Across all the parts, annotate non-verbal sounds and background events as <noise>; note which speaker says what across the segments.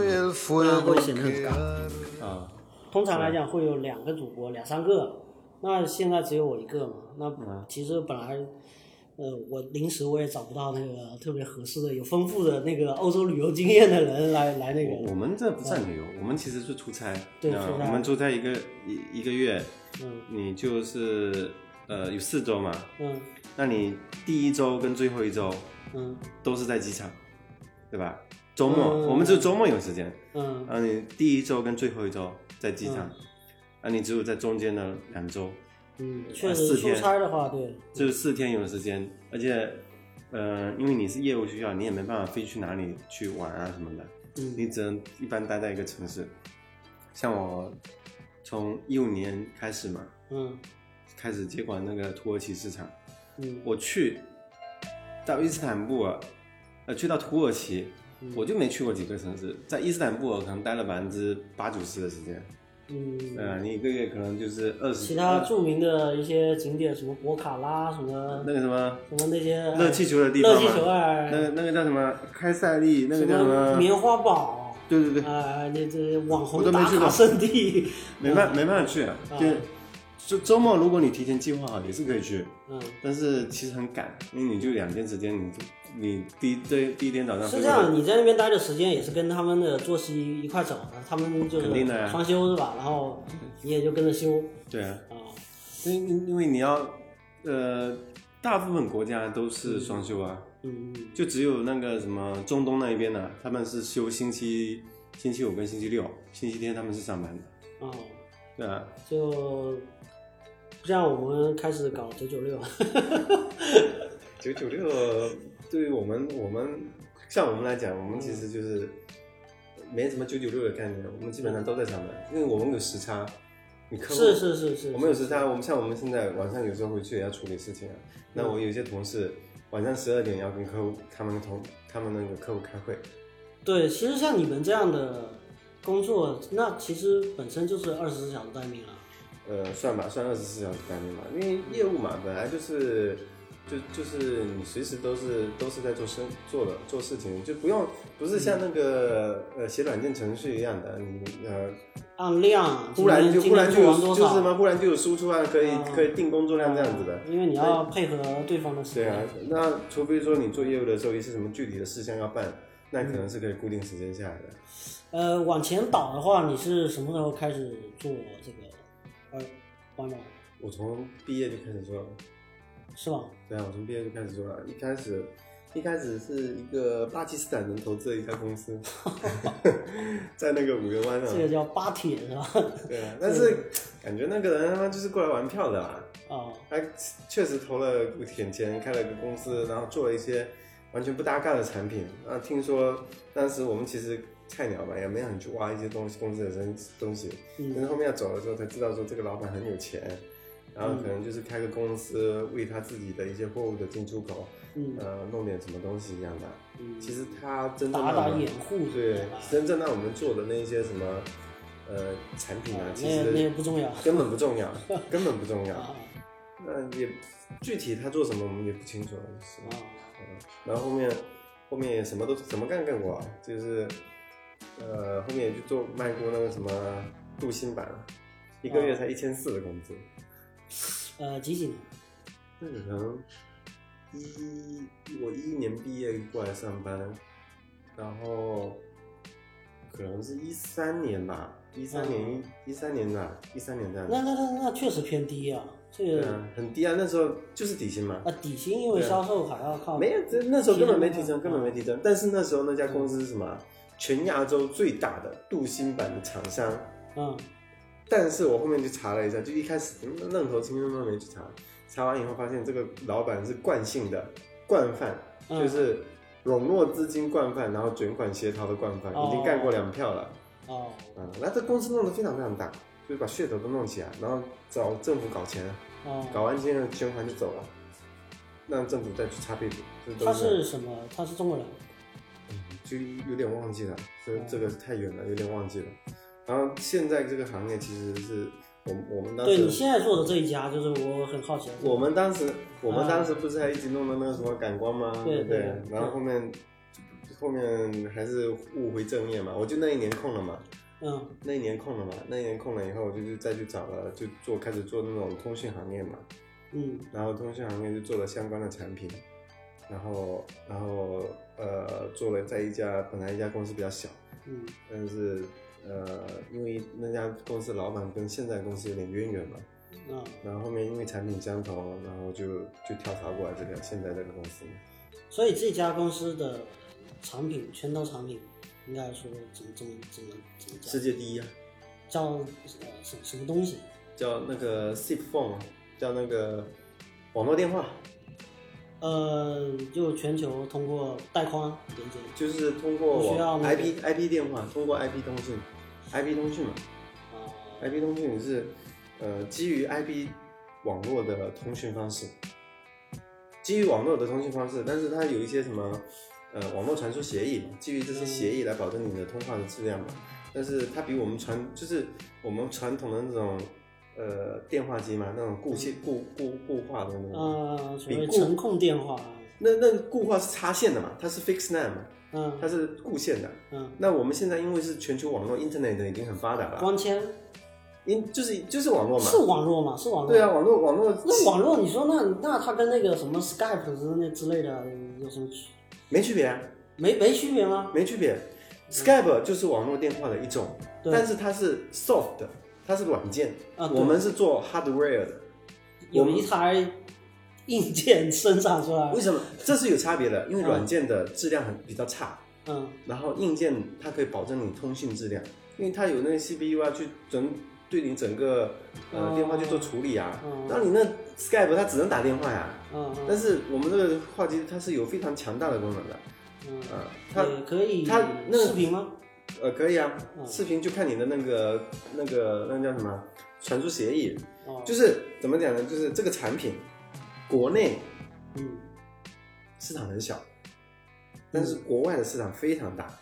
Speaker 1: 那会显得很尬。
Speaker 2: 啊，
Speaker 3: 通常来讲会有两个主播，两三个，那现在只有我一个嘛。那其实本来，呃，我临时我也找不到那个特别合适的、有丰富的那个欧洲旅游经验的人来来那
Speaker 2: 我
Speaker 3: 个，
Speaker 2: 我们这不算旅游，我们其实是出差。
Speaker 3: 对
Speaker 2: 啊
Speaker 3: 出差
Speaker 2: 我们出差一个一一个月，
Speaker 3: 嗯
Speaker 2: 你就是呃有四周嘛，
Speaker 3: 嗯
Speaker 2: 那你第一周跟最后一周
Speaker 3: 嗯
Speaker 2: 都是在机场，对吧？周末、
Speaker 3: 嗯
Speaker 2: 我们只有周末有时间，
Speaker 3: 嗯，
Speaker 2: 啊，你第一周跟最后一周在机场，啊，你只有在中间的两周，
Speaker 3: 嗯，确
Speaker 2: 四
Speaker 3: 实出
Speaker 2: 天
Speaker 3: 差的话，对，
Speaker 2: 就是四天有时间，而且，呃，因为你是业务需要，你也没办法飞去哪里去玩啊什么的，你
Speaker 3: 嗯
Speaker 2: 只能一般待在一个城市。像我从一五年开始嘛，
Speaker 3: 嗯
Speaker 2: 开始接管那个土耳其市场，
Speaker 3: 嗯，
Speaker 2: 我去到伊斯坦布尔，呃，去到土耳其，我就没去过几个城市，在伊斯坦布尔可能待了百分之八九十的时间，
Speaker 3: 嗯。
Speaker 2: 呃，你一个月可能就是二十，
Speaker 3: 其他著名的一些景点，什么博卡拉，什么
Speaker 2: 那个什么
Speaker 3: 什么那些
Speaker 2: 热气球的地方
Speaker 3: 嗯热
Speaker 2: 嘛，
Speaker 3: 气球啊，
Speaker 2: 那个那个叫什么开塞利，那个叫什么？
Speaker 3: 棉花堡
Speaker 2: 对对对，
Speaker 3: 啊，那这网
Speaker 2: 我
Speaker 3: 红
Speaker 2: 都没
Speaker 3: 打
Speaker 2: 去过
Speaker 3: 卡圣地，
Speaker 2: 没办没办法去，啊
Speaker 3: 啊
Speaker 2: 就就周末如果你提前计划好也是可以去，
Speaker 3: 嗯，
Speaker 2: 但是其实很赶，因为你就两天时间，你就你第一对第一天早上
Speaker 3: 是
Speaker 2: 飞
Speaker 3: 这
Speaker 2: 过去
Speaker 3: 样，你在那边待的时间也是跟他们的作息一块走的，他们就是
Speaker 2: 肯定的呀
Speaker 3: 双休是吧？然后你也就跟着休
Speaker 2: 对啊，
Speaker 3: 啊，
Speaker 2: 因因因为你要呃，大部分国家都是双休啊，
Speaker 3: 嗯嗯
Speaker 2: 就只有那个什么中东那一边呢、啊他们是休星期星期五跟星期六，星期天他们是上班的，
Speaker 3: 啊，
Speaker 2: 对啊，
Speaker 3: 就不像我们开始搞九九
Speaker 2: <laughs>
Speaker 3: 六，
Speaker 2: 九九六对于我们我们像我们来讲，我们其实就是没什么九九六的概念，我们基本上都在上班，因为我们有时差，你客户
Speaker 3: 是是是是，
Speaker 2: 我们有时差，我们像我们现在晚上有时候回去也要处理事情啊。那我有一些同事晚上十二点要跟客户他们同他们那个客户开会，
Speaker 3: 对，其实像你们这样的工作，那其实本身就是二十四小时待命了。啊
Speaker 2: 呃，算吧，算二十四小时待命吧，因为业务嘛，本来就是就就是你随时都是都是在做生做的做事情，就不用不是像那个、呃写软件程序一样的，你呃
Speaker 3: 按量，
Speaker 2: 忽然就
Speaker 3: 今天
Speaker 2: 忽然就
Speaker 3: 今天做
Speaker 2: 有
Speaker 3: 完多
Speaker 2: 就是
Speaker 3: 少
Speaker 2: 什么忽然就有输出啊，可以、
Speaker 3: 啊
Speaker 2: 可以定工作量这样子的。
Speaker 3: 因为你要配合对方的时
Speaker 2: 对
Speaker 3: 间。
Speaker 2: 啊，那除非说你做业务的时候，一些什么具体的事项要办，那可能是可以固定时间下来的。
Speaker 3: 呃，往前倒的话，你是什么时候开始做这个呃环保？
Speaker 2: 我从毕业就开始做了，
Speaker 3: 是吧？
Speaker 2: 对啊，我从毕业就开始做了。一开始，一开始是一个巴基斯坦人投资的一家公司， <laughs> 在那个五缘湾
Speaker 3: 这个
Speaker 2: 上。
Speaker 3: 叫巴铁是吧？
Speaker 2: 对啊，但是感觉那个人他妈就是过来玩票的啊，
Speaker 3: 啊、
Speaker 2: 他确实投了一点钱，开了个公司，然后做了一些完全不搭嘎的产品。啊，听说当时我们其实菜鸟嘛，也没很去挖一些东西公司的人东西，但是
Speaker 3: 嗯
Speaker 2: 后面要走的时候才知道说这个老板很有钱，然
Speaker 3: 嗯
Speaker 2: 后可能就是开个公司为他自己的一些货物的进出口，
Speaker 3: 嗯
Speaker 2: 呃，弄点什么东西一样的。
Speaker 3: 嗯，
Speaker 2: 其实他真正
Speaker 3: 打
Speaker 2: 让
Speaker 3: 打
Speaker 2: 我们
Speaker 3: 掩护之类
Speaker 2: 对
Speaker 3: 的吧，
Speaker 2: 真正让我们做的那些什么呃产品啊
Speaker 3: 啊，
Speaker 2: 其
Speaker 3: 那那也
Speaker 2: 实
Speaker 3: 不重要
Speaker 2: 根本不重
Speaker 3: <laughs>
Speaker 2: 要，根本不重要。
Speaker 3: 啊
Speaker 2: 那也具体他做什么我们也不清楚了。就是
Speaker 3: 啊，
Speaker 2: 嗯然后后面后面也什么都什么干干过啊，就是呃后面也去做卖过那个什么镀锌板，一个月才一千四的工资，
Speaker 3: 呃，几几年？
Speaker 2: 那可能一我一一年毕业过来上班，然后可能是一三年吧，一三年一三年的，一三年的，
Speaker 3: 那那那那确实偏低啊，这
Speaker 2: 对
Speaker 3: 个
Speaker 2: 啊，很低啊，那时候就是底薪嘛
Speaker 3: 啊。底薪因为销售还要靠
Speaker 2: 啊没有，这那时候根本没提
Speaker 3: 天
Speaker 2: 成，
Speaker 3: 哪
Speaker 2: 根本没提成。但是那时候那
Speaker 3: 嗯
Speaker 2: 家公司是什么？啊全亚洲最大的镀锌板的厂商。
Speaker 3: 嗯
Speaker 2: 但是我后面去查了一下，就一开始嗯愣头青都没去查，查完以后发现这个老板是惯性的惯犯，
Speaker 3: 嗯
Speaker 2: 就是笼络资金惯犯，然后卷款协逃的惯犯，
Speaker 3: 哦
Speaker 2: 已经干过两票了。
Speaker 3: 哦
Speaker 2: 啊，那这公司弄得非常非常大，就是把噱头都弄起来，然后找政府搞钱，啊
Speaker 3: 哦，
Speaker 2: 搞完钱捐款就走了，让政府再去擦屁股。这都
Speaker 3: 他是什么？他是中国人。
Speaker 2: 嗯就有点忘记了，这这个太远了，有点忘记了。然后现在这个行业其实是我们我们当
Speaker 3: 对你
Speaker 2: 时
Speaker 3: 现在做的这一家，就是我很好奇的。啊
Speaker 2: 我们当时我们当时不是还一直弄的那个什么感光吗？
Speaker 3: 对
Speaker 2: 不
Speaker 3: 对？
Speaker 2: 对
Speaker 3: 对
Speaker 2: 然后后面后面还是误回正业嘛，我就那一年空了嘛，
Speaker 3: 嗯
Speaker 2: 那一年空了嘛，那一年空了以后，我就去再去找了，就做开始做那种通讯行业嘛，
Speaker 3: 嗯
Speaker 2: 然后通讯行业就做了相关的产品，然后然后呃做了在一家本来一家公司比较小，
Speaker 3: 嗯
Speaker 2: 但是呃因为那家公司老板跟现在公司有点渊源嘛，
Speaker 3: 啊
Speaker 2: 然后后面因为产品相同，然后就就跳槽过来这个现在这个公司嘛。
Speaker 3: 所以这家公司的产品，拳头产品，应该说怎么怎么怎么怎么讲，
Speaker 2: 世界第一啊，
Speaker 3: 叫呃什什么东西？
Speaker 2: 叫那个 SIP phone，叫那个网络电话，
Speaker 3: 呃，就全球通过带宽连接
Speaker 2: 就是通过
Speaker 3: 不需要
Speaker 2: 我
Speaker 3: 那个
Speaker 2: IP IP 电话，通过 IP 通讯，IP 通讯嘛
Speaker 3: 啊、
Speaker 2: ，IP 通讯是呃基于 IP 网络的通讯方式，基于网络的通讯方式，但是它有一些什么呃网络传输协议嘛，基于这些协议来保证你的通话的质量嘛，但是它比我们传就是我们传统的那种呃电话机嘛，那种固线固固固话的那种。
Speaker 3: 呃，所谓
Speaker 2: 比固
Speaker 3: 程控电话，
Speaker 2: 那那固话是插线的嘛，它是 fixed line 嘛，
Speaker 3: 嗯
Speaker 2: 它是固线的。
Speaker 3: 嗯，
Speaker 2: 那我们现在因为是全球网络 internet 已经很发达了，
Speaker 3: 光纤
Speaker 2: 因就是就是网络嘛
Speaker 3: 是。网络嘛？是网络。
Speaker 2: 对啊，。网络网络
Speaker 3: 那网络，你说那那它跟那个什么 Skype 之类之类的有什么区
Speaker 2: 没区别啊，
Speaker 3: 没没区别吗？
Speaker 2: 没区别。Skype 就是网络电话的一种，
Speaker 3: 嗯对
Speaker 2: 但是它是 soft 的，它是软件，
Speaker 3: 啊对
Speaker 2: 我们是做 hardware 的。
Speaker 3: 有一台硬件生产出来
Speaker 2: 为，什么？这是有差别的，因为
Speaker 3: 啊
Speaker 2: 软件的质量很比较差，
Speaker 3: 嗯
Speaker 2: 然后硬件它可以保证你通讯质量，因为它有那个 CPU 啊，去整对你整个呃
Speaker 3: 哦
Speaker 2: 电话去做处理啊
Speaker 3: 哦。
Speaker 2: 然后你那 Skype 它只能打电话呀、
Speaker 3: 嗯
Speaker 2: 但
Speaker 3: 嗯
Speaker 2: 是我们这个话机它是有非常强大的功能的
Speaker 3: 嗯，
Speaker 2: 啊、它
Speaker 3: 也可以
Speaker 2: 它那个
Speaker 3: 视频吗？
Speaker 2: 呃可以啊，
Speaker 3: 嗯
Speaker 2: 视频就看你的那个那个那叫什么传输协议，
Speaker 3: 哦，
Speaker 2: 就是怎么讲呢？就是这个产品国内
Speaker 3: 嗯
Speaker 2: 市场很小，但是国外的市场非常大，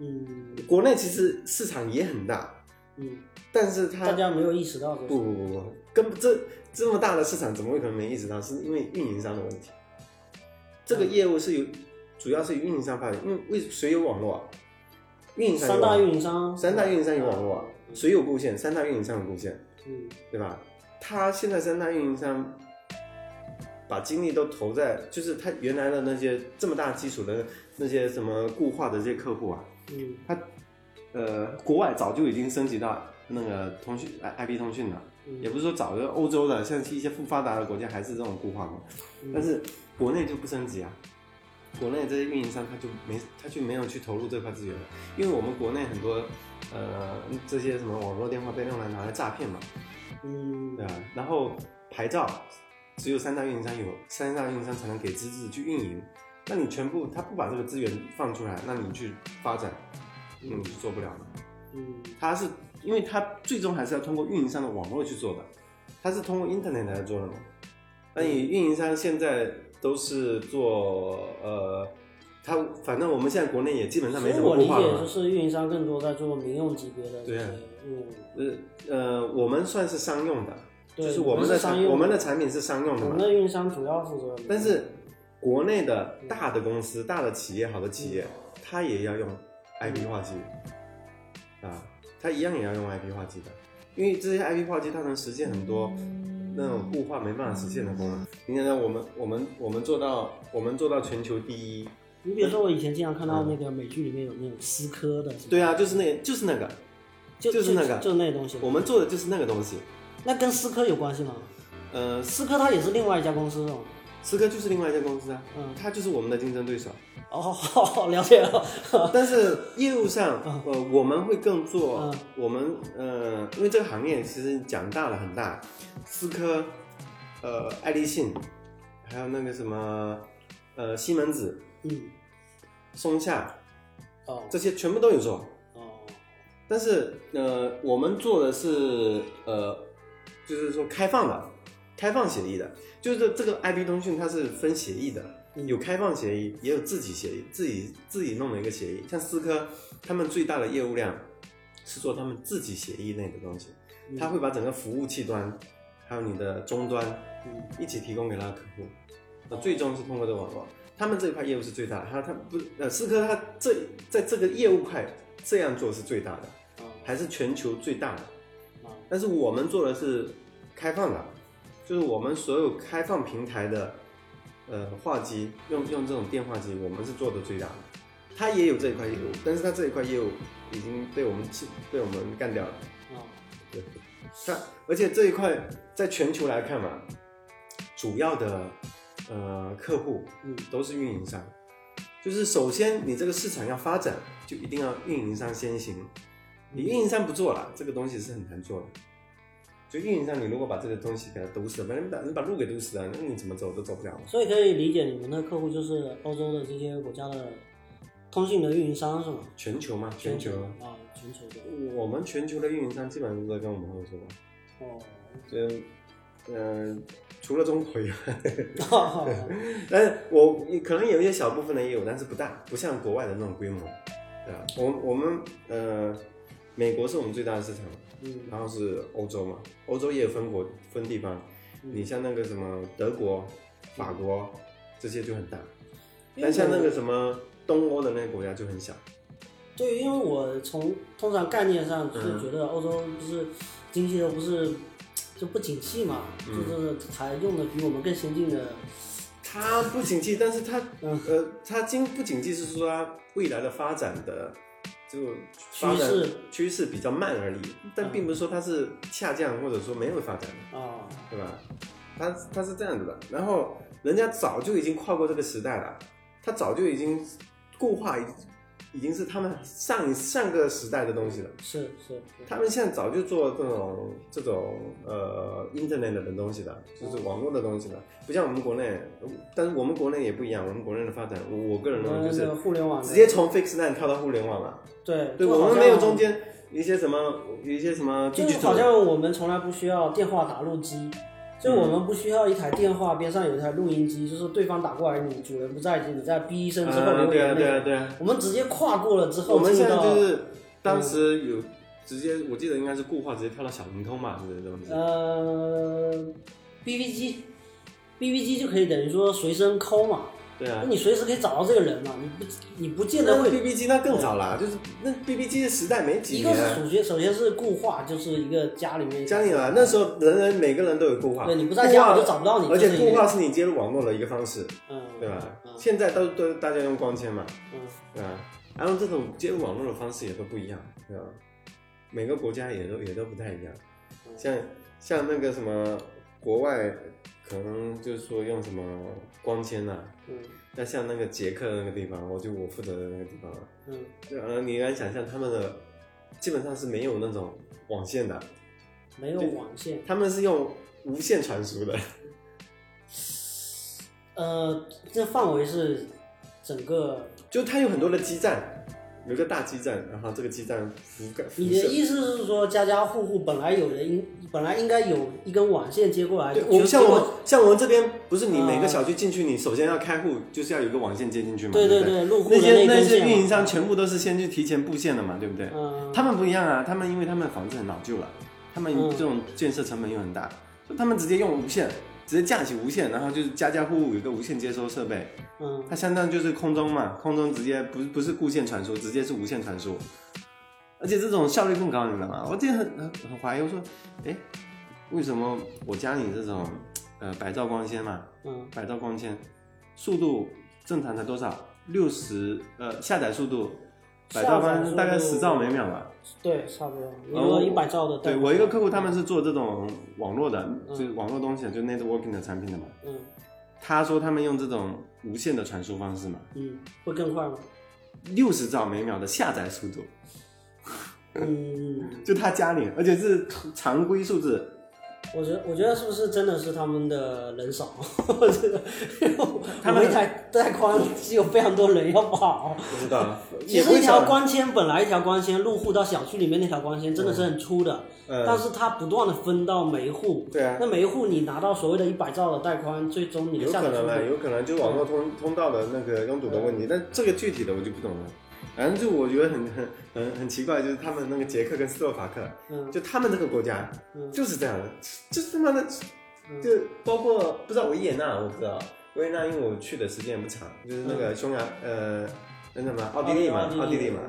Speaker 3: 嗯
Speaker 2: 国内其实市场也很大，
Speaker 3: 嗯，
Speaker 2: 但是
Speaker 3: 大
Speaker 2: 它
Speaker 3: 家没有意识到这
Speaker 2: 不
Speaker 3: 个，
Speaker 2: 不不不，根本这这么大的市场，怎么会可能没意识到？是因为运营商的问题。这个业务是由主要是由运营商发展，因为为谁有网络啊？运营商
Speaker 3: 三
Speaker 2: 有网
Speaker 3: 大
Speaker 2: 络
Speaker 3: 运营商，
Speaker 2: 三大运营商有网络啊，谁有贡献？三大运营商有贡献，
Speaker 3: 嗯
Speaker 2: 对吧？他现在三大运营商把精力都投在，就是他原来的那些这么大基础的那些什么固化的这些客户啊，
Speaker 3: 嗯
Speaker 2: 呃，国外早就已经升级到那个通讯 I IP 通讯了。
Speaker 3: 嗯，
Speaker 2: 也不是说早就欧洲的，像一些不发达的国家还是这种固化嘛，
Speaker 3: 嗯
Speaker 2: 但是国内就不升级啊。国内这些运营商他就没他就没有去投入这块资源了，因为我们国内很多呃这些什么网络电话被用来拿来诈骗嘛，
Speaker 3: 嗯
Speaker 2: 对吧？啊然后牌照只有三大运营商有，三大运营商才能给资质去运营，那你全部他不把这个资源放出来，那你去发展，那你就做不了了。
Speaker 3: 嗯
Speaker 2: 它是因为它最终还是要通过运营商的网络去做的，它是通过 Internet 来做的嘛。那你运营商现在都是做呃，它反正我们现在国内也基本上
Speaker 3: 所
Speaker 2: 没
Speaker 3: 以
Speaker 2: 怎么
Speaker 3: 我理
Speaker 2: 固化
Speaker 3: 解就
Speaker 2: 了嘛。
Speaker 3: 是运营商更多在做民用级别的这
Speaker 2: 对
Speaker 3: 些
Speaker 2: 啊
Speaker 3: 运营，
Speaker 2: 呃呃，我们算是商用的，
Speaker 3: 对
Speaker 2: 就是我
Speaker 3: 我
Speaker 2: 们的
Speaker 3: 们是商
Speaker 2: 产
Speaker 3: 用的
Speaker 2: 我们的产品是商用的
Speaker 3: 我
Speaker 2: 嘛
Speaker 3: 们。的运营商主要负责民用，
Speaker 2: 但是国内的大的公司、大的企业、好的企业，它也要用 IP 话机啊，它一样也要用 IP 话机的，因为这些 IP 话机它能实现很多那种固化没办法实现的功能。你想想，我们我们我们做到我们做到全球第一，
Speaker 3: 你比如说我以前经常看到那个美剧里面有那种思科的什么，
Speaker 2: 对啊，就是那就是那个，
Speaker 3: 就
Speaker 2: 就是那个
Speaker 3: 就那东西，
Speaker 2: 我们做的就是那个东西。
Speaker 3: 那跟思科有关系吗？
Speaker 2: 呃，
Speaker 3: 思科它也是另外一家公司哦，
Speaker 2: 思科就是另外一家公司啊，
Speaker 3: 嗯，
Speaker 2: 它就是我们的竞争对手。
Speaker 3: 哦，好好了解了，
Speaker 2: 但是业务上，
Speaker 3: 嗯
Speaker 2: 呃，我们会更做
Speaker 3: 嗯，
Speaker 2: 我们呃，因为这个行业其实讲大了很大，思科，呃，爱立信，还有那个什么，呃，西门子、
Speaker 3: 嗯，
Speaker 2: 松下
Speaker 3: 哦
Speaker 2: 这些全部都有做，
Speaker 3: 哦，
Speaker 2: 但是呃，我们做的是呃，就是说开放的，开放协议的，就是这个 IP 通讯它是分协议的，
Speaker 3: 嗯
Speaker 2: 有开放协议，也有自己协议，自己自己弄了一个协议。像思科，他们最大的业务量是做他们自己协议内的东西，
Speaker 3: 嗯
Speaker 2: 他会把整个服务器端，还有你的终端
Speaker 3: 嗯
Speaker 2: 一起提供给他的客户。呃最终是通过这个网络，他们这一块业务是最大的，他他不呃思科他这在这个业务块这样做是最大的，
Speaker 3: 啊
Speaker 2: 还是全球最大的。
Speaker 3: 啊
Speaker 2: 但是我们做的是开放的，就是我们所有开放平台的，呃，话机用用这种电话机，我们是做的最大的。它也有这一块业务，但是它这一块业务已经被我们弃被我们干掉了。
Speaker 3: 啊！
Speaker 2: 对，它而且这一块在全球来看嘛，主要的呃客户
Speaker 3: 嗯
Speaker 2: 都是运营商，就是首先你这个市场要发展，就一定要运营商先行。你运营商不做了，这个东西是很难做的。就运营商，你如果把这个东西给它堵死了，反正把你把路给堵死了，那你怎么走都走不了嘛。
Speaker 3: 所以可以理解你们的客户就是欧洲的这些国家的通信的运营商是吗？
Speaker 2: 全球嘛，全球，
Speaker 3: 啊，全球的
Speaker 2: 我们全球的运营商基本上都在跟我们合作，
Speaker 3: 哦。
Speaker 2: 就，呃，除了中国以外，
Speaker 3: <laughs> 哦
Speaker 2: 但是我可能有一些小部分的也有，但是不大，不像国外的那种规模，对吧？我我们呃，美国是我们最大的市场，
Speaker 3: 嗯
Speaker 2: 然后是欧洲嘛，欧洲也有分国分地方，
Speaker 3: 嗯
Speaker 2: 你像那个什么德国、法国这些就很大，
Speaker 3: 因为
Speaker 2: 但像那
Speaker 3: 我
Speaker 2: 个什么东欧的那个国家就很小。
Speaker 3: 对，因为我从通常概念上就是觉得欧洲不是经济都不是就不景气嘛，
Speaker 2: 嗯
Speaker 3: 就是才用的比我们更先进的，
Speaker 2: 它不景气，但是它
Speaker 3: 嗯
Speaker 2: 呃，它经不景气是说它未来的发展的就
Speaker 3: 趋
Speaker 2: 发展
Speaker 3: 势
Speaker 2: 趋势比较慢而已，但并不是说它是下降或者说没有发展。
Speaker 3: 啊
Speaker 2: 对吧？他他是这样子的，然后人家早就已经跨过这个时代了，他早就已经固化，已已经是他们上一上个时代的东西了。
Speaker 3: 是是，
Speaker 2: 他们现在早就做这种这种呃 internet 的东西了，就是网络的东西了，不像我们国内，但是我们国内也不一样，我们国内的发展，我我个人
Speaker 3: 我
Speaker 2: 认为
Speaker 3: 们
Speaker 2: 就是
Speaker 3: 的互联网的
Speaker 2: 直接从 fixed line 跳到互联网了，
Speaker 3: 对
Speaker 2: 对
Speaker 3: 就
Speaker 2: 我
Speaker 3: 好
Speaker 2: 们
Speaker 3: 像
Speaker 2: 没有中间一些什么一些什么
Speaker 3: 就是
Speaker 2: digital
Speaker 3: 好像我们从来不需要电话打录机，就我们不需要一台电话边上有一台录音机，就是对方打过来，你主人不在，你再哔一声之后
Speaker 2: 啊
Speaker 3: 留
Speaker 2: 对啊
Speaker 3: 言
Speaker 2: 对
Speaker 3: 那
Speaker 2: 啊
Speaker 3: 个，
Speaker 2: 对啊，
Speaker 3: 我们直接跨过了之
Speaker 2: 我
Speaker 3: 后
Speaker 2: 们
Speaker 3: 进
Speaker 2: 现在
Speaker 3: 到嗯
Speaker 2: 就是当时有直接，我记得应该是固话直接跳到小灵通吧，是不是这种
Speaker 3: 啊
Speaker 2: 子？
Speaker 3: 呃 BB 机，BB 机就可以等于说随身抠嘛，
Speaker 2: 对啊
Speaker 3: 那，你随时可以找到这个人嘛，你不你不见得
Speaker 2: 那
Speaker 3: 会
Speaker 2: BB 机那更早了，就是那 BB 机的时代没几
Speaker 3: 一个是
Speaker 2: 年，啊
Speaker 3: 首先首先是固话，就是一个家里面
Speaker 2: 家里啊，那时候人人每个人都有固话，
Speaker 3: 对你不在家
Speaker 2: 固话
Speaker 3: 我就找不到你，
Speaker 2: 而且
Speaker 3: 这是一
Speaker 2: 固
Speaker 3: 个
Speaker 2: 话是你接入网络的一个方式，
Speaker 3: 嗯
Speaker 2: 对吧？
Speaker 3: 嗯
Speaker 2: 现在都都大家用光纤嘛，
Speaker 3: 嗯
Speaker 2: 对吧？然后这种接入网络的方式也都不一样，对吧？每个国家也都也都不太一样，
Speaker 3: 嗯
Speaker 2: 像像那个什么国外，可能就是说用什么光纤呐、
Speaker 3: 嗯
Speaker 2: 那像那个捷克那个地方，我就我负责的那个地方了。
Speaker 3: 嗯
Speaker 2: 呃，你敢想象他们的基本上是没有那种网线的，
Speaker 3: 没有
Speaker 2: 对
Speaker 3: 网线，
Speaker 2: 他们是用无线传输的。 <laughs>
Speaker 3: 呃，这范围是整个。
Speaker 2: 就它有很多的基站，有一个大基站，然后这个基站覆盖
Speaker 3: 你
Speaker 2: 辐
Speaker 3: 的
Speaker 2: 射。
Speaker 3: 意思是说，家家户户本来有的应本来应该有一根网线接过来，
Speaker 2: 对，
Speaker 3: 啊就
Speaker 2: 我像
Speaker 3: 结果
Speaker 2: 我像我们这边，不是你
Speaker 3: 啊
Speaker 2: 每个小区进去，你首先要开户，就是要有一个网线接进去嘛。
Speaker 3: 对对
Speaker 2: 对不对，
Speaker 3: 对，路虎的
Speaker 2: 那些那
Speaker 3: 根线
Speaker 2: 些
Speaker 3: 嘛
Speaker 2: 运营商全部都是先去提前布线的嘛，对不对？
Speaker 3: 嗯，
Speaker 2: 他们不一样啊，他们因为他们房子很老旧了，他们
Speaker 3: 嗯
Speaker 2: 这种建设成本又很大，就他们直接用无线，直接架起无线，然后就是家家户户有一个无线接收设备，
Speaker 3: 嗯
Speaker 2: 它相当于就是空中嘛，空中直接不不是固线传输，直接是无线传输，而且这种效率更高，你知道吗？我之前很很很怀疑，我说，哎，为什么我家里这种呃百兆光纤嘛，
Speaker 3: 嗯
Speaker 2: 百兆光纤速度正常才多少？六十呃下载速度，百兆光纤大概十兆每秒吧。
Speaker 3: 对，差不多，如
Speaker 2: 呃
Speaker 3: 果
Speaker 2: 我
Speaker 3: 一百兆的带
Speaker 2: 对
Speaker 3: 宽，
Speaker 2: 我一个客户，他们是做这种网络的，
Speaker 3: 嗯
Speaker 2: 就是网络东西，就 networking 的产品的嘛。
Speaker 3: 嗯
Speaker 2: 他说他们用这种无线的传输方式嘛，
Speaker 3: 嗯，会更快吗？
Speaker 2: 六十兆每秒的下载速度，
Speaker 3: 嗯，
Speaker 2: 就他家里，而且是常规数字。
Speaker 3: 我觉得我觉得是不是真的是他们的人少， <laughs> 我觉得
Speaker 2: 他
Speaker 3: 他
Speaker 2: 们
Speaker 3: 们一台带宽是有非常多人要跑。
Speaker 2: 不知道，
Speaker 3: 其实一条光纤本来一条光纤入户到小区里面那条光纤真的是很粗的，但
Speaker 2: 呃，
Speaker 3: 是它不断的分到每一户，
Speaker 2: 对啊，
Speaker 3: 那每一户你拿到所谓的一百兆的带宽，最终你的
Speaker 2: 有
Speaker 3: 下载
Speaker 2: 可能
Speaker 3: 速
Speaker 2: 啦，
Speaker 3: 度
Speaker 2: 有可能就是网络通通道的那个拥堵的问题，但这个具体的我就不懂了。反正就我觉得很很很很奇怪，就是他们那个捷克跟斯洛伐克，
Speaker 3: 嗯
Speaker 2: 就他们这个国家
Speaker 3: 嗯
Speaker 2: 就是这样的，就是他妈的
Speaker 3: 嗯
Speaker 2: 就包括不知道维也纳，我不知道维也纳，因为我去的时间也不长，就是那个匈牙，呃，那什么奥地利嘛，
Speaker 3: 嗯奥
Speaker 2: 奥
Speaker 3: 地
Speaker 2: 地
Speaker 3: 利
Speaker 2: 利嘛，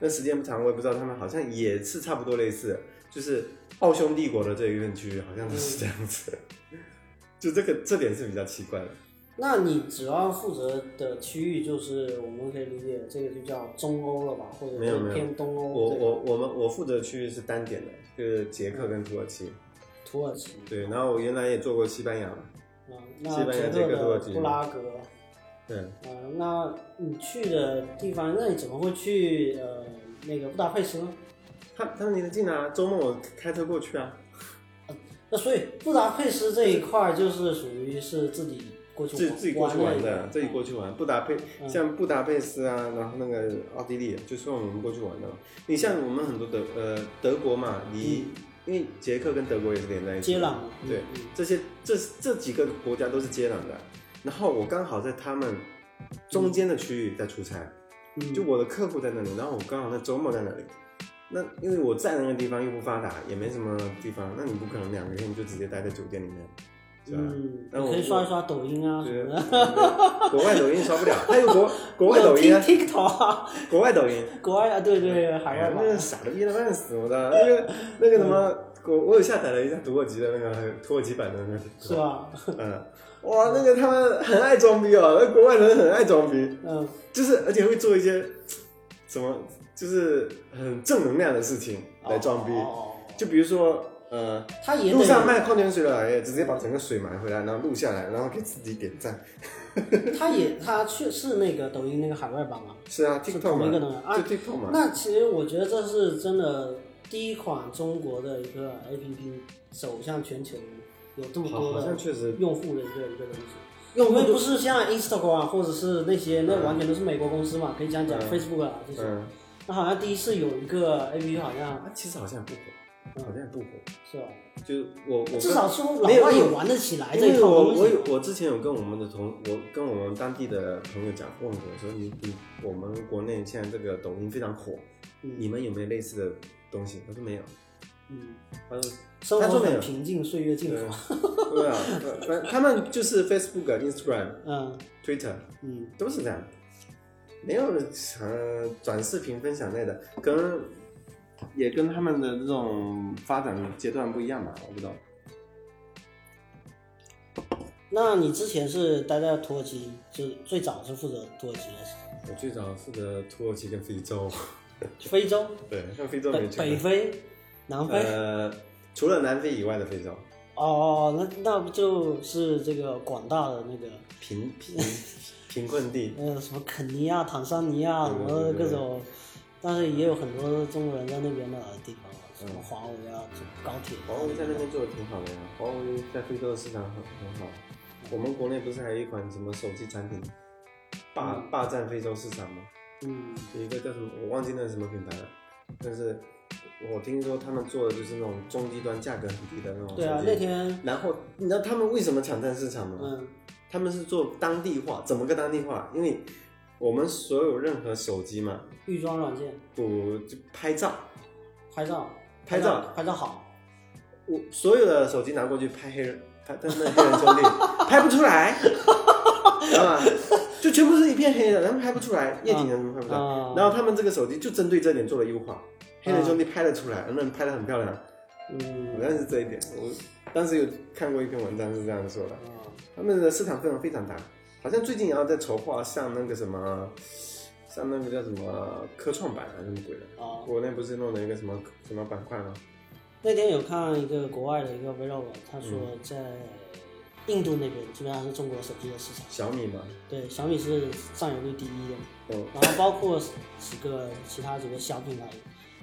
Speaker 2: 那时间不长，我也不知道他们好像也是差不多类似，就是奥匈帝国的这一片区域好像都是这样子， <laughs> 就这个这点是比较奇怪的。
Speaker 3: 那你只要负责的区域就是我们可以理解这个就叫中欧了吧，或者
Speaker 2: 没有没
Speaker 3: 是
Speaker 2: 有
Speaker 3: 偏东
Speaker 2: 我
Speaker 3: 欧这个
Speaker 2: 我我们我负责区域是单点的，就是捷克跟土耳其，
Speaker 3: 土耳其
Speaker 2: 对，然后我原来也做过西班牙嘛，
Speaker 3: 啊，
Speaker 2: 西
Speaker 3: 那
Speaker 2: 班牙
Speaker 3: 捷
Speaker 2: 捷克土
Speaker 3: 克
Speaker 2: 耳其
Speaker 3: 的布拉格
Speaker 2: 对，
Speaker 3: 啊，那你去的地方，那你怎么会去呃那个布达佩斯呢？
Speaker 2: 他他们离得近啊，周末我开车过去啊，
Speaker 3: 那所以布达佩斯这一块儿就是属于是自己过去
Speaker 2: 自己自己过去
Speaker 3: 的
Speaker 2: 玩
Speaker 3: 嗯
Speaker 2: 的，自己过去玩。布达佩像布达佩斯啊，然后那个奥地利，就是我们过去玩的嘛。你像我们很多德呃德国嘛，离因为捷克跟德国也是连在一起
Speaker 3: 嗯接
Speaker 2: 的，
Speaker 3: 壤嘛，嗯
Speaker 2: 对，这些这这几个国家都是接壤的。然后我刚好在他们中间的区域在出差，
Speaker 3: 嗯，
Speaker 2: 就我的客户在那里，然后我刚好在周末在那里。那因为我在那个地方又不发达，也没什么地方，那你不可能两个天就直接待在酒店里面，是吧？
Speaker 3: 嗯，
Speaker 2: 那
Speaker 3: 你
Speaker 2: 我
Speaker 3: 可以刷一刷抖音啊什
Speaker 2: 对
Speaker 3: 么的，
Speaker 2: 国外抖音
Speaker 3: <laughs>
Speaker 2: 刷不了，还有国国外抖音啊，
Speaker 3: 听 TikTok 啊，
Speaker 2: 国外抖音，
Speaker 3: 国外啊，对对，海外
Speaker 2: 那
Speaker 3: 吧，
Speaker 2: 个傻的逼的半死，我的那个那个什
Speaker 3: 嗯
Speaker 2: 么，我我有下载了一下土耳其的那个土耳其版的那个，
Speaker 3: 是？吧？
Speaker 2: 嗯，哇，那个他们很爱装逼哦，那国外人很爱装逼，
Speaker 3: 嗯，
Speaker 2: 就是而且会做一些什么，就是很正能量的事情来装逼，
Speaker 3: 哦，
Speaker 2: 就比如说呃，
Speaker 3: 他也
Speaker 2: 路上
Speaker 3: 得，
Speaker 2: 卖矿泉水的也直接把整个水买回来，然后录下来，然后给自己点赞。
Speaker 3: 他也他确是那个抖音那个海外版嘛。
Speaker 2: 是啊
Speaker 3: 是
Speaker 2: ，TikTok
Speaker 3: 同一个
Speaker 2: 嘛，
Speaker 3: 东西啊
Speaker 2: 就。TikTok 嘛。
Speaker 3: 那其实我觉得这是真的第一款中国的一个 APP 走向全球有这么
Speaker 2: 好，
Speaker 3: 多
Speaker 2: 好像
Speaker 3: 的
Speaker 2: 确实
Speaker 3: 用户的一个一个东西。
Speaker 2: 用
Speaker 3: 因为
Speaker 2: 户
Speaker 3: 不是像 Instagram 啊或者是那些，那
Speaker 2: 嗯
Speaker 3: 完全都是美国公司嘛，可以这样讲
Speaker 2: 嗯
Speaker 3: ，Facebook 啊这些。
Speaker 2: 嗯，
Speaker 3: 那好像第一次有一个 APP，好像
Speaker 2: 啊，其实好像不火，好像不火。
Speaker 3: 是吧？
Speaker 2: 就我我跟
Speaker 3: 至少说老
Speaker 2: 没有
Speaker 3: 外
Speaker 2: 没
Speaker 3: 也
Speaker 2: 有
Speaker 3: 玩得起来
Speaker 2: 因
Speaker 3: 这一
Speaker 2: 为
Speaker 3: 套
Speaker 2: 我
Speaker 3: 东
Speaker 2: 我
Speaker 3: 西
Speaker 2: 有。我之前有跟我们的同我跟我们当地的朋友讲问过，说你你我们国内现在这个抖音非常火，你
Speaker 3: 嗯
Speaker 2: 们有没有类似的东西？他说没有，
Speaker 3: 嗯，
Speaker 2: 他说
Speaker 3: 生
Speaker 2: 他
Speaker 3: 活
Speaker 2: 做没
Speaker 3: 很
Speaker 2: 有
Speaker 3: 平静，岁月静
Speaker 2: 对
Speaker 3: 好。
Speaker 2: 对啊，反正他们就是 Facebook、Instagram、
Speaker 3: 嗯
Speaker 2: Twitter
Speaker 3: 嗯
Speaker 2: 都是这样，没有呃短视频分享类的，可能也跟他们的这种发展阶段不一样吧，我不知道。
Speaker 3: 那你之前是待在土耳其，就最早是负责土耳其的事情
Speaker 2: 我最早负责土耳其跟非洲，
Speaker 3: 非洲、
Speaker 2: 对，像非洲
Speaker 3: 北
Speaker 2: 没去过
Speaker 3: 北非、南非。
Speaker 2: 呃，除了南非以外的非洲，
Speaker 3: 哦，那那不就是这个广大的那个 <laughs>
Speaker 2: 贫贫贫困地，
Speaker 3: 呃什么肯尼亚、坦桑尼亚什
Speaker 2: 对对
Speaker 3: 么
Speaker 2: 对
Speaker 3: 各
Speaker 2: 对
Speaker 3: 种，但是也有很多中国人在那边的地方，什么华为啊、高铁啊。
Speaker 2: 嗯华为在那边做的挺好的呀，华为在非洲的市场很很好。我们国内不是还有一款什么手机产品霸霸占非洲市场吗？
Speaker 3: 嗯
Speaker 2: 有一个叫什么，我忘记那是什么品牌了，但是我听说他们做的就是那种中低端价格很低的那种手机。
Speaker 3: 对啊，那天
Speaker 2: 然后你知道他们为什么抢占市场吗？
Speaker 3: 嗯
Speaker 2: 他们是做当地化，怎么个当地化？因为我们所有任何手机嘛，
Speaker 3: 预装软件
Speaker 2: 不就拍照，
Speaker 3: 拍照，
Speaker 2: 拍
Speaker 3: 照
Speaker 2: 照
Speaker 3: 拍照好，
Speaker 2: 我所有的手机拿过去拍黑人， <laughs> 拍他们的黑人兄弟 <laughs> 拍不出来，知道吗？就全部是一片黑的，他们拍不出来，夜景人他们拍不出来。
Speaker 3: 啊
Speaker 2: 然后他们这个手机就针对这点做了优化，黑人兄弟拍得出来，那拍得很漂亮，
Speaker 3: 嗯
Speaker 2: 好像是这一点。我当时有看过一篇文章是这样说的，
Speaker 3: 啊
Speaker 2: 他们的市场份额非常大，好像最近也要在筹划上那个什么，上那个叫什么科创板还是什么鬼的。
Speaker 3: 啊，
Speaker 2: 国内不是弄了一个什么什么板块吗？
Speaker 3: 那天有看一个国外的一个 vlog，他说
Speaker 2: 嗯
Speaker 3: 在印度那边基本上是中国手机的市场，
Speaker 2: 小米嘛，
Speaker 3: 对，小米是占有率第一的。
Speaker 2: 嗯，
Speaker 3: 然后包括几个其他几个小品牌，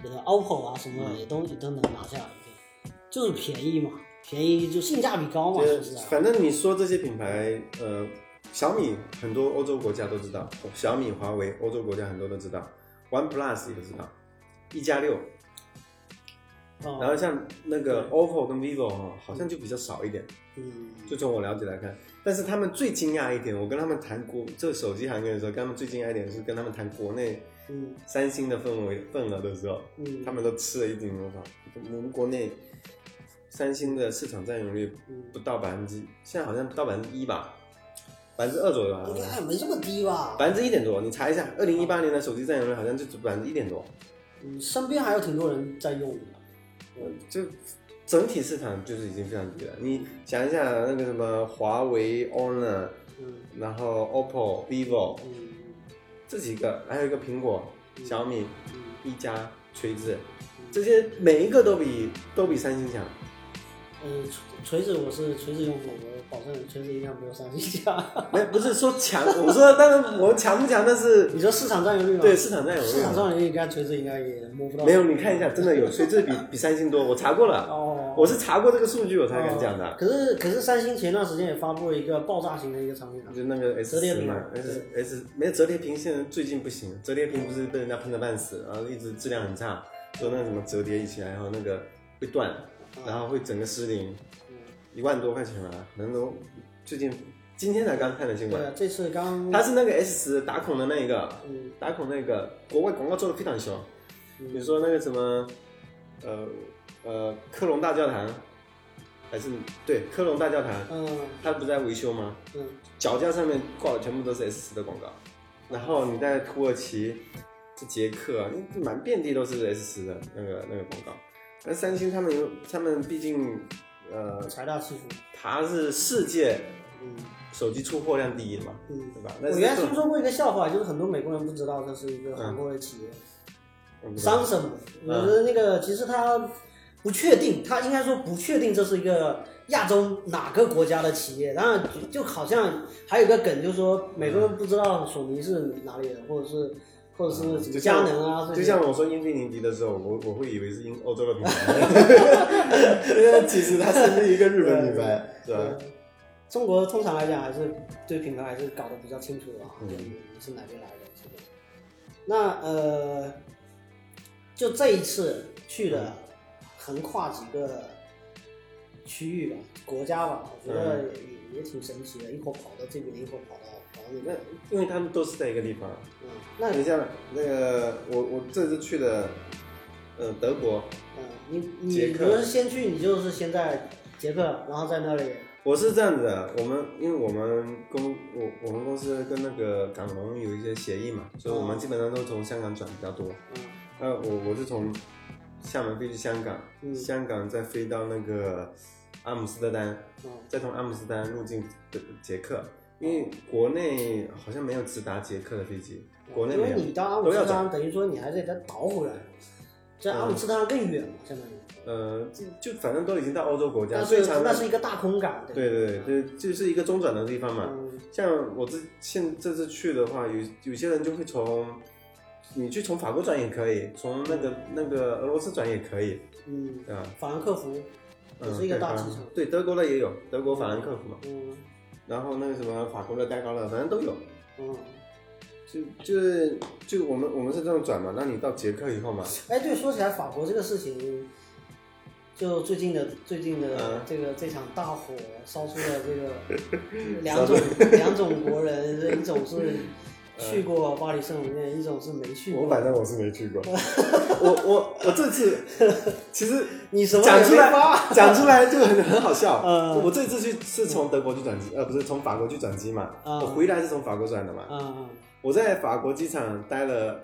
Speaker 3: 有的 OPPO 啊什么
Speaker 2: 嗯
Speaker 3: 的也都也都能拿下来一个，就是便宜嘛，便宜就性价比高嘛，
Speaker 2: 就是
Speaker 3: 不是啊？
Speaker 2: 反正你说这些品牌，呃，小米很多欧洲国家都知道，小米、华为欧洲国家很多都知道，OnePlus 也都知道，一加六，然
Speaker 3: 哦，
Speaker 2: 后像那个 OPPO 跟 vivo 哦，好像就比较少一点，
Speaker 3: 嗯，
Speaker 2: 就从我了解来看。但是他们最惊讶一点，我跟他们谈国这手机行业的时候，跟他们最惊讶一点是跟他们谈国内
Speaker 3: 嗯
Speaker 2: 三星的氛围份额的时候，
Speaker 3: 嗯，
Speaker 2: 他们都吃了一惊，我操，我们国内三星的市场占有率
Speaker 3: 嗯
Speaker 2: 不到百分之，现在好像不到百分之一吧，百分之二左右啊，
Speaker 3: 应该没这么低吧？
Speaker 2: 百分之一点多，你查一下，二零一八年的手机占有率好像就只百分之一点多，
Speaker 3: 嗯，身边还有挺多人在用的。
Speaker 2: 就整体市场就是已经非常低了。你想一下那个什么华为、Honor，
Speaker 3: 嗯
Speaker 2: 然后 OPPO、vivo
Speaker 3: 嗯
Speaker 2: 这几个，还有一个苹果、小米、
Speaker 3: 嗯，
Speaker 2: 一加、锤子，这些每一个都比都比三星强。
Speaker 3: 呃，锤锤子我是锤子用户，我保证锤子一定没有三星强。
Speaker 2: 没不是说强，我说当然我强不强，但是
Speaker 3: <laughs> 你说市场占有率吗？
Speaker 2: 对市场占有
Speaker 3: 市
Speaker 2: 率啊
Speaker 3: 场
Speaker 2: 嘛
Speaker 3: 上应该锤子应该也摸不到。
Speaker 2: 没有，你看一下，真的有锤子比比三星多，我查过了，
Speaker 3: 哦，
Speaker 2: 我是查过这个数据我才敢讲的。
Speaker 3: 可是可是三星前段时间也发布了一个爆炸型的一个产品啊，
Speaker 2: 就那个 S
Speaker 3: 折叠
Speaker 2: 十
Speaker 3: 屏
Speaker 2: 嘛，S S 没有折叠屏，现在最近不行，折叠屏不是被人家喷的半死，然后一直质量很差，说那什么折叠起来，然后那个会断，
Speaker 3: 嗯
Speaker 2: 然后会整个失灵，一万多块钱啊，能都最近今天才刚看的新
Speaker 3: 对
Speaker 2: 闻，
Speaker 3: 啊，这次刚
Speaker 2: 它是那个 S 十打孔的那一个，
Speaker 3: 嗯
Speaker 2: 打孔那个国外广告做的非常凶，比如
Speaker 3: 嗯
Speaker 2: 说那个什么，呃呃科隆大教堂，还是对科隆大教堂，
Speaker 3: 嗯
Speaker 2: 它不是在维修吗？
Speaker 3: 嗯
Speaker 2: 脚架上面挂的全部都是 S 十的广告，然后你在土耳其、这捷克，你满遍地都是 S 十的那个那个广告。但三星他们有，他们毕竟，呃，
Speaker 3: 财大气粗，
Speaker 2: 它是世界
Speaker 3: 嗯
Speaker 2: 手机出货量第一的嘛，
Speaker 3: 嗯。
Speaker 2: 对吧？
Speaker 3: 我
Speaker 2: 那
Speaker 3: 原来听说过一个笑话，就是很多美国人不知道这是一个韩国的企业，
Speaker 2: 商
Speaker 3: <laughs> 商什么？
Speaker 2: 嗯
Speaker 3: 有的那个其实他不确定，他应该说不确定这是一个亚洲哪个国家的企业。当然，就好像还有一个梗，就是说美国人不知道索尼是哪里的，或者是或者是什么
Speaker 2: 嗯就
Speaker 3: 佳
Speaker 2: 像
Speaker 3: 能啊这
Speaker 2: 就
Speaker 3: 些。
Speaker 2: 像我说英菲尼迪的时候，我我会以为是英欧洲的品牌， <laughs> 因为其实它是一个日本品牌， <laughs> 对吧？
Speaker 3: 嗯中国通常来讲还是对品牌还是搞得比较清楚的啊，
Speaker 2: 嗯
Speaker 3: 就是你是哪边来的这个。那呃，就这一次去了，横跨几个区域吧、国家吧，我觉
Speaker 2: 嗯
Speaker 3: 得也也挺神奇的，一会儿跑到这边，一会儿跑到跑到那
Speaker 2: 那
Speaker 3: 边。
Speaker 2: 因为他们都是在一个地方，
Speaker 3: 嗯，那
Speaker 2: 你像那个我我这次去的，呃，德国，
Speaker 3: 嗯，你你
Speaker 2: 捷
Speaker 3: 不
Speaker 2: 克
Speaker 3: 是先去，你就是先在捷克，然后在那里，
Speaker 2: 我是这样子的，我们因为我们公我我们公司跟那个港龙有一些协议嘛，所以我们基本上都从香港转比较多。
Speaker 3: 嗯
Speaker 2: 那我我是从厦门飞去香港，
Speaker 3: 嗯
Speaker 2: 香港再飞到那个阿姆斯特丹，
Speaker 3: 嗯
Speaker 2: 再从阿姆斯特丹入境德捷克，因为国内好像没有直达捷克的飞机，国内
Speaker 3: 因
Speaker 2: 没
Speaker 3: 为
Speaker 2: 有。
Speaker 3: 你到阿姆
Speaker 2: 都
Speaker 3: 斯
Speaker 2: 要嗯
Speaker 3: 特丹，等于说你还得再倒回来，在阿姆斯特丹更远嘛，相当于。
Speaker 2: 呃，就就反正都已经到欧洲国家，
Speaker 3: 但
Speaker 2: 啊所以
Speaker 3: 是
Speaker 2: 常
Speaker 3: 啊那是一个大空港，
Speaker 2: 对
Speaker 3: 吧
Speaker 2: 对，对，就就是一个中转的地方嘛。
Speaker 3: 嗯
Speaker 2: 像我这现这次去的话，有有些人就会从，你去从法国转也可以，从那个那个俄罗斯转也可以，
Speaker 3: 嗯，
Speaker 2: 对吧？
Speaker 3: 法兰克福也
Speaker 2: 嗯
Speaker 3: 是一个大机
Speaker 2: 对
Speaker 3: 场，
Speaker 2: 对，德国的也有，德国法兰克福嘛，
Speaker 3: 嗯
Speaker 2: 然后那个什么法国的、戴高乐，反正都有。
Speaker 3: 嗯，
Speaker 2: 就就是就我们我们是这样转嘛，那你到捷克以后嘛，
Speaker 3: 哎，对，说起来法国这个事情，就最近的最近的
Speaker 2: 嗯
Speaker 3: 这个这场大火烧出了这
Speaker 2: <laughs>
Speaker 3: 个两种两种国人， <laughs> 一种是去过巴黎圣母院，一种是没去
Speaker 2: 嗯我
Speaker 3: 过。
Speaker 2: 反正我是没去过，我我我这次其实
Speaker 3: 你什么
Speaker 2: 讲出
Speaker 3: 也没
Speaker 2: 来
Speaker 3: 发？
Speaker 2: 讲出来就很很好笑。
Speaker 3: 嗯
Speaker 2: 我这次去是从德国去转机，呃，不是从法国去转机嘛，
Speaker 3: 嗯
Speaker 2: 我回来是从法国转的嘛。
Speaker 3: 嗯
Speaker 2: 我在法国机场待了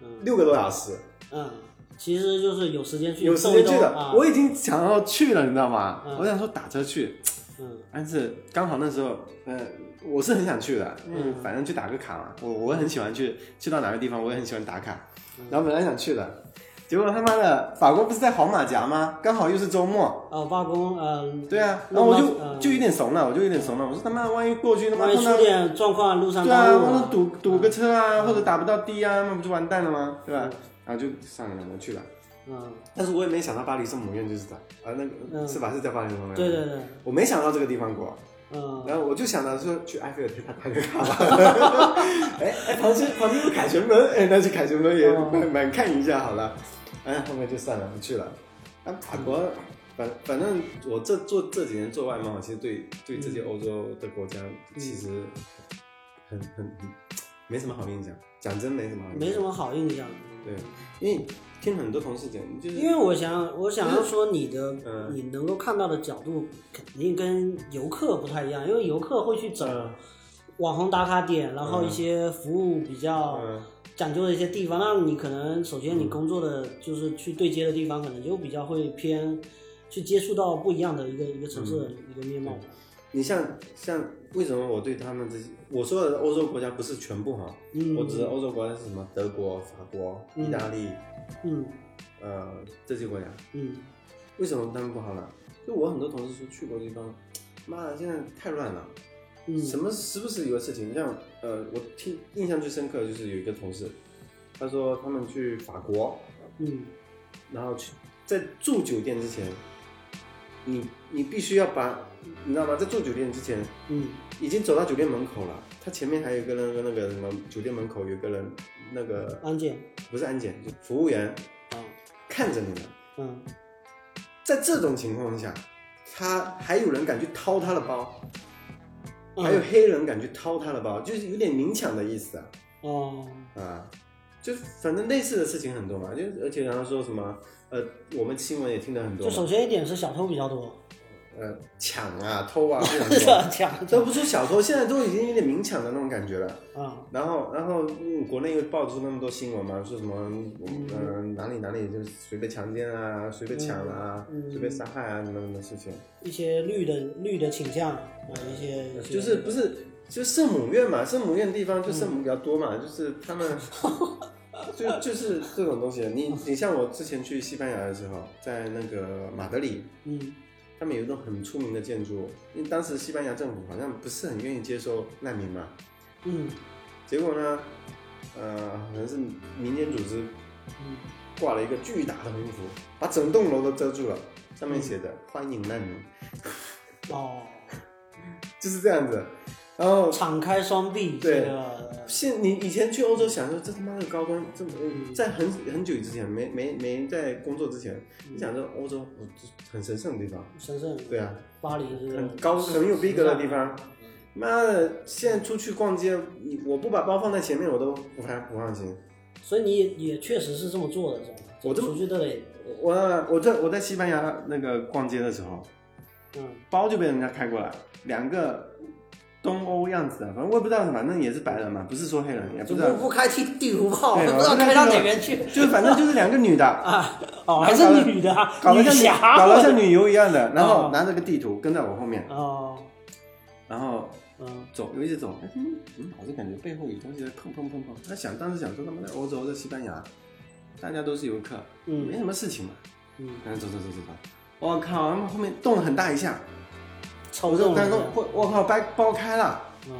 Speaker 3: 嗯
Speaker 2: 六个多小时，
Speaker 3: 嗯，其实就是有时间去
Speaker 2: 有时
Speaker 3: 动一
Speaker 2: 间去
Speaker 3: 动
Speaker 2: 的
Speaker 3: 啊，
Speaker 2: 我已经想要去了，你知道吗？
Speaker 3: 嗯
Speaker 2: 我想说打车去，
Speaker 3: 嗯
Speaker 2: 但是刚好那时候，呃，我是很想去的，
Speaker 3: 嗯
Speaker 2: 嗯，反正去打个卡嘛，我我很喜欢去，去到哪个地方我也很喜欢打卡
Speaker 3: 嗯，
Speaker 2: 然后本来想去的，结果他妈的法国不是在黄马甲吗？刚好又是周末，
Speaker 3: 啊，罢工，嗯，
Speaker 2: 对啊，
Speaker 3: 那
Speaker 2: 然后我
Speaker 3: 那
Speaker 2: 就
Speaker 3: 嗯
Speaker 2: 就有点怂了，我就有点怂了。我说他妈，万一过去他妈
Speaker 3: 万一
Speaker 2: 碰到
Speaker 3: 出点状况，路上
Speaker 2: 对
Speaker 3: 耽
Speaker 2: 啊，
Speaker 3: 误
Speaker 2: 或者
Speaker 3: 了，
Speaker 2: 堵堵个车啊，
Speaker 3: 嗯
Speaker 2: 或者打不到的啊，那不就完蛋了吗？对吧
Speaker 3: 嗯？
Speaker 2: 然后就算了，我去吧。
Speaker 3: 嗯，
Speaker 2: 但是我也没想到巴黎圣母院就是它啊，那
Speaker 3: 嗯
Speaker 2: 个是吧？是叫巴黎圣母院？
Speaker 3: 对对。对，
Speaker 2: 我没想到这个地方过，
Speaker 3: 嗯，
Speaker 2: 然后我就想到说去埃菲尔铁塔拍个卡吧。 <laughs> 哎哎，旁边旁边有凯旋门，哎，那去凯旋门也
Speaker 3: 哦
Speaker 2: 蛮蛮看一下好了。哎，后面就算了，不去了。那法国，反反正我这做这几年做外贸，其实对对这些欧洲的国家
Speaker 3: 嗯
Speaker 2: 其实很很很没什么好印象。讲真，没什么好印象。
Speaker 3: 没什。么好印象。
Speaker 2: 对，因为听很多同事讲，就是
Speaker 3: 因为我想，我想要说你的，
Speaker 2: 嗯
Speaker 3: 你能够看到的角度肯定跟游客不太一样，因为游客会去走
Speaker 2: 嗯
Speaker 3: 网红打卡点，然后一些服务比较
Speaker 2: 嗯
Speaker 3: 讲究的一些地方，那你可能首先你工作的就是去对接的地方，可能就比较会偏去接触到不一样的一个一个城市
Speaker 2: 嗯
Speaker 3: 的一个面貌。
Speaker 2: 你像像为什么我对他们这些我说的欧洲国家不是全部哈，
Speaker 3: 嗯，
Speaker 2: 我指的欧洲国家是什么？德国、法国、
Speaker 3: 嗯
Speaker 2: 意大利，
Speaker 3: 嗯
Speaker 2: 呃，这些国家
Speaker 3: 嗯
Speaker 2: 为什么他们不好呢？就我很多同事说去过的地方，妈的，现在太乱了，
Speaker 3: 嗯，
Speaker 2: 什么时不时有个事情，像呃，我听印象最深刻的就是有一个同事，他说他们去法国，
Speaker 3: 嗯
Speaker 2: 然后去在住酒店之前，你你必须要把，你知道吗？在住酒店之前，
Speaker 3: 嗯
Speaker 2: 已经走到酒店门口了，他前面还有一个那个那个什么酒店门口有个人，那个
Speaker 3: 安检
Speaker 2: 不是安检，就服务员
Speaker 3: 啊，
Speaker 2: 看着你呢。
Speaker 3: 嗯
Speaker 2: 在这种情况下，他还有人敢去掏他的包，还有
Speaker 3: 嗯
Speaker 2: 黑人敢去掏他的包，就是有点明抢的意思啊。
Speaker 3: 哦
Speaker 2: 啊，就反正类似的事情很多嘛，就而且然后说什么，呃，我们新闻也听得很多
Speaker 3: 就
Speaker 2: 嘛，
Speaker 3: 首先一点是小偷比较多，
Speaker 2: 呃，抢啊、偷啊这
Speaker 3: <laughs>
Speaker 2: 种多，
Speaker 3: 抢
Speaker 2: 都不出小偷，现在都已经有点明抢的那种感觉了。
Speaker 3: 啊，
Speaker 2: 然后，然后、嗯、国内又爆出那么多新闻嘛，说什么嗯、呃哪里哪里就是谁被强奸啊，谁被抢啊，
Speaker 3: 嗯嗯
Speaker 2: 谁被杀害啊什么什么事情，
Speaker 3: 一些绿的绿的倾向啊，一些一些
Speaker 2: 就是不是就是圣母院嘛，圣母院地方就圣母比较多嘛，就是他们就就是这种东西。你你像我之前去西班牙的时候，在那个马德里，
Speaker 3: 嗯
Speaker 2: 他们有一栋很出名的建筑，因为当时西班牙政府好像不是很愿意接收难民嘛，
Speaker 3: 嗯
Speaker 2: 结果呢，呃，好像是民间组织
Speaker 3: 嗯
Speaker 2: 挂了一个巨大的横幅，把整栋楼都遮住了，上面写着“欢迎难民 <laughs>
Speaker 3: 哦，”，
Speaker 2: 就是这样子。然后
Speaker 3: 敞开双臂，
Speaker 2: 对
Speaker 3: 这个
Speaker 2: 现你以前去欧洲想说这他妈的高端，这呃在很很久之前，没没没在工作之前，你想说欧洲哦这很神圣的地方，
Speaker 3: 神圣
Speaker 2: 对啊，
Speaker 3: 巴黎这个
Speaker 2: 很高很有逼格的地方。妈的，现在出去逛街，你我不把包放在前面，我都不太不放心。
Speaker 3: 所以你也也确实是这么做的，是吧？
Speaker 2: 我这么
Speaker 3: 出去都得，
Speaker 2: 我我在我在西班牙那个逛街的时候，
Speaker 3: 嗯
Speaker 2: 包就被人家开过来，两个东欧样子的，反正我也不知道，反正也是白人嘛，不是说黑人，也
Speaker 3: 就
Speaker 2: 不知道
Speaker 3: 不，不开地地图炮，
Speaker 2: 对
Speaker 3: 都不知
Speaker 2: 我
Speaker 3: 道
Speaker 2: 不太
Speaker 3: 开到
Speaker 2: 知道
Speaker 3: 哪边去
Speaker 2: 就是反正就是两个女的， <laughs>
Speaker 3: 啊！哦，还是女的啊，
Speaker 2: 搞得
Speaker 3: 女
Speaker 2: 像女
Speaker 3: 侠，
Speaker 2: 搞得像旅游一样的，然
Speaker 3: 哦
Speaker 2: 后拿着个地图跟在我后面，
Speaker 3: 哦，
Speaker 2: 然后
Speaker 3: 嗯
Speaker 2: 走，我一直走，哎嗯，嗯老是感觉背后有东西在碰碰碰碰。他想当时想说他们在欧洲，在西班牙，大家都是游客，没
Speaker 3: 嗯
Speaker 2: 什么事情嘛，
Speaker 3: 嗯，
Speaker 2: 然后走走走走走。我靠！他们后面动了很大一下，
Speaker 3: 抽中
Speaker 2: 但
Speaker 3: 了
Speaker 2: 是
Speaker 3: 这个，
Speaker 2: 我我靠，掰包开了，
Speaker 3: 嗯，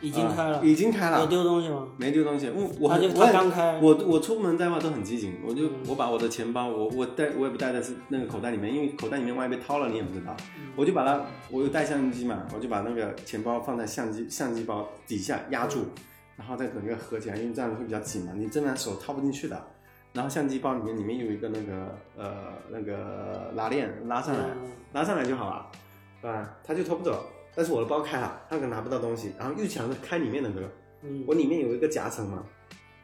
Speaker 3: 已经开了
Speaker 2: 啊，已经开了
Speaker 3: 有，丢东西吗？
Speaker 2: 没丢东西。嗯我我
Speaker 3: 他就
Speaker 2: 很
Speaker 3: 他
Speaker 2: 我很
Speaker 3: 刚开，
Speaker 2: 我我出门在外都很机警，我就我把我的钱包，我我带我也不带在是那个口袋里面，因为口袋里面万一被掏了你也不知道。我就把它，我有带相机嘛，我就把那个钱包放在相机相机包底下压住，然后再整个合起来，因为这样会比较紧嘛，你真的手掏不进去的。然后相机包里面里面有一个那个呃那个拉链拉上来，
Speaker 3: 嗯
Speaker 2: 拿上来就好了，对吧？他就偷不走，但是我的包开了，他可拿不到东西，然后又想着开里面的门，
Speaker 3: 嗯
Speaker 2: 我里面有一个夹层嘛，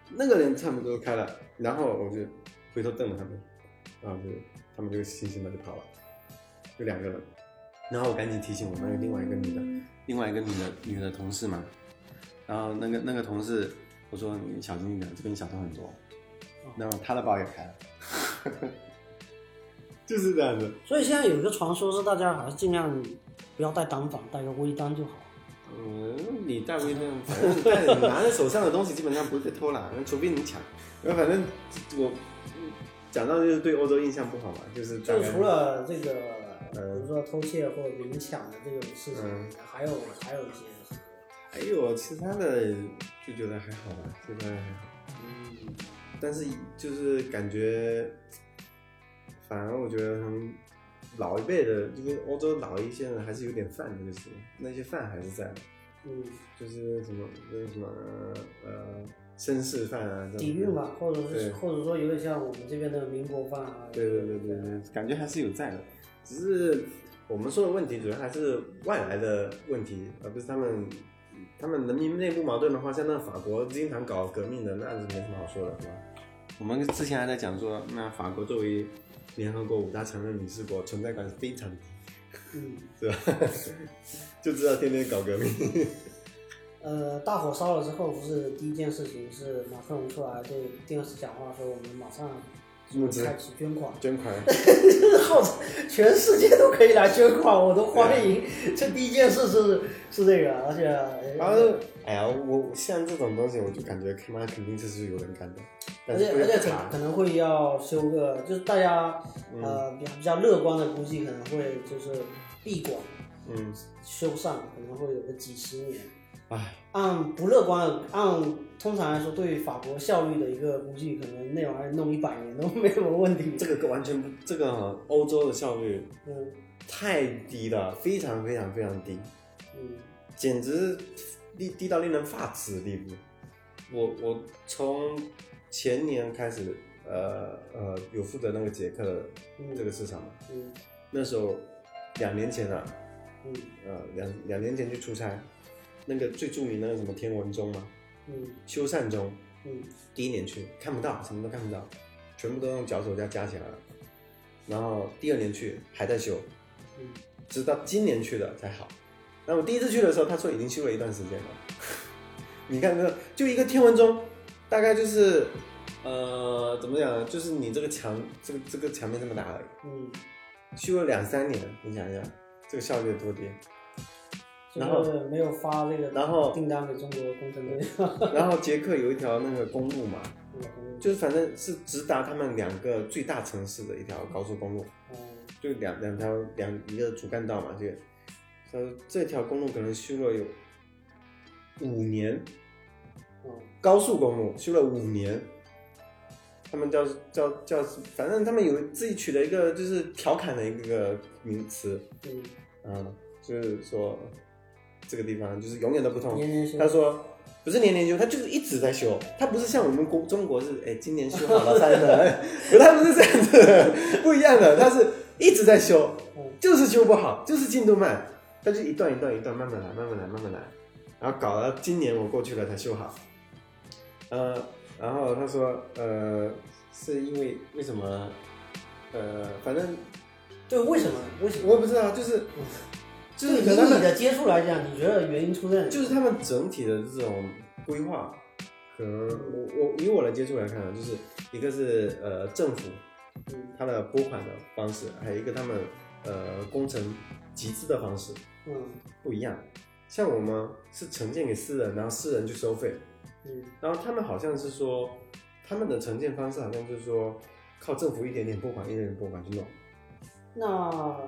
Speaker 2: 那个人他们都开了，然后我就回头瞪了他们，然后就他们就悻悻的就跑了，就两个人，然后我赶紧提醒我们另外一个女的，另外一个女的女的同事嘛，然后那个那个同事我说你小心一点，这边小偷很多，然后他的包也开了，就是这样子，
Speaker 3: 所以现在有一个传说是大家还是尽量不要带单反，带个微单就好。
Speaker 2: 嗯，你戴微那反正戴拿在手上的东西基本上不会被偷啦，除非你抢。那反正我讲到就是对欧洲印象不好嘛，就是大
Speaker 3: 就
Speaker 2: 概
Speaker 3: 除了这个，比
Speaker 2: 嗯
Speaker 3: 如说偷窃或者明抢的这种事情，
Speaker 2: 嗯
Speaker 3: 还有还有一些，
Speaker 2: 还哎有啊其他的就觉得还好吧，觉得还好，
Speaker 3: 嗯，
Speaker 2: 但是就是感觉，反而我觉得他们老一辈的，因为欧洲老一些人还是有点饭这个事情，那些饭还是在的，
Speaker 3: 嗯，
Speaker 2: 就是什么那个什么呃绅士饭啊，这种
Speaker 3: 底蕴吧，或者
Speaker 2: 对
Speaker 3: 是或者说有点像我们这边的民国饭啊，
Speaker 2: 对对对对对，感觉还是有在的，只是我们说的问题主要还是外来的问题，而不是他们他们人民内部矛盾的话，像那法国经常搞革命的，那是没什么好说的，是吧？我们之前还在讲说，那法国作为联合国五大常任理事国，存在感非常低，
Speaker 3: 嗯，
Speaker 2: <laughs> 是吧？就知道天天搞革命。 <laughs>
Speaker 3: 呃，大火烧了之后，不是第一件事情是马克龙出来对电视讲话说，我们马上
Speaker 2: 募资
Speaker 3: 开启捐款，
Speaker 2: 捐款，
Speaker 3: 号召全世界都可以来捐款，我都欢
Speaker 2: 啊
Speaker 3: 迎。这第一件事是是这个，而且
Speaker 2: 然后哎呀，我我像这种东西，我就感觉他妈肯定就是有人干的，
Speaker 3: 而
Speaker 2: 但
Speaker 3: 且
Speaker 2: 是不
Speaker 3: 而
Speaker 2: 要
Speaker 3: 且可
Speaker 2: 查
Speaker 3: 可，能会要修个，就是大家
Speaker 2: 嗯
Speaker 3: 呃比比较乐观的估计，可能会就是闭馆
Speaker 2: 嗯，
Speaker 3: 修缮，可能会有个几十年。
Speaker 2: 哎，
Speaker 3: 按不乐观，按通常来说对法国效率的一个估计，可能那玩意儿弄一百年都没什么问题。
Speaker 2: 这个完全不，这个啊欧洲的效率
Speaker 3: 嗯
Speaker 2: 太低了，非常非常非常低，
Speaker 3: 嗯
Speaker 2: 简直低低到令人发指的地步。我我从前年开始，呃呃，有负责那个捷克的
Speaker 3: 嗯
Speaker 2: 这个市场嘛，
Speaker 3: 嗯
Speaker 2: 那时候两年前啊，
Speaker 3: 嗯
Speaker 2: 呃两两年前去出差，那个最著名的那个什么天文钟嘛，
Speaker 3: 嗯
Speaker 2: 修缮钟，
Speaker 3: 嗯
Speaker 2: 第一年去看不到，什么都看不到，全部都用脚手架架起来了。然后第二年去还在修，
Speaker 3: 嗯，
Speaker 2: 直到今年去的才好。那我第一次去的时候，他说已经修了一段时间了。 <laughs> 你看这就一个天文钟，大概就是呃怎么讲呢？就是你这个墙这个这个墙面这么大而已，
Speaker 3: 嗯，
Speaker 2: 修了两三年，你想一想这个效率有多低。然后
Speaker 3: 就是没有发这个
Speaker 2: 然后
Speaker 3: 订单给中国工程队。嗯
Speaker 2: 然后捷克有一条那个公路嘛，
Speaker 3: <laughs> 嗯
Speaker 2: 就是反正是直达他们两个最大城市的一条高速公路。
Speaker 3: 嗯
Speaker 2: 就两两条两一个主干道嘛，这个，他说这条公路可能修了有五年，
Speaker 3: 嗯
Speaker 2: 高速公路修了五年，他们叫叫叫，反正他们有自己取了一个就是调侃的一个名词，
Speaker 3: 嗯，
Speaker 2: 嗯，就是说这个地方就是永远都不通，
Speaker 3: 年年修。
Speaker 2: 他说不是年年修，他就是一直在修，他不是像我们国中国是哎今年修好了三层，可他不是这样子，不一样的，他是一直在修
Speaker 3: 嗯，
Speaker 2: 就是修不好，就是进度慢，他就一段一段一段慢慢来，慢慢来，慢慢来，然后搞到今年我过去了才修好，呃，然后他说呃是因为为什么呃反正
Speaker 3: 对，为什么？为什么？
Speaker 2: 我也不知道，就是就是
Speaker 3: 以
Speaker 2: 可能他
Speaker 3: 你
Speaker 2: 们
Speaker 3: 的接触来讲，你觉得原因出在哪？
Speaker 2: 就是他们整体的这种规划，可能我我以我的接触来看啊，就是一个是呃政府
Speaker 3: 嗯
Speaker 2: 它的拨款的方式，还有一个他们呃工程集资的方式
Speaker 3: 嗯
Speaker 2: 不一样。像我们是承建给私人，然后私人去收费，
Speaker 3: 嗯
Speaker 2: 然后他们好像是说他们的承建方式好像就是说靠政府一点点拨款，一点点拨款去弄。
Speaker 3: 那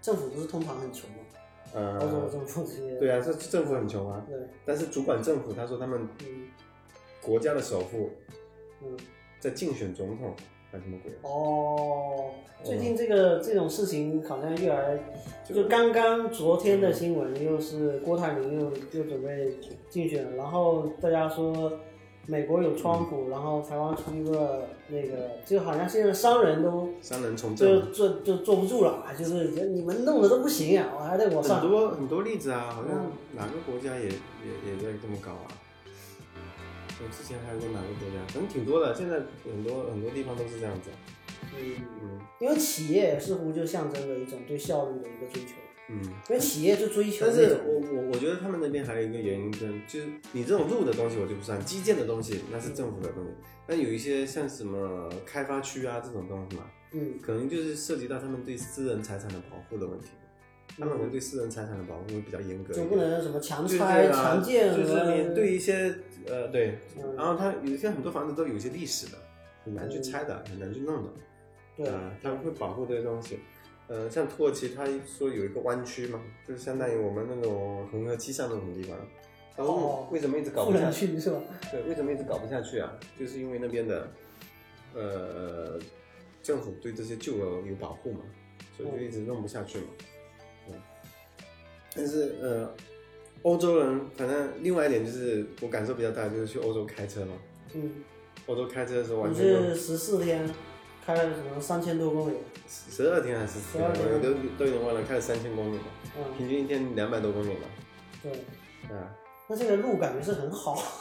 Speaker 3: 政府不是通常很穷吗？欧洲的
Speaker 2: 呃，
Speaker 3: 政府哦这些。
Speaker 2: <laughs> 对啊，这政府很穷啊，
Speaker 3: 对，
Speaker 2: 但是主管政府他说他们
Speaker 3: 嗯
Speaker 2: 国家的首富
Speaker 3: 嗯。
Speaker 2: 在竞选总统还是什么鬼？啊
Speaker 3: 哦，最近这个这种事情好像越来
Speaker 2: 就
Speaker 3: 就刚刚昨天的新闻，又是郭台铭又又准备竞选了，然后大家说美国有川普，然后台湾出一个那个，就好像现在商人都
Speaker 2: 商人从
Speaker 3: 就
Speaker 2: 政嘛，
Speaker 3: 坐就坐不住了，啊就是你们弄的都不行啊，我还得往
Speaker 2: 很
Speaker 3: 上。
Speaker 2: 多很多例子啊，好像
Speaker 3: 嗯
Speaker 2: 哪个国家也也也在这么搞啊。我之前还有过哪个国家，反正挺多的。现在很多很多地方都是这样子。啊
Speaker 3: 嗯，
Speaker 2: 嗯
Speaker 3: 因为企业似乎就象征着一种对效率的一个追求，
Speaker 2: 嗯。
Speaker 3: 因为企业就追求
Speaker 2: 但
Speaker 3: 那
Speaker 2: 是
Speaker 3: 种
Speaker 2: 我我我觉得他们那边还有一个原因跟，就是你这种路的东西我就不算，基建的东西那是政府的东西，但有一些像什么开发区啊这种东西嘛，
Speaker 3: 嗯
Speaker 2: 可能就是涉及到他们对私人财产的保护的问题。他们可能对私人财产的保护会比较严格一点，
Speaker 3: 嗯就不能什么强
Speaker 2: 就是
Speaker 3: 拆
Speaker 2: 啊
Speaker 3: 强建
Speaker 2: 就
Speaker 3: 什
Speaker 2: 是
Speaker 3: 么
Speaker 2: 你对一些呃对，
Speaker 3: 嗯
Speaker 2: 然后它有一些很多房子都有一些历史的，很难去拆的，很难去弄的，
Speaker 3: 对
Speaker 2: 啊，他们会保护这些东西。呃，像土耳其，他说有一个湾区嘛，就是相当于我们那种恒河七巷那种地方。然后
Speaker 3: 哦
Speaker 2: 为什么一直搞
Speaker 3: 不
Speaker 2: 不下
Speaker 3: 能
Speaker 2: 去？
Speaker 3: 去是吧？
Speaker 2: 对，为什么一直搞不下去啊？就是因为那边的，呃，政府对这些旧楼有保护嘛，所以就一直弄不下去嘛。嗯，但是呃，欧洲人反正另外一点就是我感受比较大，就是去欧洲开车嘛。
Speaker 3: 嗯，
Speaker 2: 欧洲开车的时候
Speaker 3: 我
Speaker 2: 完全
Speaker 3: 嗯是
Speaker 2: 就
Speaker 3: 十四天，开了什么三千多公里，
Speaker 2: 十二天还是十天，
Speaker 3: 12天
Speaker 2: 我都都已经忘了，开了三千公里嘛，
Speaker 3: 嗯，
Speaker 2: 平均一天两百多公里嘛，
Speaker 3: 对，
Speaker 2: 对啊。
Speaker 3: 那这个路感觉是很好， <laughs>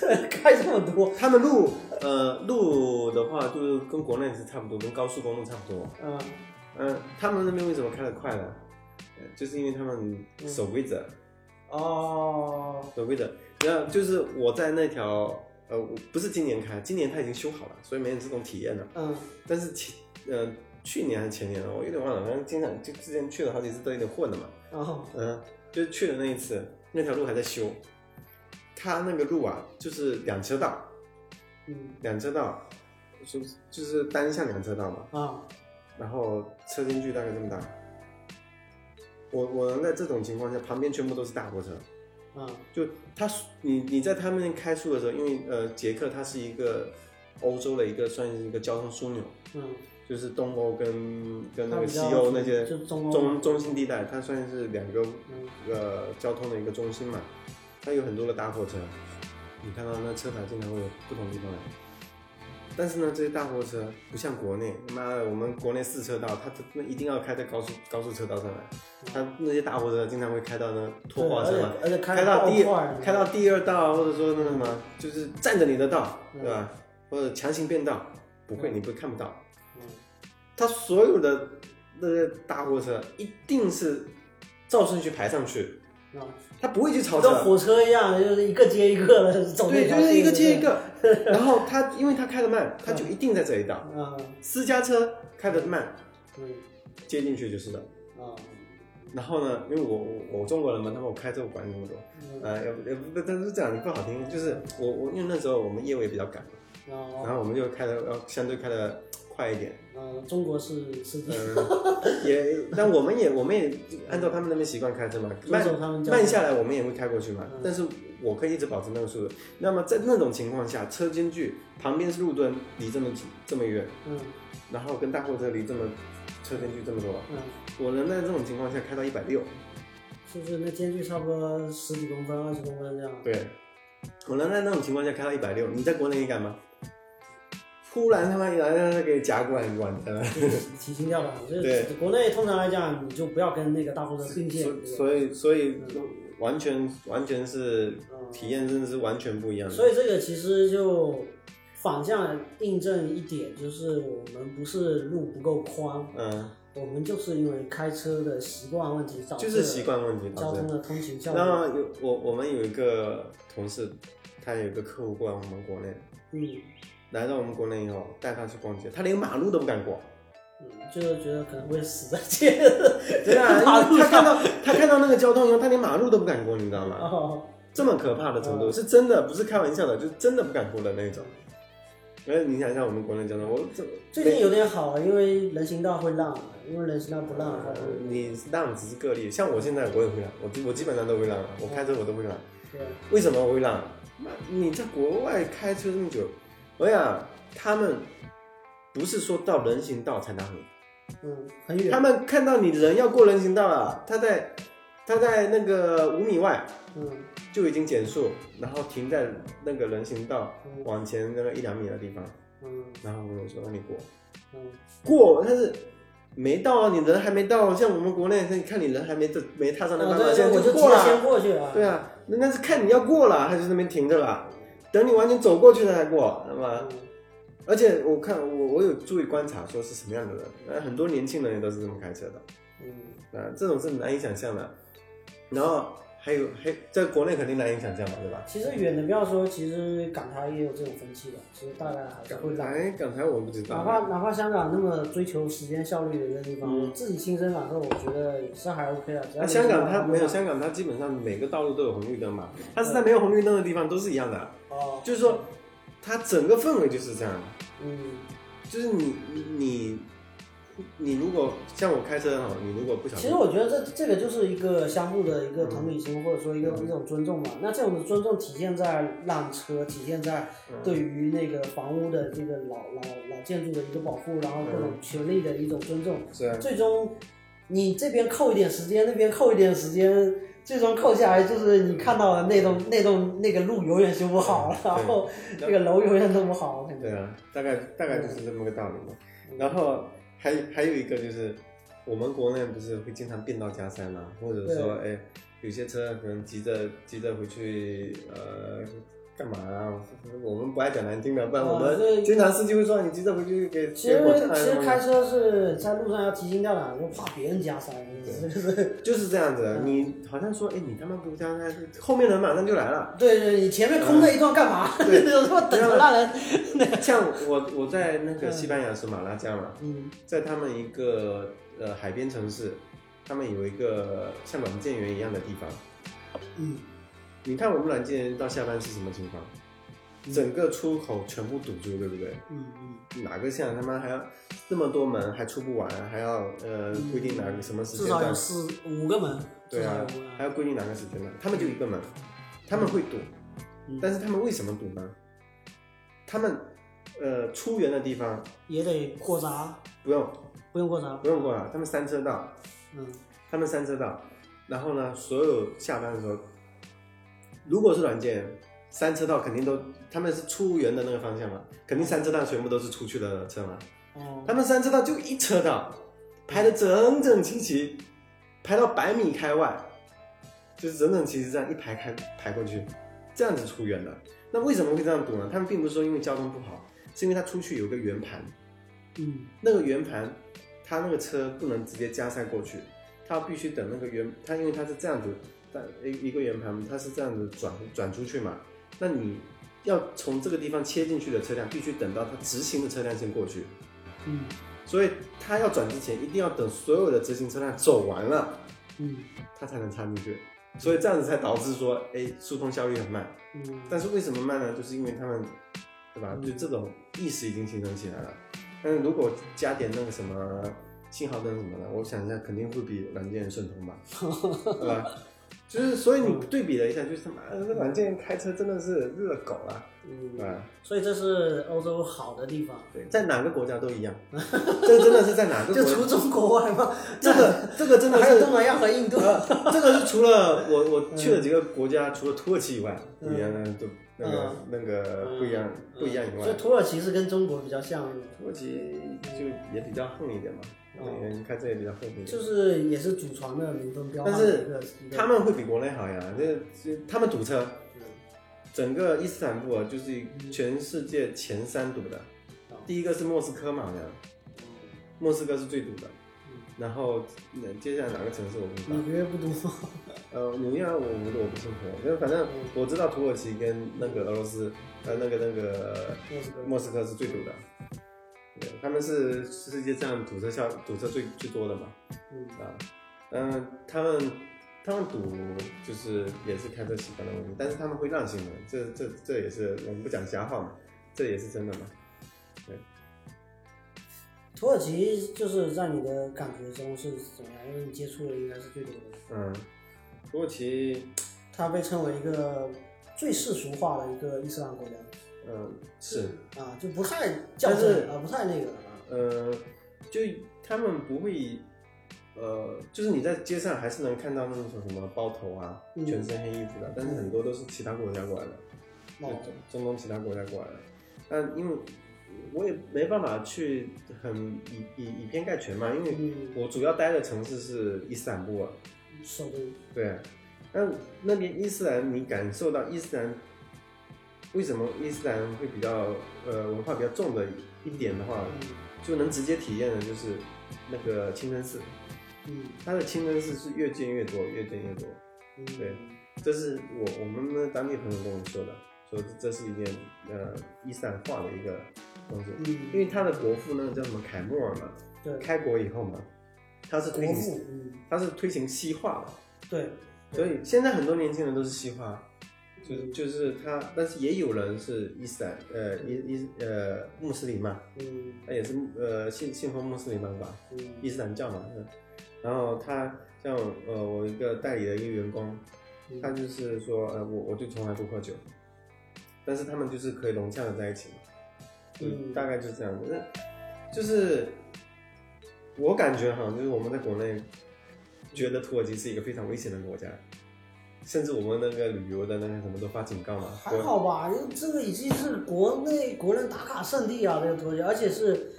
Speaker 3: 对，开这么多，
Speaker 2: 他们路呃路的话，就是跟国内是差不多，跟高速公路差不多。
Speaker 3: 嗯
Speaker 2: 呃嗯，他们那边为什么开得快呢？呃就是因为他们守规则，
Speaker 3: 哦，
Speaker 2: 所谓的，然后就是我在那条呃，我不是今年开，今年它已经修好了，所以没有这种体验了。
Speaker 3: 嗯，
Speaker 2: 但是前呃去年还是前年了，我有点忘了，反正经常就之前去了好几次，都有点混了嘛。
Speaker 3: 哦，
Speaker 2: 嗯，就去的那一次，那条路还在修，它那个路啊，就是两车道，
Speaker 3: 嗯，
Speaker 2: 两车道，就是就是单向两车道嘛，
Speaker 3: 啊，
Speaker 2: 然后车间距大概这么大。我我能在这种情况下，旁边全部都是大货车，
Speaker 3: 啊，
Speaker 2: 就他，你你在他们开出的时候，因为呃，捷克它是一个欧洲的一个算是一个交通枢纽，
Speaker 3: 嗯，
Speaker 2: 就是东欧跟跟那
Speaker 3: 它
Speaker 2: 个
Speaker 3: 比
Speaker 2: 西
Speaker 3: 较
Speaker 2: 欧那些
Speaker 3: 就中欧嘛
Speaker 2: 中中心地带，它算是两个
Speaker 3: 嗯，
Speaker 2: 呃交通的一个中心嘛，它有很多的大货车，你看到那车牌经常会有不同地方来。但是呢，这些大货车不像国内，妈的，我们国内四车道，它那一定要开在高速高速车道上来，它那些大货车经常会开到那拖挂车嘛，
Speaker 3: 对而且而且开
Speaker 2: 开到第
Speaker 3: 二，
Speaker 2: 开到第二道，或者说那个什么，就是占着你的道，对吧？或者强行变道，不会，你不看不到。
Speaker 3: 嗯，
Speaker 2: 他所有的那个大货车一定是照顺序排上去，
Speaker 3: 啊，
Speaker 2: 他不会去超
Speaker 1: 跟
Speaker 2: 车。
Speaker 1: 火车一样，就是一个接一个的走那
Speaker 2: 对，
Speaker 1: 条
Speaker 2: 就
Speaker 1: 线。
Speaker 2: 是一个接
Speaker 1: 对
Speaker 2: 一。个， <laughs> 然后他因为他开的慢，他就一定在这一道。
Speaker 3: 啊，
Speaker 2: 私家车开的慢，
Speaker 3: 嗯，
Speaker 2: 接进去就是了。
Speaker 3: 啊，
Speaker 2: 然后呢，因为我我我中国人嘛，那么我开车我管你那么多，呃，也不也不，但是这样不好听，就是我我因为那时候我们业务也比较赶，
Speaker 3: 啊，
Speaker 2: 然后我们就开的要相对开的快一点，
Speaker 3: 啊，中国是是
Speaker 2: 嗯， <laughs> 也，但我们也我们也按照他们那边习惯开车嘛，
Speaker 3: 遵
Speaker 2: 慢
Speaker 3: 守他们交
Speaker 2: 慢下来我们也会开过去嘛
Speaker 3: 嗯，
Speaker 2: 但是我可以一直保持那个速度。那么在那种情况下，车间距旁边是路灯，离这么近这么远，
Speaker 3: 嗯
Speaker 2: 然后跟大货车离这么车间距这么多，
Speaker 3: 嗯，
Speaker 2: 我能在这种情况下开到一百六，
Speaker 3: 是不是那间距差不多十几公分、二十公分这样？
Speaker 2: 对，我能在那种情况下开到一百六，你在国内你敢吗？突然他妈一来，他给夹过来，你管他了。
Speaker 3: 提心吊胆，就
Speaker 2: 对
Speaker 3: 是国内通常来讲，你就不要跟那个大货车并线，对
Speaker 2: 所
Speaker 3: 吧
Speaker 2: 所以所以完全完全是
Speaker 3: 嗯
Speaker 2: 体验真的是完全不一样的。
Speaker 3: 所以这个其实就反向印证一点，就是我们不是路不够宽，
Speaker 2: 嗯，
Speaker 3: 我们就是因为开车的习惯问题导致
Speaker 2: 就
Speaker 3: 了
Speaker 2: 是习惯问题导
Speaker 3: 交
Speaker 2: 致
Speaker 3: 通。的通勤效
Speaker 2: 然后
Speaker 3: 率。
Speaker 2: 有我我们有一个同事，他有一个客户过来我们国内，
Speaker 3: 嗯
Speaker 2: 来到我们国内以后，带他去逛街，他连马路都不敢
Speaker 3: <laughs>
Speaker 2: 过。
Speaker 3: 嗯，就是觉得可能会死在街的
Speaker 2: 对啊，
Speaker 3: 马
Speaker 2: 因
Speaker 3: 路
Speaker 2: 为他看
Speaker 3: 上。
Speaker 2: 到他看到那个交通以后，他连马路都不敢过，你知道吗？
Speaker 3: 哦，
Speaker 2: 这么可怕的
Speaker 3: 嗯
Speaker 2: 程度，是真的，不是开玩笑的，就真的不敢过的那种。因为你想一下，我们国内交通，我这
Speaker 3: 最近有点好了，因为人行道会让，因为人行道不让的话
Speaker 2: 呃
Speaker 3: 会，
Speaker 2: 你让只是个例，像我现在我也会让，我基我基本上都会让啊，我开车我都会让。
Speaker 3: 对，
Speaker 2: 为什么我会让？妈，你在国外开车这么久，我想他们不是说到人行道才让你，
Speaker 3: 嗯，很远。
Speaker 2: 他们看到你人要过人行道了，他在他在那个五米外
Speaker 3: 嗯
Speaker 2: 就已经减速，然后停在那个人行道
Speaker 3: 嗯
Speaker 2: 往前那个一两米的地方，
Speaker 3: 嗯
Speaker 2: 然后我说让你过，
Speaker 3: 嗯
Speaker 2: 过，但是没到啊，你人还没到，像我们国内，你看你人还没这没踏上那
Speaker 3: 啊
Speaker 2: 斑马
Speaker 3: 对对，
Speaker 2: 线
Speaker 3: 我就急
Speaker 2: 过
Speaker 3: 着先
Speaker 2: 了，
Speaker 3: 过去啊。
Speaker 2: 对啊，人家是看你要过了，他就在那边停着了，等你完全走过去他才过，那么，
Speaker 3: 嗯
Speaker 2: 而且我看我我有注意观察，说是什么样的人，呃，很多年轻人也都是这么开车的，
Speaker 3: 嗯
Speaker 2: 啊，这种是难以想象的，然后还有还在国内肯定难以想象嘛，对吧？
Speaker 3: 其实远的不要说，其实港台也有这种风气的，其实大概还是会
Speaker 2: 港
Speaker 3: 让。
Speaker 2: 台港台我不知
Speaker 3: 哪
Speaker 2: 道，
Speaker 3: 怕哪怕香港那么追求时间效率的一个地方，我自己亲身感受，我觉得也是还 OK 的。只要
Speaker 2: 那
Speaker 3: 你
Speaker 2: 香港
Speaker 3: 知道
Speaker 2: 它没
Speaker 3: 慢
Speaker 2: 有
Speaker 3: 慢
Speaker 2: 香港它基本上每个道路都有红绿灯嘛，但是在没有红绿灯的地方都是一样的。
Speaker 3: 哦，
Speaker 2: 就是说，它整个氛围就是这样，
Speaker 3: 嗯
Speaker 2: 就是你你你如果像我开车哈，你如果不小
Speaker 3: 其
Speaker 2: 心
Speaker 3: 实，我觉得这这个就是一个相互的一个同理
Speaker 2: 嗯
Speaker 3: 心，或者说一个一种尊重吧。那这种尊重体现在让车，体现在
Speaker 2: 嗯
Speaker 3: 对于那个房屋的这个老老老建筑的一个保护，然后各种权利的一种尊重。
Speaker 2: 是啊
Speaker 3: 最终，你这边扣一点时间，那边扣一点时间，最终扣下来就是你看到的那栋那栋那个路永远修不好，
Speaker 2: 嗯对
Speaker 3: 然后那个楼永远弄不好，我感觉。
Speaker 2: 对啊，大概大概就是这么个道理嘛。然后还还有一个就是，我们国内不是会经常变道加塞嘛，或者说哎，有些车可能急着急着回去呃干嘛啊？我们不爱讲难听的，不然我
Speaker 3: 啊这
Speaker 2: 们经常司机会说你急着回去给
Speaker 3: 其
Speaker 2: 给啊
Speaker 3: 实
Speaker 2: 我看。
Speaker 3: 其实开车是在路上要提心吊胆，就怕别人加塞，这个是
Speaker 2: 就是这样
Speaker 3: 嗯
Speaker 2: 子，啊你好像说，哎，你他妈不加塞，后面人马上就来了。
Speaker 3: 对对，你前面空的一段干嘛？ <laughs>
Speaker 2: 对
Speaker 3: 有他妈等着让人，
Speaker 2: 像我我在那个西班牙是马拉加嘛，
Speaker 3: 嗯
Speaker 2: 在他们一个呃海边城市，他们有一个像软件园一样的地方。
Speaker 3: 嗯，
Speaker 2: 你看我们软件园到下班是什么情况？
Speaker 1: 嗯
Speaker 2: 整个出口全部堵住，对不对？
Speaker 3: 嗯嗯，
Speaker 2: 哪个像他妈还要那么多门还出不完，还要呃规定哪个什么
Speaker 1: 嗯
Speaker 2: 时
Speaker 1: 至
Speaker 2: 间
Speaker 1: 少
Speaker 2: 段
Speaker 1: 有？四五个门，至
Speaker 2: 对
Speaker 1: 少
Speaker 2: 啊
Speaker 1: 有五个，
Speaker 2: 还
Speaker 1: 门。
Speaker 2: 要规定哪个时间段？他们就一个门，他们会堵，
Speaker 1: 嗯
Speaker 2: 但是他们为什么堵呢？他们呃出园的地方
Speaker 1: 也得过闸，
Speaker 2: 不用
Speaker 1: 不用过闸，
Speaker 2: 不用过啊了，他们三车道，
Speaker 1: 嗯
Speaker 2: 他们三车道，然后呢，所有下班的时候，如果是软件，三车道肯定都他们是出园的那个方向嘛，肯定三车道全部都是出去的车嘛，
Speaker 1: 哦，
Speaker 2: 他们三车道就一车道，排的整整齐齐，排到百米开外，就是整整齐齐这样一排开排过去，这样子出园的。那为什么会这样堵呢？他们并不是说因为交通不好，是因为他出去有个圆盘，
Speaker 1: 嗯
Speaker 2: 那个圆盘，它那个车不能直接加塞过去，它必须等那个圆，它因为它是这样子，它一一个圆盘它是这样子转转出去嘛，那你要从这个地方切进去的车辆，必须等到它直行的车辆先过去，
Speaker 1: 嗯
Speaker 2: 所以它要转之前一定要等所有的直行车辆走完了，
Speaker 1: 嗯
Speaker 2: 它才能插进去，所以这样子才导致说，哎，疏通效率很慢。
Speaker 1: 嗯，
Speaker 2: 但是为什么慢呢？就是因为他们，对吧？
Speaker 1: 嗯
Speaker 2: 就这种意识已经形成起来了。但是如果加点那个什么信号灯什么的，我想一下，肯定会比软件顺通吧， <laughs> 对吧？就是，所以你对比了一下，就是他妈的，这软件开车真的是热狗了，对
Speaker 1: 嗯，
Speaker 2: 吧？
Speaker 1: 所以这是欧洲好的地方，
Speaker 2: 对，在哪个国家都一样，这真的是在哪个国
Speaker 3: 就除
Speaker 2: 家？
Speaker 3: 中国外嘛，<laughs>
Speaker 2: 这个这个真的
Speaker 3: 还有
Speaker 2: 是
Speaker 3: 东南亚和印度，
Speaker 2: 呃，这个是除了我我去了几个国家，除了土耳其以外，不一样的就那个那个不一样
Speaker 3: 嗯 <laughs>
Speaker 2: 不一样以外
Speaker 3: 所以，土耳其是跟中国比较像，哦
Speaker 2: 土耳其就也比较横一点嘛，嗯，开车也比较横一点
Speaker 3: 就。是也是祖传的民风标
Speaker 2: 但
Speaker 3: 悍
Speaker 2: 是
Speaker 3: 的一个一个
Speaker 2: 他们会比国内好呀，这这他们堵车
Speaker 3: 嗯，
Speaker 2: 整个伊斯坦布尔就是全世界前三堵的，第一个是莫斯科嘛，好像
Speaker 3: 嗯
Speaker 2: 莫斯科是最堵的，然后呃接下来哪个城市我不知道。
Speaker 3: 纽约不多，
Speaker 2: 呃，纽约我我我不清楚，因为反正我知道土耳其跟那个俄罗斯，呃，那个那个
Speaker 3: 莫斯科
Speaker 2: 莫斯科是最堵的，对，他们是世界上堵车效堵车最最多的嘛，
Speaker 3: 嗯
Speaker 2: 啊，嗯、他们他们堵就是也是开车习惯的问题，但是他们会让行人，这这这也是我们不讲瞎话嘛，这也是真的嘛，
Speaker 3: <laughs> 土耳其就是在你的感觉中是怎么样？因为你接触的应该是最多的，
Speaker 2: 嗯，土耳其，
Speaker 3: 它被称为一个最世俗化的一个伊斯兰国家
Speaker 2: 嗯、是，
Speaker 3: 啊，就不太较
Speaker 2: 但是
Speaker 3: 真啊，不太那个啊。
Speaker 2: 呃，就他们不会，呃，就是你在街上还是能看到那种什么包头啊，
Speaker 3: 嗯
Speaker 2: 全身黑衣服的，啊但是很多都是其他国家过来的，就
Speaker 3: 哦
Speaker 2: 中中东其他国家过来的。但因为我也没办法去很以以以偏概全嘛，因为
Speaker 3: 嗯，
Speaker 2: 我主要待的城市是伊斯坦布尔，
Speaker 3: 首都
Speaker 2: 对，那那边伊斯兰，你感受到伊斯兰为什么伊斯兰会比较呃文化比较重的一点的话，就能直接体验的呃就是那个清真寺，
Speaker 3: 嗯
Speaker 2: 它的清真寺是越建越多，越建越多。
Speaker 3: 嗯，
Speaker 2: 对，这是我我们那当地朋友跟我说的，说这是一件呃伊斯兰化的一个东西，因
Speaker 3: 嗯，
Speaker 2: 为他的国父那个叫什么凯末尔嘛，
Speaker 3: 对，
Speaker 2: 开国以后嘛，他是推
Speaker 3: 国
Speaker 2: 行
Speaker 3: 父，嗯，
Speaker 2: 他是推行西化嘛，
Speaker 3: 对，
Speaker 2: 所以现在很多年轻人都是西化，就是
Speaker 3: 嗯
Speaker 2: 就是他，但是也有人是伊斯兰，呃伊伊呃穆斯林嘛，
Speaker 3: 嗯
Speaker 2: 他也是呃信信奉穆斯林嘛是吧，伊
Speaker 3: 嗯
Speaker 2: 斯兰教嘛，嗯然后他像呃我一个代理的一个员工，
Speaker 3: 嗯
Speaker 2: 他就是说呃我我就从来不喝酒，但是他们就是可以融洽的在一起嘛，
Speaker 3: 嗯
Speaker 2: 大概就是这样子，那就是我感觉哈，就是我们在国内觉得土耳其是一个非常危险的国家，甚至我们那个旅游的那个什么都发警告嘛，
Speaker 3: 还好吧，因为这个已经是国内国人打卡圣地啊，这个土耳其，而且是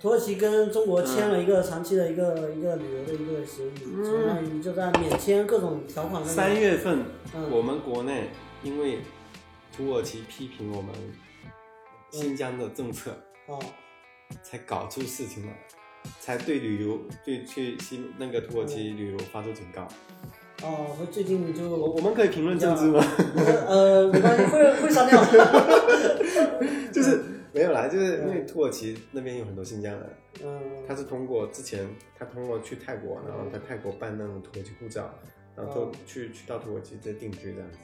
Speaker 3: 土耳其跟中国签了一个长期的一个、一个旅游的一个协议，
Speaker 2: 嗯
Speaker 3: 相当于就在免签各种条款上面。
Speaker 2: 三月份
Speaker 3: 嗯
Speaker 2: 我们国内因为土耳其批评我们新疆的政策，
Speaker 3: 啊，
Speaker 2: 才搞出事情来，才对旅游对去新那个土耳其旅游发出警告。
Speaker 3: 哦，我 <laughs> 最近
Speaker 2: 我
Speaker 3: 就
Speaker 2: 我们可以评论政治吗？
Speaker 3: 呃，没关系，会会
Speaker 2: <laughs>
Speaker 3: 删掉的。
Speaker 2: 就是没有啦，就是因为土耳其那边有很多新疆人，
Speaker 3: 嗯，
Speaker 2: 他是通过之前他通过去泰国，然后在泰国办那种土耳其护照，然后都去去到土耳其再定居这样子，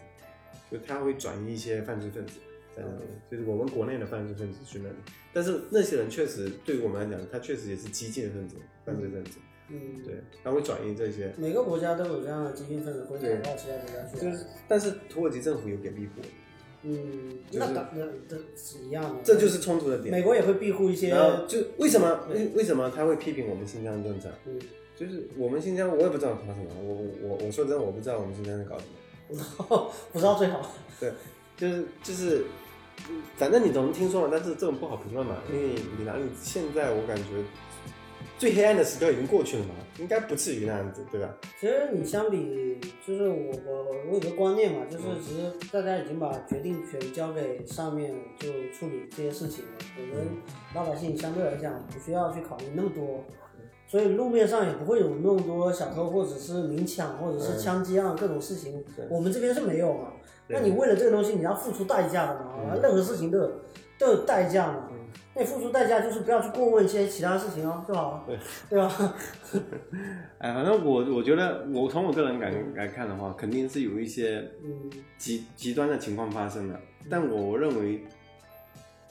Speaker 2: 就他会转移一些犯罪分子在那里，就是我们国内的犯罪分子去那里，但是那些人确实对于我们来讲，他确实也是激进分子、犯罪分子，
Speaker 3: 嗯，
Speaker 2: 对，他会转移这些，
Speaker 3: 每个国家都有这样的激进分子会转到其他国家去。啊
Speaker 2: 就是但是土耳其政府有给庇护，
Speaker 3: 嗯，
Speaker 2: 就是
Speaker 3: 那当那这是一样的，
Speaker 2: 这就是冲突的点。
Speaker 3: 美国也会庇护一些，
Speaker 2: 然后就为什么为为什么他会批评我们新疆政策？
Speaker 3: 嗯，
Speaker 2: 就是我们新疆，我也不知道搞什么，我我我说真的，我不知道我们新疆在搞什么。
Speaker 3: 嗯 <laughs> 不知道最好。
Speaker 2: 对，就是就是，嗯反正你总能听说了，但是这种不好评论嘛，因为你哪里现在我感觉最黑暗的时刻已经过去了嘛，应该不至于那样子，对吧？
Speaker 3: 其实你相比，就是我我我有个观念嘛，
Speaker 2: 嗯
Speaker 3: 就是其实大家已经把决定权交给上面就处理这些事情了，我们
Speaker 2: 嗯
Speaker 3: 老百姓相对来讲不需要去考虑那么多，
Speaker 2: 嗯
Speaker 3: 所以路面上也不会有那么多小偷或者是明抢或者是枪击啊案各种事情
Speaker 2: 嗯对，
Speaker 3: 我们这边是没有嘛。
Speaker 2: 对嗯
Speaker 3: 那你为了这个东西，你要付出代价的嘛，啊任何事情都有都有代价嘛。那你付出代价就是不要去过问一些其他事情啊，就好了，对吧？ <laughs>
Speaker 2: 哎，反正我我觉得，我从我个人感来看的话，肯定是有一些
Speaker 3: 嗯
Speaker 2: 极极端的情况发生的，但我认为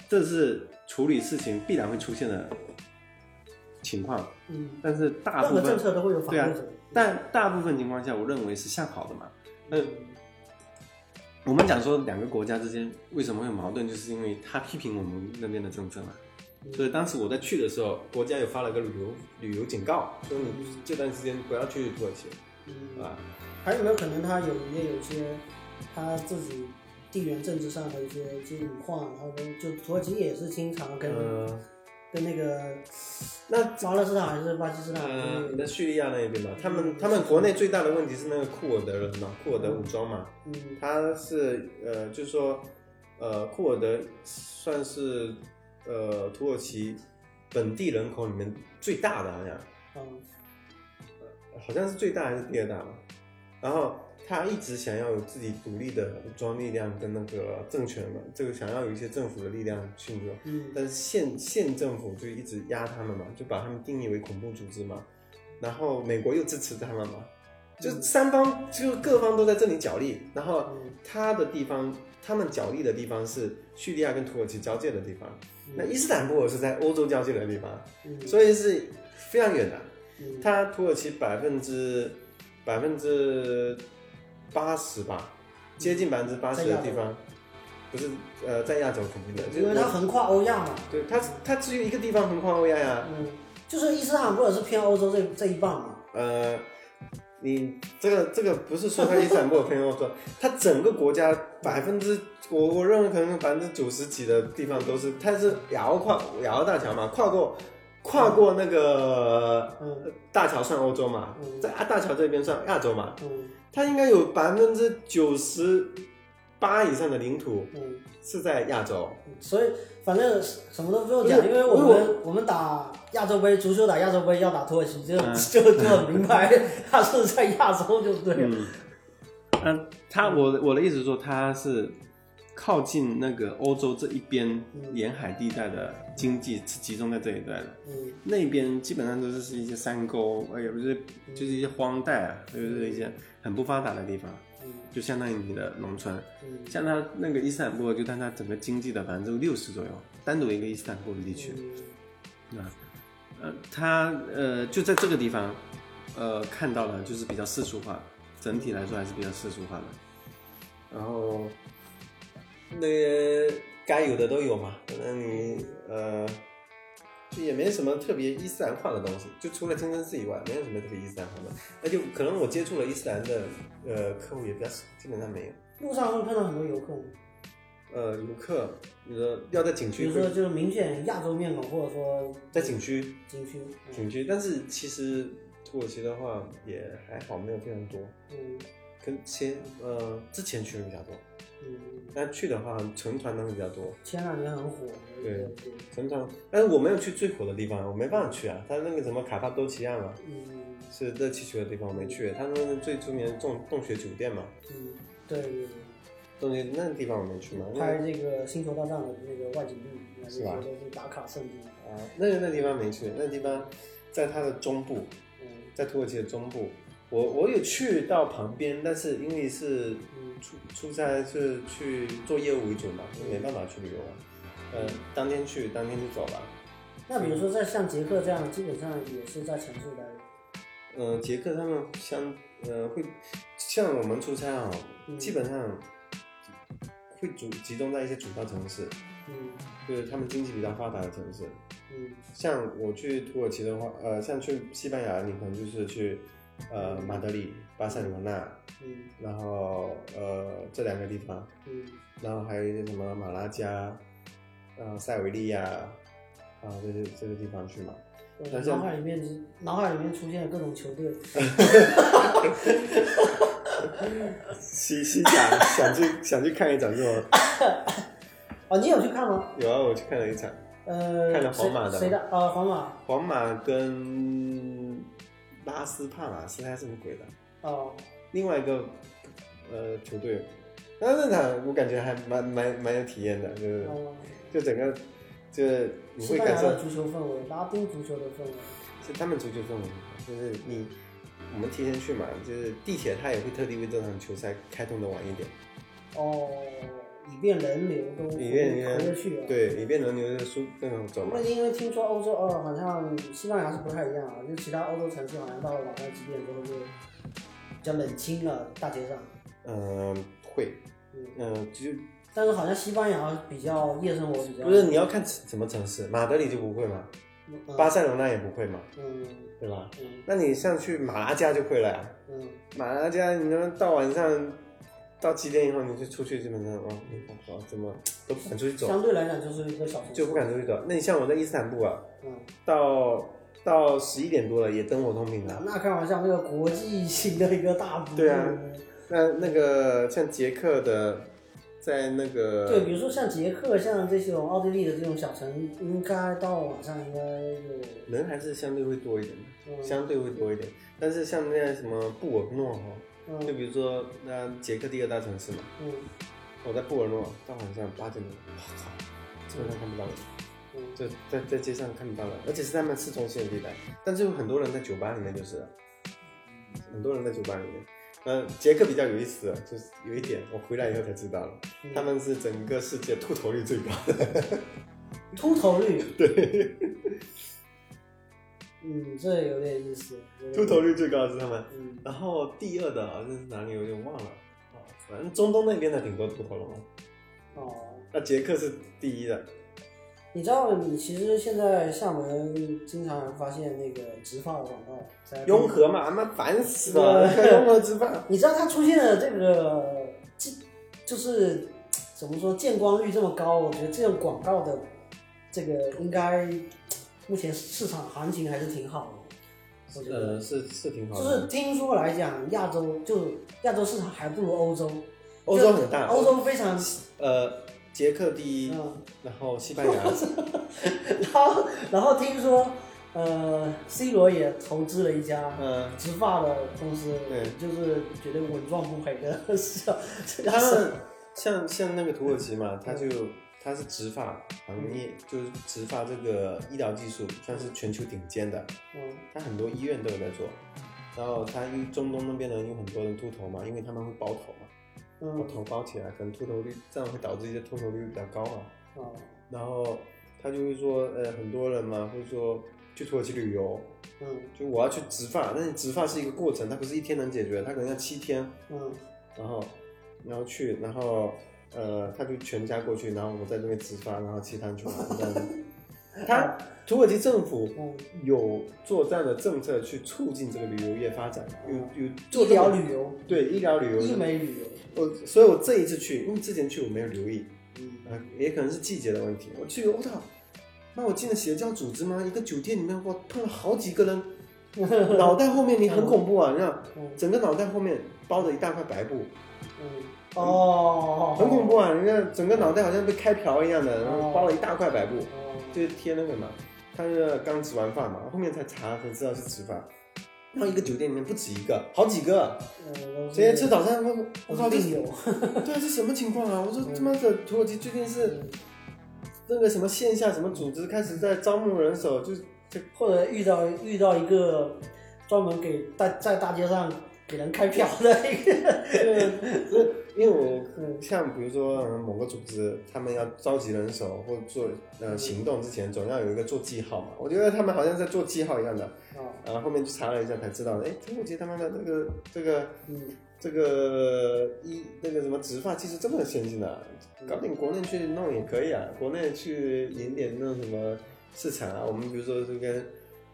Speaker 2: 这是处理事情必然会出现的情况，
Speaker 3: 嗯。
Speaker 2: 但是大
Speaker 3: 任
Speaker 2: 部
Speaker 3: 何
Speaker 2: 分
Speaker 3: 政策都会有反
Speaker 2: 对啊
Speaker 3: 对者。
Speaker 2: 但大部分情况下，我认为是向好的嘛。那
Speaker 3: 嗯
Speaker 2: 我们讲说两个国家之间为什么会有矛盾，就是因为他批评我们那边的政策嘛。所以当时我在去的时候，国家有发了个旅游旅游警告，说你这段时间不要去土耳其
Speaker 3: 嗯，
Speaker 2: 啊。
Speaker 3: 还有没有可能他有也有些他自己地缘政治上的一些一些隐患？然后就土耳其也是经常跟、
Speaker 2: 嗯，
Speaker 3: 跟那个
Speaker 2: 那
Speaker 3: 巴勒斯坦还是巴基斯坦，
Speaker 2: 呃，
Speaker 3: 嗯
Speaker 2: 那叙利亚那边嘛，他们他们国内最大的问题是那个库尔德人嘛，库尔德武装嘛，
Speaker 3: 嗯
Speaker 2: 他是呃，就是说，呃，库尔德算是呃土耳其本地人口里面最大的，好像
Speaker 3: 嗯
Speaker 2: 好像是最大还是第二大吧。然后他一直想要有自己独立的武装力量跟那个政权嘛，这个想要有一些政府的力量去那个，
Speaker 3: 嗯
Speaker 2: 但是县县政府就一直压他们嘛，就把他们定义为恐怖组织嘛，然后美国又支持他们嘛，就三方就各方都在这里角力，然后他的地方，他们角力的地方是叙利亚跟土耳其交界的地方，那伊斯坦布尔是在欧洲交界的地方，
Speaker 3: 嗯
Speaker 2: 所以是非常远的。
Speaker 3: 嗯
Speaker 2: 它土耳其百分之百分之八十吧，
Speaker 3: 嗯
Speaker 2: 接近百分之八十的地方，不是呃在亚洲肯定的，就是
Speaker 3: 因为它
Speaker 2: 我
Speaker 3: 横跨欧亚嘛，
Speaker 2: 对它它只有一个地方横跨欧亚呀、
Speaker 3: 嗯，就是伊斯坦布尔是偏欧洲这这一半嘛，
Speaker 2: 呃，你这个这个不是说他伊斯坦布尔偏欧洲，他整个国家百分之我我认为可能百分之九十几的地方都是，它是亚欧跨亚欧大桥嘛，跨过跨过那个、
Speaker 3: 嗯
Speaker 2: 大桥算欧洲嘛，
Speaker 3: 嗯
Speaker 2: 在大桥这边算亚洲嘛，
Speaker 3: 嗯
Speaker 2: 它应该有百分之九十八以上的领土
Speaker 3: 嗯。
Speaker 2: 是在亚洲。
Speaker 3: 所以反正什么都不用
Speaker 2: 不
Speaker 3: 讲，
Speaker 2: 是
Speaker 3: 因为我
Speaker 2: 因为
Speaker 3: 们我们打亚洲杯，足球打亚洲杯要打土耳其，就、
Speaker 2: 嗯
Speaker 3: 就 <laughs> 就很明白，他是在亚洲就对了。
Speaker 2: 嗯，嗯，他我我的意思是说，他是靠近那个欧洲这一边
Speaker 3: 嗯
Speaker 2: 沿海地带的经济是集中在这一带的，
Speaker 3: 嗯
Speaker 2: 那边基本上都是一些山沟，哎也不是就是一些荒带啊，就是一些很不发达的地方，
Speaker 3: 嗯
Speaker 2: 就相当于你的农村。
Speaker 3: 嗯
Speaker 2: 像他那个伊斯坦布尔，就占他整个经济的百分之六十左右，单独一个伊斯坦布尔地区。啊，呃，他呃就在这个地方，呃，看到了就是比较世俗化，整体来说还是比较世俗化的。然后，那个该有的都有嘛，反正你呃，就也没什么特别伊斯兰化的东西，就除了清真寺以外，没有什么特别伊斯兰化的。那就可能我接触了伊斯兰的呃客户也比较少，基本上没有。
Speaker 3: 路上会碰到很多游客吗，
Speaker 2: 呃，游客，你说要在景
Speaker 3: 比
Speaker 2: 区
Speaker 3: 如说
Speaker 2: 会，
Speaker 3: 就是明显亚洲面孔，或者说
Speaker 2: 在景区
Speaker 3: 景区，
Speaker 2: 景区，但是其实土耳其的话也还好，没有非常多，
Speaker 3: 嗯
Speaker 2: 跟前呃之前去的比较多，
Speaker 3: 嗯，
Speaker 2: 但去的话，成团的会比较多。
Speaker 3: 前两年很火的一个，
Speaker 2: 成团，但是我没有去最火的地方，我没办法去啊。他那个什么卡帕多奇亚嘛，
Speaker 3: 嗯
Speaker 2: 是热气球的地方，我没去。他那个最出名的洞洞穴酒店嘛，
Speaker 3: 嗯，对对对。
Speaker 2: 洞穴那个地方我没去嘛。那
Speaker 3: 拍
Speaker 2: 个
Speaker 3: 这个《星球大战》的那个外景地，那
Speaker 2: 是吧
Speaker 3: 些都是打卡圣地。
Speaker 2: 啊，那个那地方没去，那地方在它的中部，
Speaker 3: 嗯
Speaker 2: 在土耳其的中部。我我有去到旁边，但是因为是
Speaker 3: 嗯
Speaker 2: 出出差是去做业务为主嘛，没办法去旅游啊。呃，当天去，当天就走了。
Speaker 3: 那比如说在像捷克这样，基本上也是在城市待着。
Speaker 2: 呃，捷克他们相呃会像我们出差啊、
Speaker 3: 嗯
Speaker 2: 基本上会主集中在一些主要城市，
Speaker 3: 嗯
Speaker 2: 就是他们经济比较发达的城市。
Speaker 3: 嗯
Speaker 2: 像我去土耳其的话，呃，像去西班牙，你可能就是去呃马德里、巴塞罗那，
Speaker 3: 嗯
Speaker 2: 然后呃这两个地方，
Speaker 3: 嗯
Speaker 2: 然后还有一些什么马拉加，呃塞维利亚，啊、这些这个地方去嘛。
Speaker 3: 我
Speaker 2: 那
Speaker 3: 的
Speaker 2: 像
Speaker 3: 嗯脑海里面只，脑海里面出现了各种球队。
Speaker 2: 西西 <laughs> 甲想去想去看一场是吗？
Speaker 3: 哦，你有去看吗？
Speaker 2: 有啊，我去看了一场，
Speaker 3: 呃，
Speaker 2: 看了皇马的
Speaker 3: 谁谁的？啊，皇马。
Speaker 2: 皇马跟拉斯帕马斯还是什么鬼的？
Speaker 3: 哦，
Speaker 2: 另外一个呃球队，那那场我感觉还蛮蛮蛮有体验的，就是
Speaker 3: 哦，
Speaker 2: 就整个就是你
Speaker 3: 西
Speaker 2: 会
Speaker 3: 班
Speaker 2: 感
Speaker 3: 牙
Speaker 2: 受
Speaker 3: 的足球氛围，拉丁足球的氛围。
Speaker 2: 是他们足球氛围，就是你我们提前去嘛，就是地铁它也会特地为这场球赛开通的晚一点，
Speaker 3: 哦，以便人流都
Speaker 2: 以便人
Speaker 3: 活着去啊。。
Speaker 2: 对，以便轮流的输那种走嘛
Speaker 3: 那。因为听说欧洲哦，好像西班牙是不太一样啊，就其他欧洲城市好像到了晚上几点之后就比较冷清了，大街上。
Speaker 2: 嗯、会，
Speaker 3: 嗯，
Speaker 2: 嗯、就
Speaker 3: 但是好像西班牙比较夜生活比较
Speaker 2: 不是你要看什么城市，马德里就不会嘛，
Speaker 3: 嗯
Speaker 2: 巴塞罗那也不会嘛，
Speaker 3: 嗯
Speaker 2: 对吧？
Speaker 3: 嗯
Speaker 2: 那你像去马拉加就会了呀。
Speaker 3: 嗯
Speaker 2: 马拉加，你他妈到晚上到几点以后你就出去，基本上哦，你哦怎么都不敢出去
Speaker 3: 嗯，
Speaker 2: 走，
Speaker 3: 相对来讲就是一个小城市，
Speaker 2: 就不敢出去走。那你像我在伊斯坦布尔，
Speaker 3: 嗯，
Speaker 2: 到到十一点多了也灯火通明
Speaker 3: 那
Speaker 2: 了。
Speaker 3: 那开玩笑，那个国际型的一个大都市
Speaker 2: 对啊那那个像捷克的，在那个
Speaker 3: 对，比如说像捷克、像这种奥地利的这种小城，应该到晚上应该有，
Speaker 2: 人还是相对会多一点的，
Speaker 3: 嗯
Speaker 2: 相对会多一点。但是像那什么布尔诺哈，就
Speaker 3: 嗯
Speaker 2: 比如说那捷克第二大城市嘛，
Speaker 3: 嗯
Speaker 2: 我在布尔诺到晚上八点多，我靠，基本上看不到人。
Speaker 3: 嗯
Speaker 2: 就在在街上看不到了，而且是他们市中心的地带，但是有很多人在酒吧里面就是了，很多人在酒吧里面。呃，捷克比较有意思，啊就是有一点我回来以后才知道了，
Speaker 3: 嗯，
Speaker 2: 他们是整个世界秃头率最高的。 <laughs>
Speaker 3: 秃头率，
Speaker 2: 对，
Speaker 3: 嗯，这有点意思，有点
Speaker 2: 秃头率最高的是他们，
Speaker 3: 嗯
Speaker 2: 然后第二的好像是哪里，我有点忘了，哦反正中东那边的挺多秃头龙，
Speaker 3: 哦。
Speaker 2: 那捷克是第一的。
Speaker 3: 你知道，你其实现在厦门经常发现那个植发的广告，在
Speaker 2: 雍。和嘛，他妈烦死了， <laughs> 雍和吃饭。
Speaker 3: 你知道它出现的这个，这就是怎么说见光率这么高？我觉得这种广告的这个应该目前市场行情还是挺好的，我觉得。
Speaker 2: 呃，是是挺好
Speaker 3: 就
Speaker 2: 的，
Speaker 3: 是听说来讲，亚洲就亚洲市场还不如欧洲，
Speaker 2: 欧洲很大，
Speaker 3: 欧洲非常，
Speaker 2: 呃，捷克第一，
Speaker 3: 嗯，
Speaker 2: 然后西班牙，
Speaker 3: <laughs> 然后然后听说，呃，C 罗也投资了一家，
Speaker 2: 嗯，
Speaker 3: 植发的公司，
Speaker 2: 对
Speaker 3: 就是绝对稳赚不赔的， <laughs> 是啊吧？
Speaker 2: 他们像像那个土耳其嘛，他
Speaker 3: 嗯
Speaker 2: 就他是植发行业，就是植发这个医疗技术算是全球顶尖的，
Speaker 3: 嗯
Speaker 2: 他很多医院都有在做。然后他因为中东那边人有很多人秃头嘛，因为他们会包头嘛，把
Speaker 3: 嗯
Speaker 2: 头包起来，可能秃头率这样会导致一些秃头率比较高嘛。
Speaker 3: 哦
Speaker 2: 然后他就会说，呃，很多人嘛会说去土耳其旅游，
Speaker 3: 嗯
Speaker 2: 就我要去植发，但是植发是一个过程，它不是一天能解决，它可能要七天，
Speaker 3: 嗯
Speaker 2: 然后然后去，然后呃，他就全家过去，然后我在那边植发，然后其他人去玩这样子。他土耳其政府
Speaker 3: 嗯，
Speaker 2: 有做这样的政策去促进这个旅游业发展，有有做
Speaker 3: 嗯医
Speaker 2: 这
Speaker 3: 疗
Speaker 2: 个
Speaker 3: 旅游、
Speaker 2: 对医疗旅游。
Speaker 3: 医美旅游，
Speaker 2: 我所以，我这一次去，因为之前去我没有留意，
Speaker 3: 嗯
Speaker 2: 啊，也可能是季节的问题。我去，我操，那我进了邪教组织吗？一个酒店里面，我碰了好几个人，
Speaker 3: <laughs>
Speaker 2: 脑袋后面你很恐怖啊，你知道，
Speaker 3: 嗯
Speaker 2: 整个脑袋后面包着一大块白布，
Speaker 3: 嗯哦，
Speaker 2: 很恐怖啊！人家整个脑袋好像被开瓢一样的，然后
Speaker 3: 哦
Speaker 2: 包了一大块白布，
Speaker 3: 哦
Speaker 2: 就是贴那个嘛。他是刚植完发嘛，后面才查才知道是植发。然后一个酒店里面不止一个，好几个。
Speaker 3: 呃，
Speaker 2: 谁吃早餐？我我
Speaker 3: 我
Speaker 2: 操，
Speaker 3: 说
Speaker 2: 这
Speaker 3: 病
Speaker 2: 是
Speaker 3: 友，
Speaker 2: 对这什么情况啊？我
Speaker 3: 哦
Speaker 2: 说他妈的，土耳其最近是
Speaker 3: 嗯
Speaker 2: 那个什么线下什么组织开始在招募人手，就是
Speaker 3: 或者遇到遇到一个专门给大在大街上给人开瓢的一个， <laughs>
Speaker 2: 不是因为我像比如说呃某个组织，他们要召集人手或做呃行动之前，总要有一个做记号嘛。我觉得他们好像在做记号一样的，
Speaker 3: 哦，
Speaker 2: 然后后面去查了一下才知道，哎，土耳其他妈的这个这个
Speaker 3: 嗯，
Speaker 2: 这个一那个什么植发技术这么先进的、啊，搞点国内去弄也可以啊，国内去引点那种什么市场啊，我们比如说就跟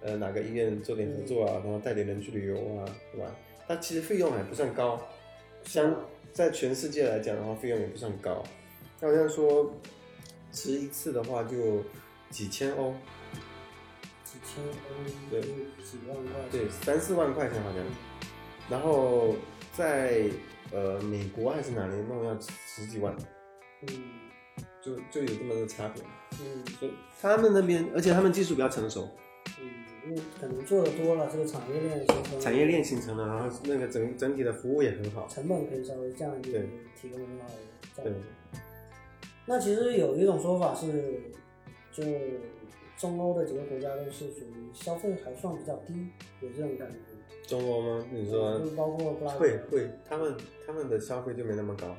Speaker 2: 呃哪个医院做点合作啊，然后带点人去旅游啊，对吧？它其实费用还不算高，相在全世界来讲的话，费用也不算高，那好像说植一次的话就几千欧，
Speaker 3: 几千欧，
Speaker 2: 对
Speaker 3: 几万块，
Speaker 2: 对，三四万块钱好像。然后在呃美国还是哪里弄要十几万，
Speaker 3: 嗯
Speaker 2: 就就有这么个差别。
Speaker 3: 嗯
Speaker 2: 所以他们那边，而且他们技术比较成熟，
Speaker 3: 嗯，因为可能做的多了，这个产业链形成
Speaker 2: 产业链形成了，然后那个整整体的服务也很好。
Speaker 3: 成本可以稍微降一点
Speaker 2: 对，
Speaker 3: 提供很好的价
Speaker 2: 对
Speaker 3: 值。，那其实有一种说法是，就中欧的几个国家都是属于消费还算比较低，有这种感觉。
Speaker 2: 中国吗？你说
Speaker 3: 就包括布拉
Speaker 2: 会
Speaker 3: 格，
Speaker 2: 会，他们他们的消费就没那么高。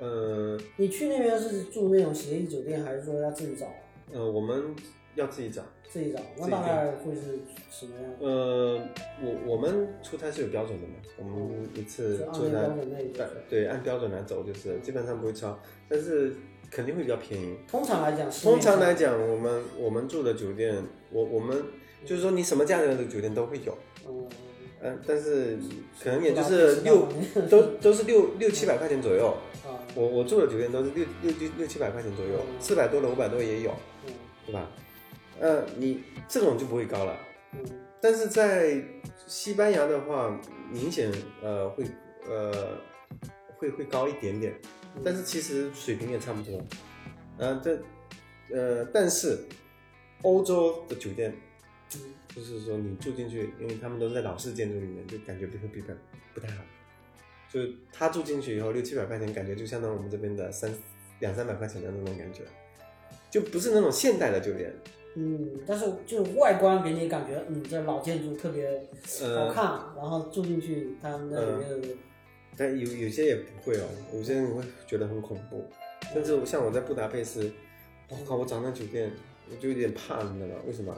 Speaker 2: 呃
Speaker 3: 你去那边是住那种协议酒店，还是说要自己找？
Speaker 2: 呃，我们要自己找。
Speaker 3: 自己找，
Speaker 2: 自
Speaker 3: 那
Speaker 2: 己
Speaker 3: 大概会是什么样？
Speaker 2: 呃，我我们出差是有标准的嘛，我们一次
Speaker 3: 就按
Speaker 2: 出
Speaker 3: 那
Speaker 2: 差
Speaker 3: 标准那
Speaker 2: 对
Speaker 3: 种。
Speaker 2: 对，按标准来走就是基本上不会超，但是肯定会比较便宜。
Speaker 3: 通常来讲，
Speaker 2: 通常来，讲，我们我们住的酒店，我我们就是说你什么价格的酒店都会有，
Speaker 3: 嗯，
Speaker 2: 嗯、但是可能也就是六都都是六六七百块钱左右。
Speaker 3: 啊，
Speaker 2: 我我住的酒店都是六六六六七百块钱左右，四百多的五百多也有，
Speaker 3: 嗯
Speaker 2: 对吧？呃，你这种就不会高了。
Speaker 3: 嗯
Speaker 2: 但是在西班牙的话，明显呃会呃会会高一点点，但是其实水平也差不多。嗯、这呃，但是欧洲的酒店，就是说你住进去，因为他们都是在老式建筑里面，就感觉不会比较不太好。就他住进去以后，六七百块钱，感觉就相当于我们这边的三两三百块钱的那种感觉，就不是那种现代的酒店。
Speaker 3: 嗯，但是就是外观给你感觉，嗯，这老建筑特别
Speaker 2: 呃
Speaker 3: 好，看，然后住进去，它那里面的
Speaker 2: 但有有些也不会哦，有些人会觉得很恐怖，甚至我像我在布达佩斯，我、靠，我找那酒店我就有点怕，你知道吗？为什么？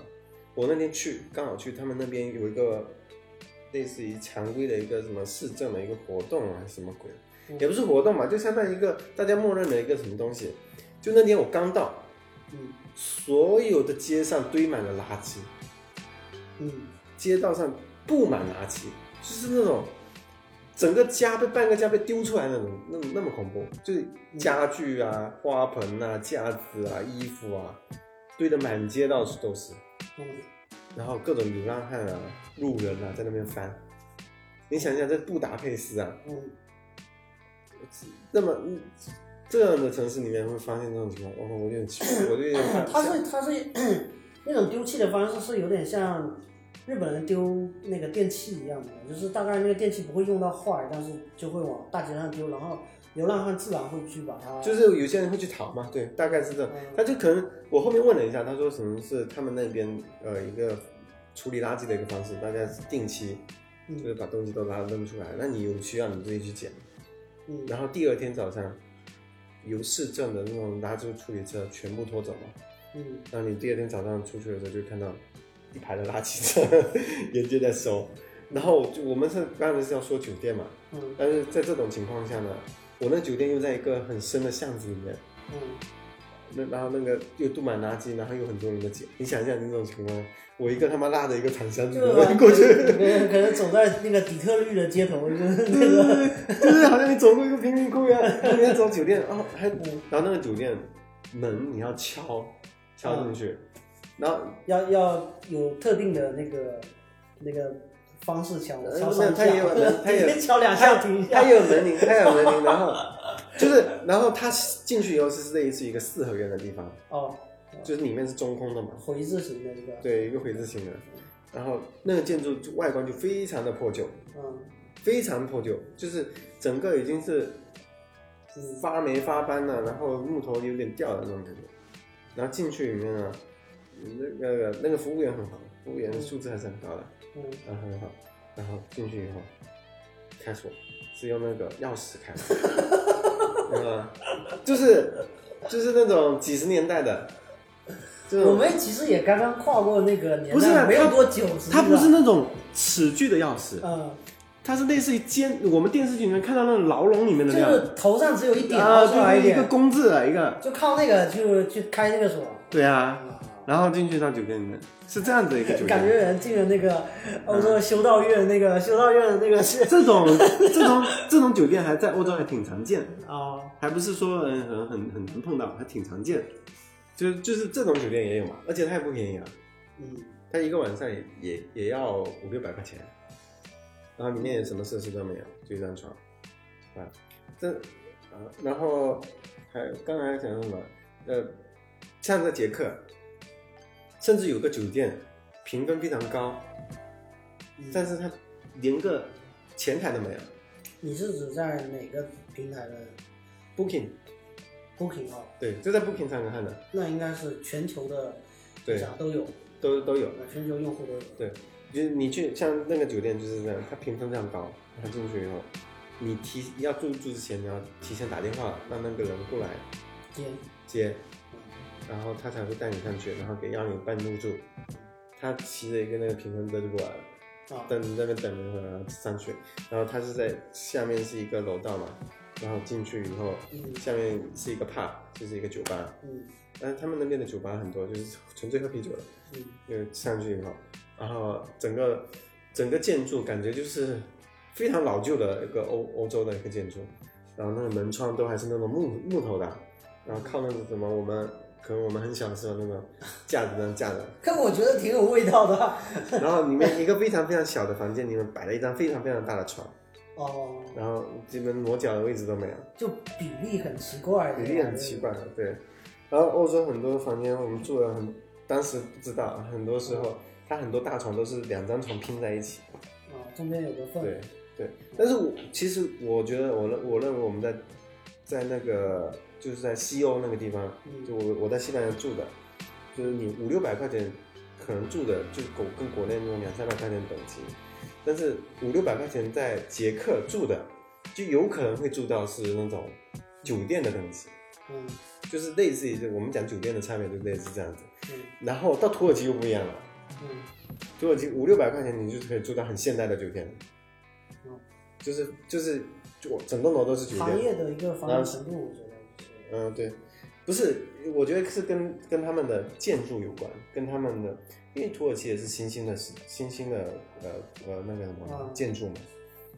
Speaker 2: 我那天去刚好去他们那边有一个类似于常规的一个什么市政的一个活动啊，还是什么鬼，也不是活动嘛，就相当于一个大家默认的一个什么东西。就那天我刚到，
Speaker 3: 嗯
Speaker 2: 所有的街上堆满了垃圾，
Speaker 3: 嗯
Speaker 2: 街道上布满垃圾，就是那种整个家啊被半个家被丢出来那种，那么那么恐怖，就是家具啊、花盆啊、架子啊、衣服啊，堆得满街到处都是，
Speaker 3: 嗯，
Speaker 2: 然后各种流浪汉啊、路人啊在那边翻。你想想，在布达佩斯啊，
Speaker 3: 嗯，
Speaker 2: 那么嗯这样的城市里面会发现这种情况，哦，我有点奇，我就有点怕
Speaker 3: 它嗯是它是那种丢弃的方式是有点像日本人丢那个电器一样的，就是大概那个电器不会用到坏，但是就会往大街上丢，然后流浪汉自然会去把它
Speaker 2: 就是有些人会去淘嘛，对，大概是这样。他就可能我后面问了一下，他说可能是他们那边呃一个处理垃圾的一个方式，大家定期
Speaker 3: 嗯
Speaker 2: 就是把东西都拉扔出来，那你有需要你自己去捡。
Speaker 3: 嗯
Speaker 2: 然后第二天早上，由市政的那种垃圾处理车全部拖走了，
Speaker 3: 嗯
Speaker 2: 那你第二天早上出去的时候就看到一排的垃圾车 <laughs> 沿街在收。然后我就我们是当然是要说酒店嘛，
Speaker 3: 嗯
Speaker 2: 但是在这种情况下呢，我那酒店又在一个很深的巷子里面。
Speaker 3: 嗯，
Speaker 2: 那然后那个又堆满垃圾，然后又很多人的捡，你想一下那种情况，我一个他妈拉着一个长箱子
Speaker 3: 就
Speaker 2: 过去，
Speaker 3: 可能走在那个底特律的街头，
Speaker 2: <laughs>
Speaker 3: 就是那个
Speaker 2: 就是好像你走过一个贫民窟一样，你要走酒店，哦，还然后那个酒店门你要敲敲进去，然后
Speaker 3: 要要有特定的那个那个方式敲，敲
Speaker 2: 呃那
Speaker 3: 三
Speaker 2: 他
Speaker 3: 下，
Speaker 2: 也有他也有
Speaker 3: <laughs> 敲两下停一下
Speaker 2: <laughs> 它，也有门铃，它也有门铃，然后就是然后他进去以后是类似于一个四合院的地方，
Speaker 3: 哦，
Speaker 2: 就是里面是中空的嘛，
Speaker 3: 回字形的一个，
Speaker 2: 对，一个回字形的，然后那个建筑就外观就非常的破旧，
Speaker 3: 嗯
Speaker 2: 非常破旧，就是整个已经是
Speaker 3: 嗯
Speaker 2: 发霉发斑了，然后木头有点掉了那种感觉。然后进去里面呢，那个那个服务员很好，服务员的素质还是很高的，
Speaker 3: 嗯，
Speaker 2: 然后很好。然后进去以后，开锁是用那个钥匙开
Speaker 3: <laughs>
Speaker 2: 的，啊、就是就是那种几十年代的，这
Speaker 3: 我
Speaker 2: 种
Speaker 3: 们其实也刚刚跨过那个年代，
Speaker 2: 不是啊
Speaker 3: 没有
Speaker 2: 它
Speaker 3: 多久，实际
Speaker 2: 它不
Speaker 3: 上
Speaker 2: 是，那种齿锯的钥匙，
Speaker 3: 嗯，
Speaker 2: 它是类似于尖，我们电视剧里面看到那种牢笼里面
Speaker 3: 就
Speaker 2: 的那样。
Speaker 3: 是头上只有一点
Speaker 2: 啊，
Speaker 3: 凹出来
Speaker 2: 对，
Speaker 3: 一
Speaker 2: 一个
Speaker 3: 点，
Speaker 2: 工字啊，一个，
Speaker 3: 就靠那个就去开那个锁，
Speaker 2: 对啊，然后进去到酒店里面是嗯这样子一个
Speaker 3: 嗯 <laughs>
Speaker 2: 酒店，
Speaker 3: 感觉人进了那个欧洲修道院，那个修道院的那个是
Speaker 2: 这
Speaker 3: <laughs>
Speaker 2: 种这种这种酒店还在欧洲还挺常见，
Speaker 3: 啊，
Speaker 2: 还不是说嗯很很很难碰到，还挺常见，就就是这种酒店也有嘛，而且它也不便宜啊，
Speaker 3: 嗯，
Speaker 2: 它一个晚上也也也要五六百块钱，然后里面什么设施都没有，就一张床，啊，这啊，然后还刚才讲什么？呃，像在捷克，甚至有个酒店评分非常高，
Speaker 3: 嗯
Speaker 2: 但是它连个前台都没有
Speaker 3: 你是指在哪个平台的
Speaker 2: ，Booking，
Speaker 3: Booking 啊？
Speaker 2: 对，就在 Booking 上看的，
Speaker 3: 那应该是全球的
Speaker 2: 对，
Speaker 3: 啥都有，
Speaker 2: 都都有。
Speaker 3: 呃全球用户都有。
Speaker 2: 对，就是你去像那个酒店就是这样，它评分非常高。他进去以后，你提要住住之前，你要提前打电话让那个人过来
Speaker 3: 接
Speaker 2: 接，然后他才会带你上去，然后给让你办入住。他骑着一个那个评分灯就过来了，
Speaker 3: 啊，
Speaker 2: 等那边等人然后上去，然后他是在下面是一个楼道嘛，然后进去以后，
Speaker 3: 嗯
Speaker 2: 下面是一个 pub，就是一个酒吧，
Speaker 3: 嗯
Speaker 2: 但呃是他们那边的酒吧很多就是 <laughs> 纯粹喝啤酒的。
Speaker 3: 嗯，
Speaker 2: 那个上去以后，然后整个整个建筑感觉就是非常老旧的一个欧欧洲的一个建筑，然后那个门窗都还是那种木木头的，然后靠那种什么我们可能我们很小的时候那种架子那架子，
Speaker 3: 可我觉得挺有味道的。
Speaker 2: 然后里面一个非常非常小的房间里面摆了一张非常非常大的床，
Speaker 3: 哦，
Speaker 2: 然后基本挪脚的位置都没有，
Speaker 3: 就比例很奇怪，
Speaker 2: 比例很奇怪，对。然后欧洲很多房间我们住了很，当时不知道，很多时候它很多大床都是两张床拼在一起。
Speaker 3: 啊，中间有个缝。
Speaker 2: 对对，但是我其实我觉得我认我认为我们在在那个就是在西欧那个地方，
Speaker 3: 嗯
Speaker 2: 就我我在西班牙住的，就是你五六百块钱可能住的就国跟国内那种两三百块钱等级，但是五六百块钱在捷克住的，就有可能会住到是那种酒店的等级，
Speaker 3: 嗯
Speaker 2: 就是类似于就我们讲酒店的差别就类似这样子，
Speaker 3: 嗯
Speaker 2: 然后到土耳其又不一样了。
Speaker 3: 嗯
Speaker 2: 土耳其五六百块钱，你就可以住到很现代的酒店了
Speaker 3: 嗯
Speaker 2: 就是就是就整栋楼都是酒
Speaker 3: 行
Speaker 2: 店。
Speaker 3: 业的一个发展程度，我觉得是。
Speaker 2: 嗯，对，不是，我觉得是跟跟他们的建筑有关，跟他们的，因为土耳其也是新兴的新兴的呃呃那个什么、
Speaker 3: 嗯
Speaker 2: 建筑嘛，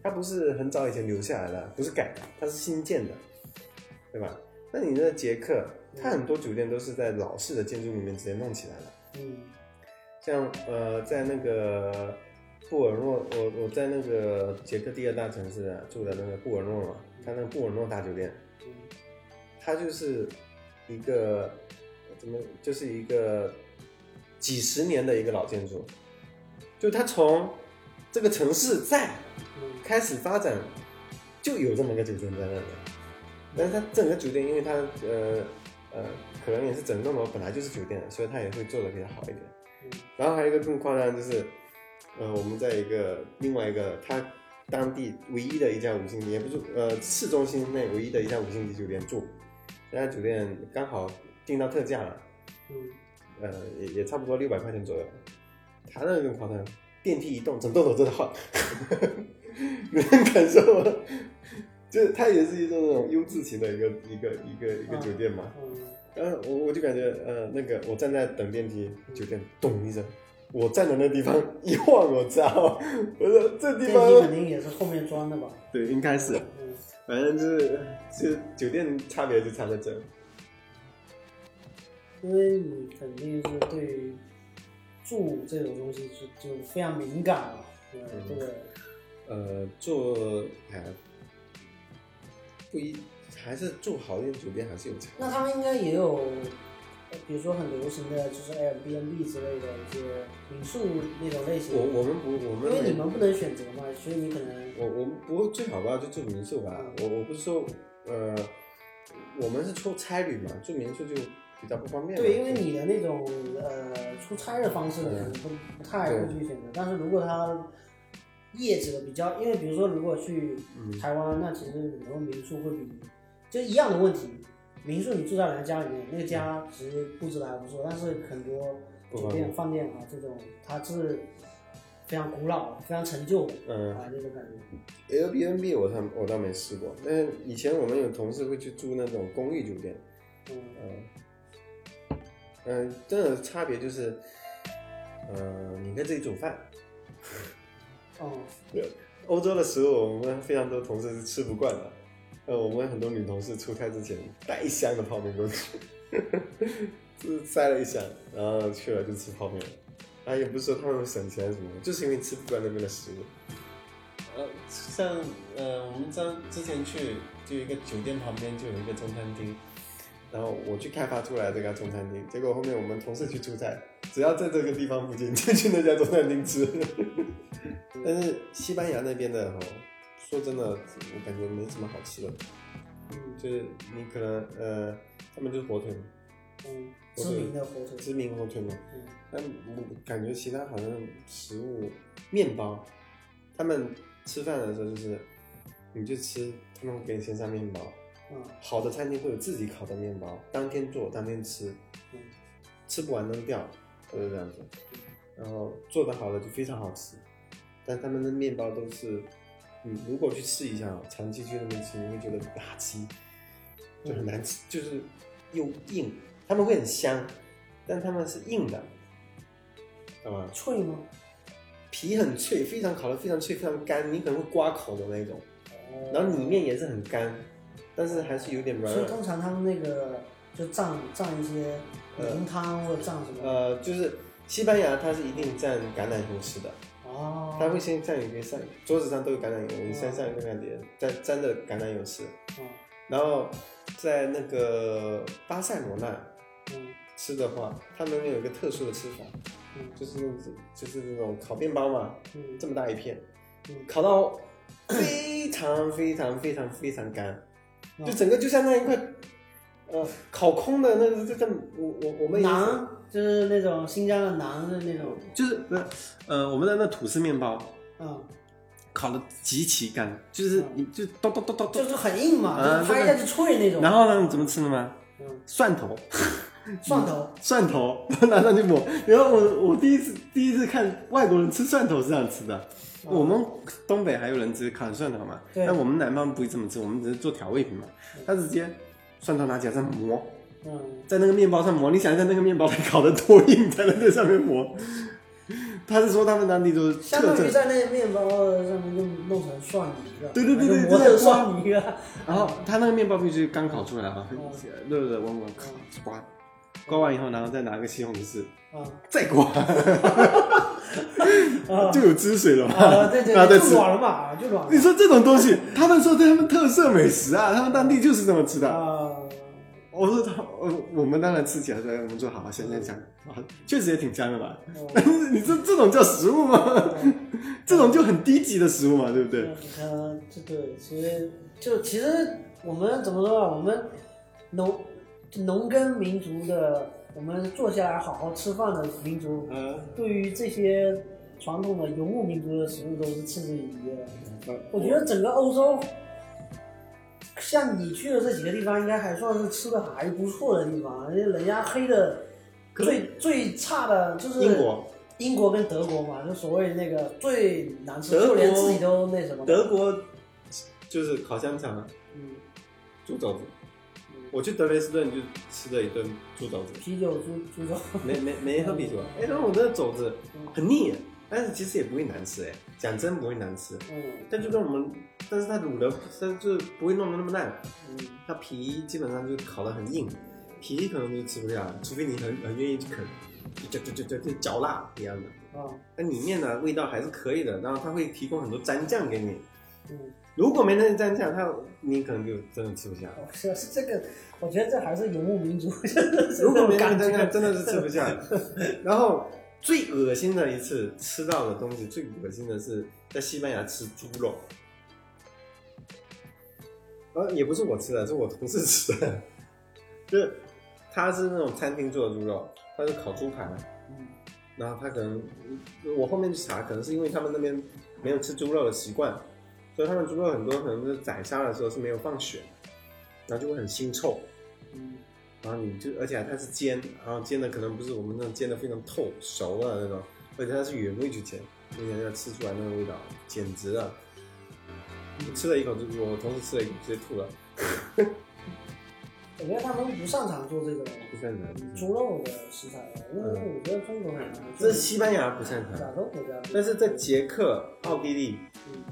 Speaker 2: 它不是很早以前留下来的，不是改的，它是新建的，对吧？那你那捷克，它很多酒店都是在老式的建筑里面直接弄起来的。
Speaker 3: 嗯
Speaker 2: 像呃，在那个布尔诺，我我在那个捷克第二大城市啊住的那个布尔诺嘛，它那个布尔诺大酒店，
Speaker 3: 嗯
Speaker 2: 它就是一个怎么，就是一个几十年的一个老建筑，就它从这个城市在
Speaker 3: 嗯
Speaker 2: 开始发展就有这么个酒店在那里，但是它整个酒店，因为它呃呃，可能也是整栋楼本来就是酒店，所以它也会做的比较好一点。
Speaker 3: 嗯
Speaker 2: 然后还有一个更夸张的就是，呃，我们在一个另外一个它当地唯一的一家五星级，也不是呃市中心内唯一的一家五星级酒店住，那家酒店刚好订到特价了，
Speaker 3: 嗯，
Speaker 2: 呃，也也差不多六百块钱左右。他那个更夸张，电梯一动，整栋楼都 <laughs> 在晃，你能感受吗？ <laughs> 就是它也是一种那种 U 字形的一个一个一个一个酒店嘛，
Speaker 3: 嗯
Speaker 2: 然后我我就感觉呃，那个我站在等电梯，酒店咚一声，我站的那地方一晃，我操！我说这地
Speaker 3: 电梯肯
Speaker 2: 方
Speaker 3: 定也是后面装的吧？
Speaker 2: 对，应该是，
Speaker 3: 嗯
Speaker 2: 反正就是就是酒店差别就差在这。
Speaker 3: 因为你肯定是对于住这种东西是就非常敏感了，对吧
Speaker 2: 嗯
Speaker 3: 这个
Speaker 2: 呃，做哎不一还是住好一点酒店还是有差。
Speaker 3: 那他们应该也有，呃比如说很流行的就是 Airbnb 之类的一些民宿那种类型
Speaker 2: 我，我们不我
Speaker 3: 因为
Speaker 2: 们
Speaker 3: 你们不能选择嘛，所以你可能
Speaker 2: 我我们不过最好吧就住民宿吧。我我不是说呃，我们是出差旅嘛，住民宿就比较不方便嘛。
Speaker 3: 对，因为你的那种呃出差的方式可能不不太会去选择，但是如果他业者比较，因为比如说如果去
Speaker 2: 嗯
Speaker 3: 台湾，那其实很多民宿会比就一样的问题，民宿你住在人家家里面，那个家其实布置的还不错，但是很多
Speaker 2: 不
Speaker 3: 酒
Speaker 2: 方
Speaker 3: 店、
Speaker 2: 便。
Speaker 3: 饭店啊这种，它是非常古老、非常陈旧的
Speaker 2: 嗯
Speaker 3: 啊那种感觉。
Speaker 2: Airbnb 我倒我倒没试过，但是以前我们有同事会去住那种公寓酒店，
Speaker 3: 嗯，
Speaker 2: 嗯、嗯、真的差别就是，呃，你可以自己煮饭。
Speaker 3: 哦，
Speaker 2: 欧洲的食物我们非常多同事是吃不惯的，呃，我们很多女同事出差之前带一箱的泡面过去， <laughs> 就是塞了一箱，然后去了就吃泡面了。啊，也不是说他们省钱什么的，就是因为吃不惯那边的食物。呃，像呃，我们之之前去就一个酒店旁边就有一个中餐厅，然后我去开发出来这家中餐厅，结果后面我们同事去出差，只要在这个地方附近就去那家中餐厅吃。但是西班牙那边的哈，说真的，我感觉没什么好吃的，
Speaker 3: 嗯
Speaker 2: 就是你可能呃，他们就是火腿，
Speaker 3: 嗯，知名的火腿，
Speaker 2: 知名火腿嘛。
Speaker 3: 嗯
Speaker 2: 但我感觉其他好像食物，面包，他们吃饭的时候就是，你就吃，他们会给你先上面包。
Speaker 3: 嗯
Speaker 2: 好的餐厅会有自己烤的面包，当天做当天吃，
Speaker 3: 嗯
Speaker 2: 吃不完扔掉，都是这样子。然后做的好的就非常好吃，但他们的面包都是，你如果去试一下，长期去那边吃，你会觉得垃圾，就很难吃，就是又硬，他们会很香，但他们是硬的，懂吗？
Speaker 3: 脆吗？
Speaker 2: 皮很脆，非常烤的非常脆，非常干，你可能会刮口的那种，
Speaker 3: 哦
Speaker 2: 然后里面也是很干，但是还是有点软
Speaker 3: 所以
Speaker 2: 软。
Speaker 3: 通常他们那个就蘸蘸一些浓汤或者蘸什么，
Speaker 2: 呃，就是西班牙它是一定蘸橄榄油吃的，
Speaker 3: 哦，
Speaker 2: 它会先蘸一个上桌子上都有橄榄油，你先
Speaker 3: 嗯
Speaker 2: 蘸一个橄榄油，蘸蘸着橄榄油吃。
Speaker 3: 嗯
Speaker 2: 然后在那个巴塞罗那
Speaker 3: 嗯
Speaker 2: 吃的话，他们有一个特殊的吃法，
Speaker 3: 嗯
Speaker 2: 就是那种就是那种烤面包嘛，
Speaker 3: 嗯
Speaker 2: 这么大一片，
Speaker 3: 嗯
Speaker 2: 烤到非常非常非常非常干，
Speaker 3: 嗯
Speaker 2: 就整个就像那一块。呃，烤空的那个这个，我我我们也
Speaker 3: 馕就是那种新疆的馕的那种，
Speaker 2: 就是不是，呃，我们的那吐司面包
Speaker 3: 嗯，
Speaker 2: 烤的极其干，就是
Speaker 3: 嗯
Speaker 2: 你就咚咚咚咚
Speaker 3: 就
Speaker 2: 咚，
Speaker 3: 是很硬嘛，
Speaker 2: 啊
Speaker 3: 就是拍一下就脆那种，
Speaker 2: 然后呢，你怎么吃的吗？
Speaker 3: 嗯，
Speaker 2: 蒜头，
Speaker 3: 蒜头，
Speaker 2: 蒜头 <laughs> 拿上去抹。然后我我第一次第一次看外国人吃蒜头是这样吃的，我们东北还有人吃烤蒜头嘛，
Speaker 3: 嗯对
Speaker 2: 但我们南方不会这么吃，我们只是做调味品嘛，他直接蒜头拿起来再磨，
Speaker 3: 嗯，
Speaker 2: 在那个面包上磨，你想一下那个面包得烤的多硬才能在上面磨。他是说他们当地就是
Speaker 3: 相
Speaker 2: 特
Speaker 3: 当于
Speaker 2: 征，
Speaker 3: 在那个面包上面就弄成蒜泥了，
Speaker 2: 对对对对
Speaker 3: 就磨成
Speaker 2: 对对
Speaker 3: 蒜泥啊了，
Speaker 2: 然后他那个面包必须刚烤出来啊
Speaker 3: 嗯，
Speaker 2: 热热温温，咔刮，刮完以后，然后再拿个西红柿
Speaker 3: 啊
Speaker 2: 再刮，
Speaker 3: 啊
Speaker 2: 就有汁水了嘛，
Speaker 3: 啊，对对
Speaker 2: 然后再
Speaker 3: 对，
Speaker 2: 吃
Speaker 3: 就。软了嘛，就软
Speaker 2: 你
Speaker 3: 了，
Speaker 2: 说这种东西，他们说这是他们特色美食啊，他们当地就是这么吃的。
Speaker 3: 啊，
Speaker 2: 我说他，我我们当然吃起来，我们说好好香香香，好确实也挺香的吧。 <laughs> 但是你这这种叫食物吗？
Speaker 3: 嗯
Speaker 2: 这种就很低级的食物嘛，对不对？
Speaker 3: 嗯，这对，其实就其实我们怎么说啊？我们农农耕民族的，我们坐下来好好吃饭的民族，
Speaker 2: 呃，
Speaker 3: 对于这些传统的游牧民族的食物都是嗤之以鼻的。我觉
Speaker 2: 得
Speaker 3: 得整个欧洲，像你去的这几个地方，应该还算是吃的还不错的地方。人家人家黑的最最差的就是
Speaker 2: 嗯英国，
Speaker 3: 英国跟德国嘛，就所谓那个最难吃，
Speaker 2: 德
Speaker 3: 就
Speaker 2: 国
Speaker 3: 连自己都那什么。
Speaker 2: 德国就是烤香肠、啊
Speaker 3: 嗯，
Speaker 2: 猪肘子。我去德累斯顿就吃了一顿猪肘
Speaker 3: <laughs>
Speaker 2: 子，
Speaker 3: 啤酒猪猪肉，
Speaker 2: 没没没喝啤酒。哎，但我那肘子很腻，啊但是其实也不会难吃，哎，讲真不会难吃。
Speaker 3: 嗯
Speaker 2: 但就跟我们，但是它卤的，但就是不会弄得那么烂，
Speaker 3: 嗯，
Speaker 2: 它皮基本上就烤得很硬，皮可能就吃不下，除非你很很愿意去啃，就就就就就嚼蜡一样的。
Speaker 3: <laughs> 啊
Speaker 2: 但里面呢味道还是可以的，然后它会提供很多蘸酱给你，
Speaker 3: 嗯
Speaker 2: 如果没那蘸酱，他你可能就真的吃不下。
Speaker 3: 是是这个，我觉得这还是游牧民族。 <laughs>
Speaker 2: 如果没那
Speaker 3: 感
Speaker 2: 蘸
Speaker 3: 觉
Speaker 2: 酱，真的是吃不下。然后最恶心的一次吃到的东西，最恶心的是在西班牙吃猪肉。呃，也不是我吃的，是我同事吃的， <laughs> 就是他是那种餐厅做的猪肉，他是烤猪排，然后他可能我后面去查，可能是因为他们那边没有吃猪肉的习惯，所以他们猪肉很多可能是宰杀的时候是没有放血，然后就会很腥臭，
Speaker 3: <laughs> 嗯
Speaker 2: 然后你就而且它是煎，然后煎的可能不是我们那种煎的非常透熟的那种，而且它是原味去煎，你想要吃出来那个味道，简直了！我吃了一口就，我同事吃了一口直接吐了，
Speaker 3: 我觉得他们不擅长做这个
Speaker 2: 不擅长。
Speaker 3: 猪肉的食材，啊因为我觉得中国人
Speaker 2: 嗯
Speaker 3: 啊
Speaker 2: 这是西班牙不擅长，
Speaker 3: 亚洲国家，
Speaker 2: 但是在捷克、奥地利，
Speaker 3: 嗯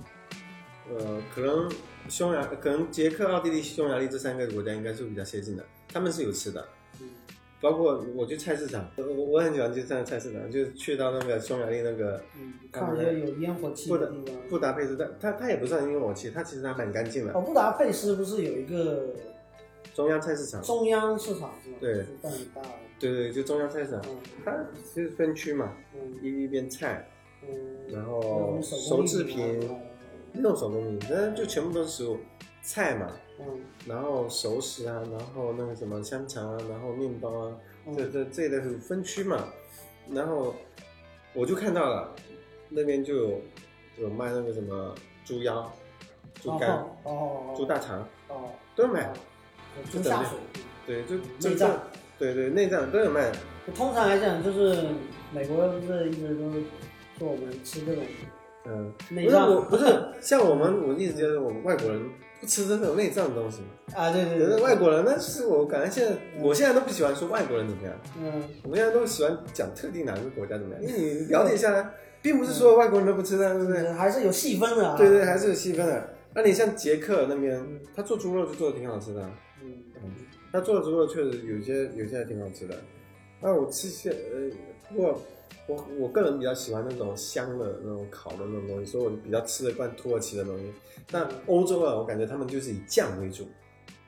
Speaker 2: 呃，可能匈牙，呃可能捷克、奥地利、匈牙利这三个国家应该是比较接近的，他们是有吃的，
Speaker 3: 嗯
Speaker 2: 包括我去菜市场，我我很喜欢去上菜市场，就去到那个匈牙利那个
Speaker 3: 嗯，看一些有烟火气的地方。
Speaker 2: 布达佩斯，但它它也不算烟火气，它其实还蛮干净的。
Speaker 3: 哦，布达佩斯不是有一个
Speaker 2: 中央菜市场，
Speaker 3: 中央市场是吗？
Speaker 2: 对
Speaker 3: 就是办很大的。
Speaker 2: 对对，就中央菜市场，
Speaker 3: 嗯
Speaker 2: 它其实分区嘛，
Speaker 3: 嗯
Speaker 2: 一一边菜，
Speaker 3: 嗯，那
Speaker 2: 然后
Speaker 3: 种
Speaker 2: 手
Speaker 3: 手
Speaker 2: 制
Speaker 3: 工艺
Speaker 2: 品
Speaker 3: 品啊
Speaker 2: 那种手工品，但是就全部都是食物，菜嘛，
Speaker 3: 嗯
Speaker 2: 然后熟食啊，然后那个什么香肠啊，然后面包啊，这
Speaker 3: 嗯
Speaker 2: 这这一类是分区嘛，然后我就看到了，那边就有有卖那个什么猪腰、猪肝、
Speaker 3: 哦哦
Speaker 2: 猪大肠，
Speaker 3: 哦，
Speaker 2: 都有卖。
Speaker 3: 猪下水，
Speaker 2: 对，就就
Speaker 3: 内脏。
Speaker 2: 对对，内脏都有卖。
Speaker 3: 通常来讲，就是美国不是一直都说我们吃这种
Speaker 2: 嗯，
Speaker 3: 内
Speaker 2: 不是我
Speaker 3: 脏 <laughs>
Speaker 2: 不是像我们，我一直觉得我们外国人不吃这种内脏的东西。
Speaker 3: 啊，对对
Speaker 2: 觉
Speaker 3: 对
Speaker 2: 得，外国人，那是我感觉现在，我现在都不喜欢说外国人怎么样，
Speaker 3: 嗯，
Speaker 2: 我们现在都喜欢讲特定哪个国家怎么样，因为你了解下来，并不是说外国人都不吃的，对不对？
Speaker 3: 还是有细分的啊。
Speaker 2: 对对，还是有细分的。那你像捷克那边
Speaker 3: 嗯，
Speaker 2: 他做猪肉就做的挺好吃的啊，
Speaker 3: 嗯，
Speaker 2: 他做的猪肉确实有些有些还挺好吃的。那我吃些呃，不过我我个人比较喜欢那种香的那种烤的那种东西，所以我比较吃得惯土耳其的东西。但欧洲啊，我感觉他们就是以酱为主，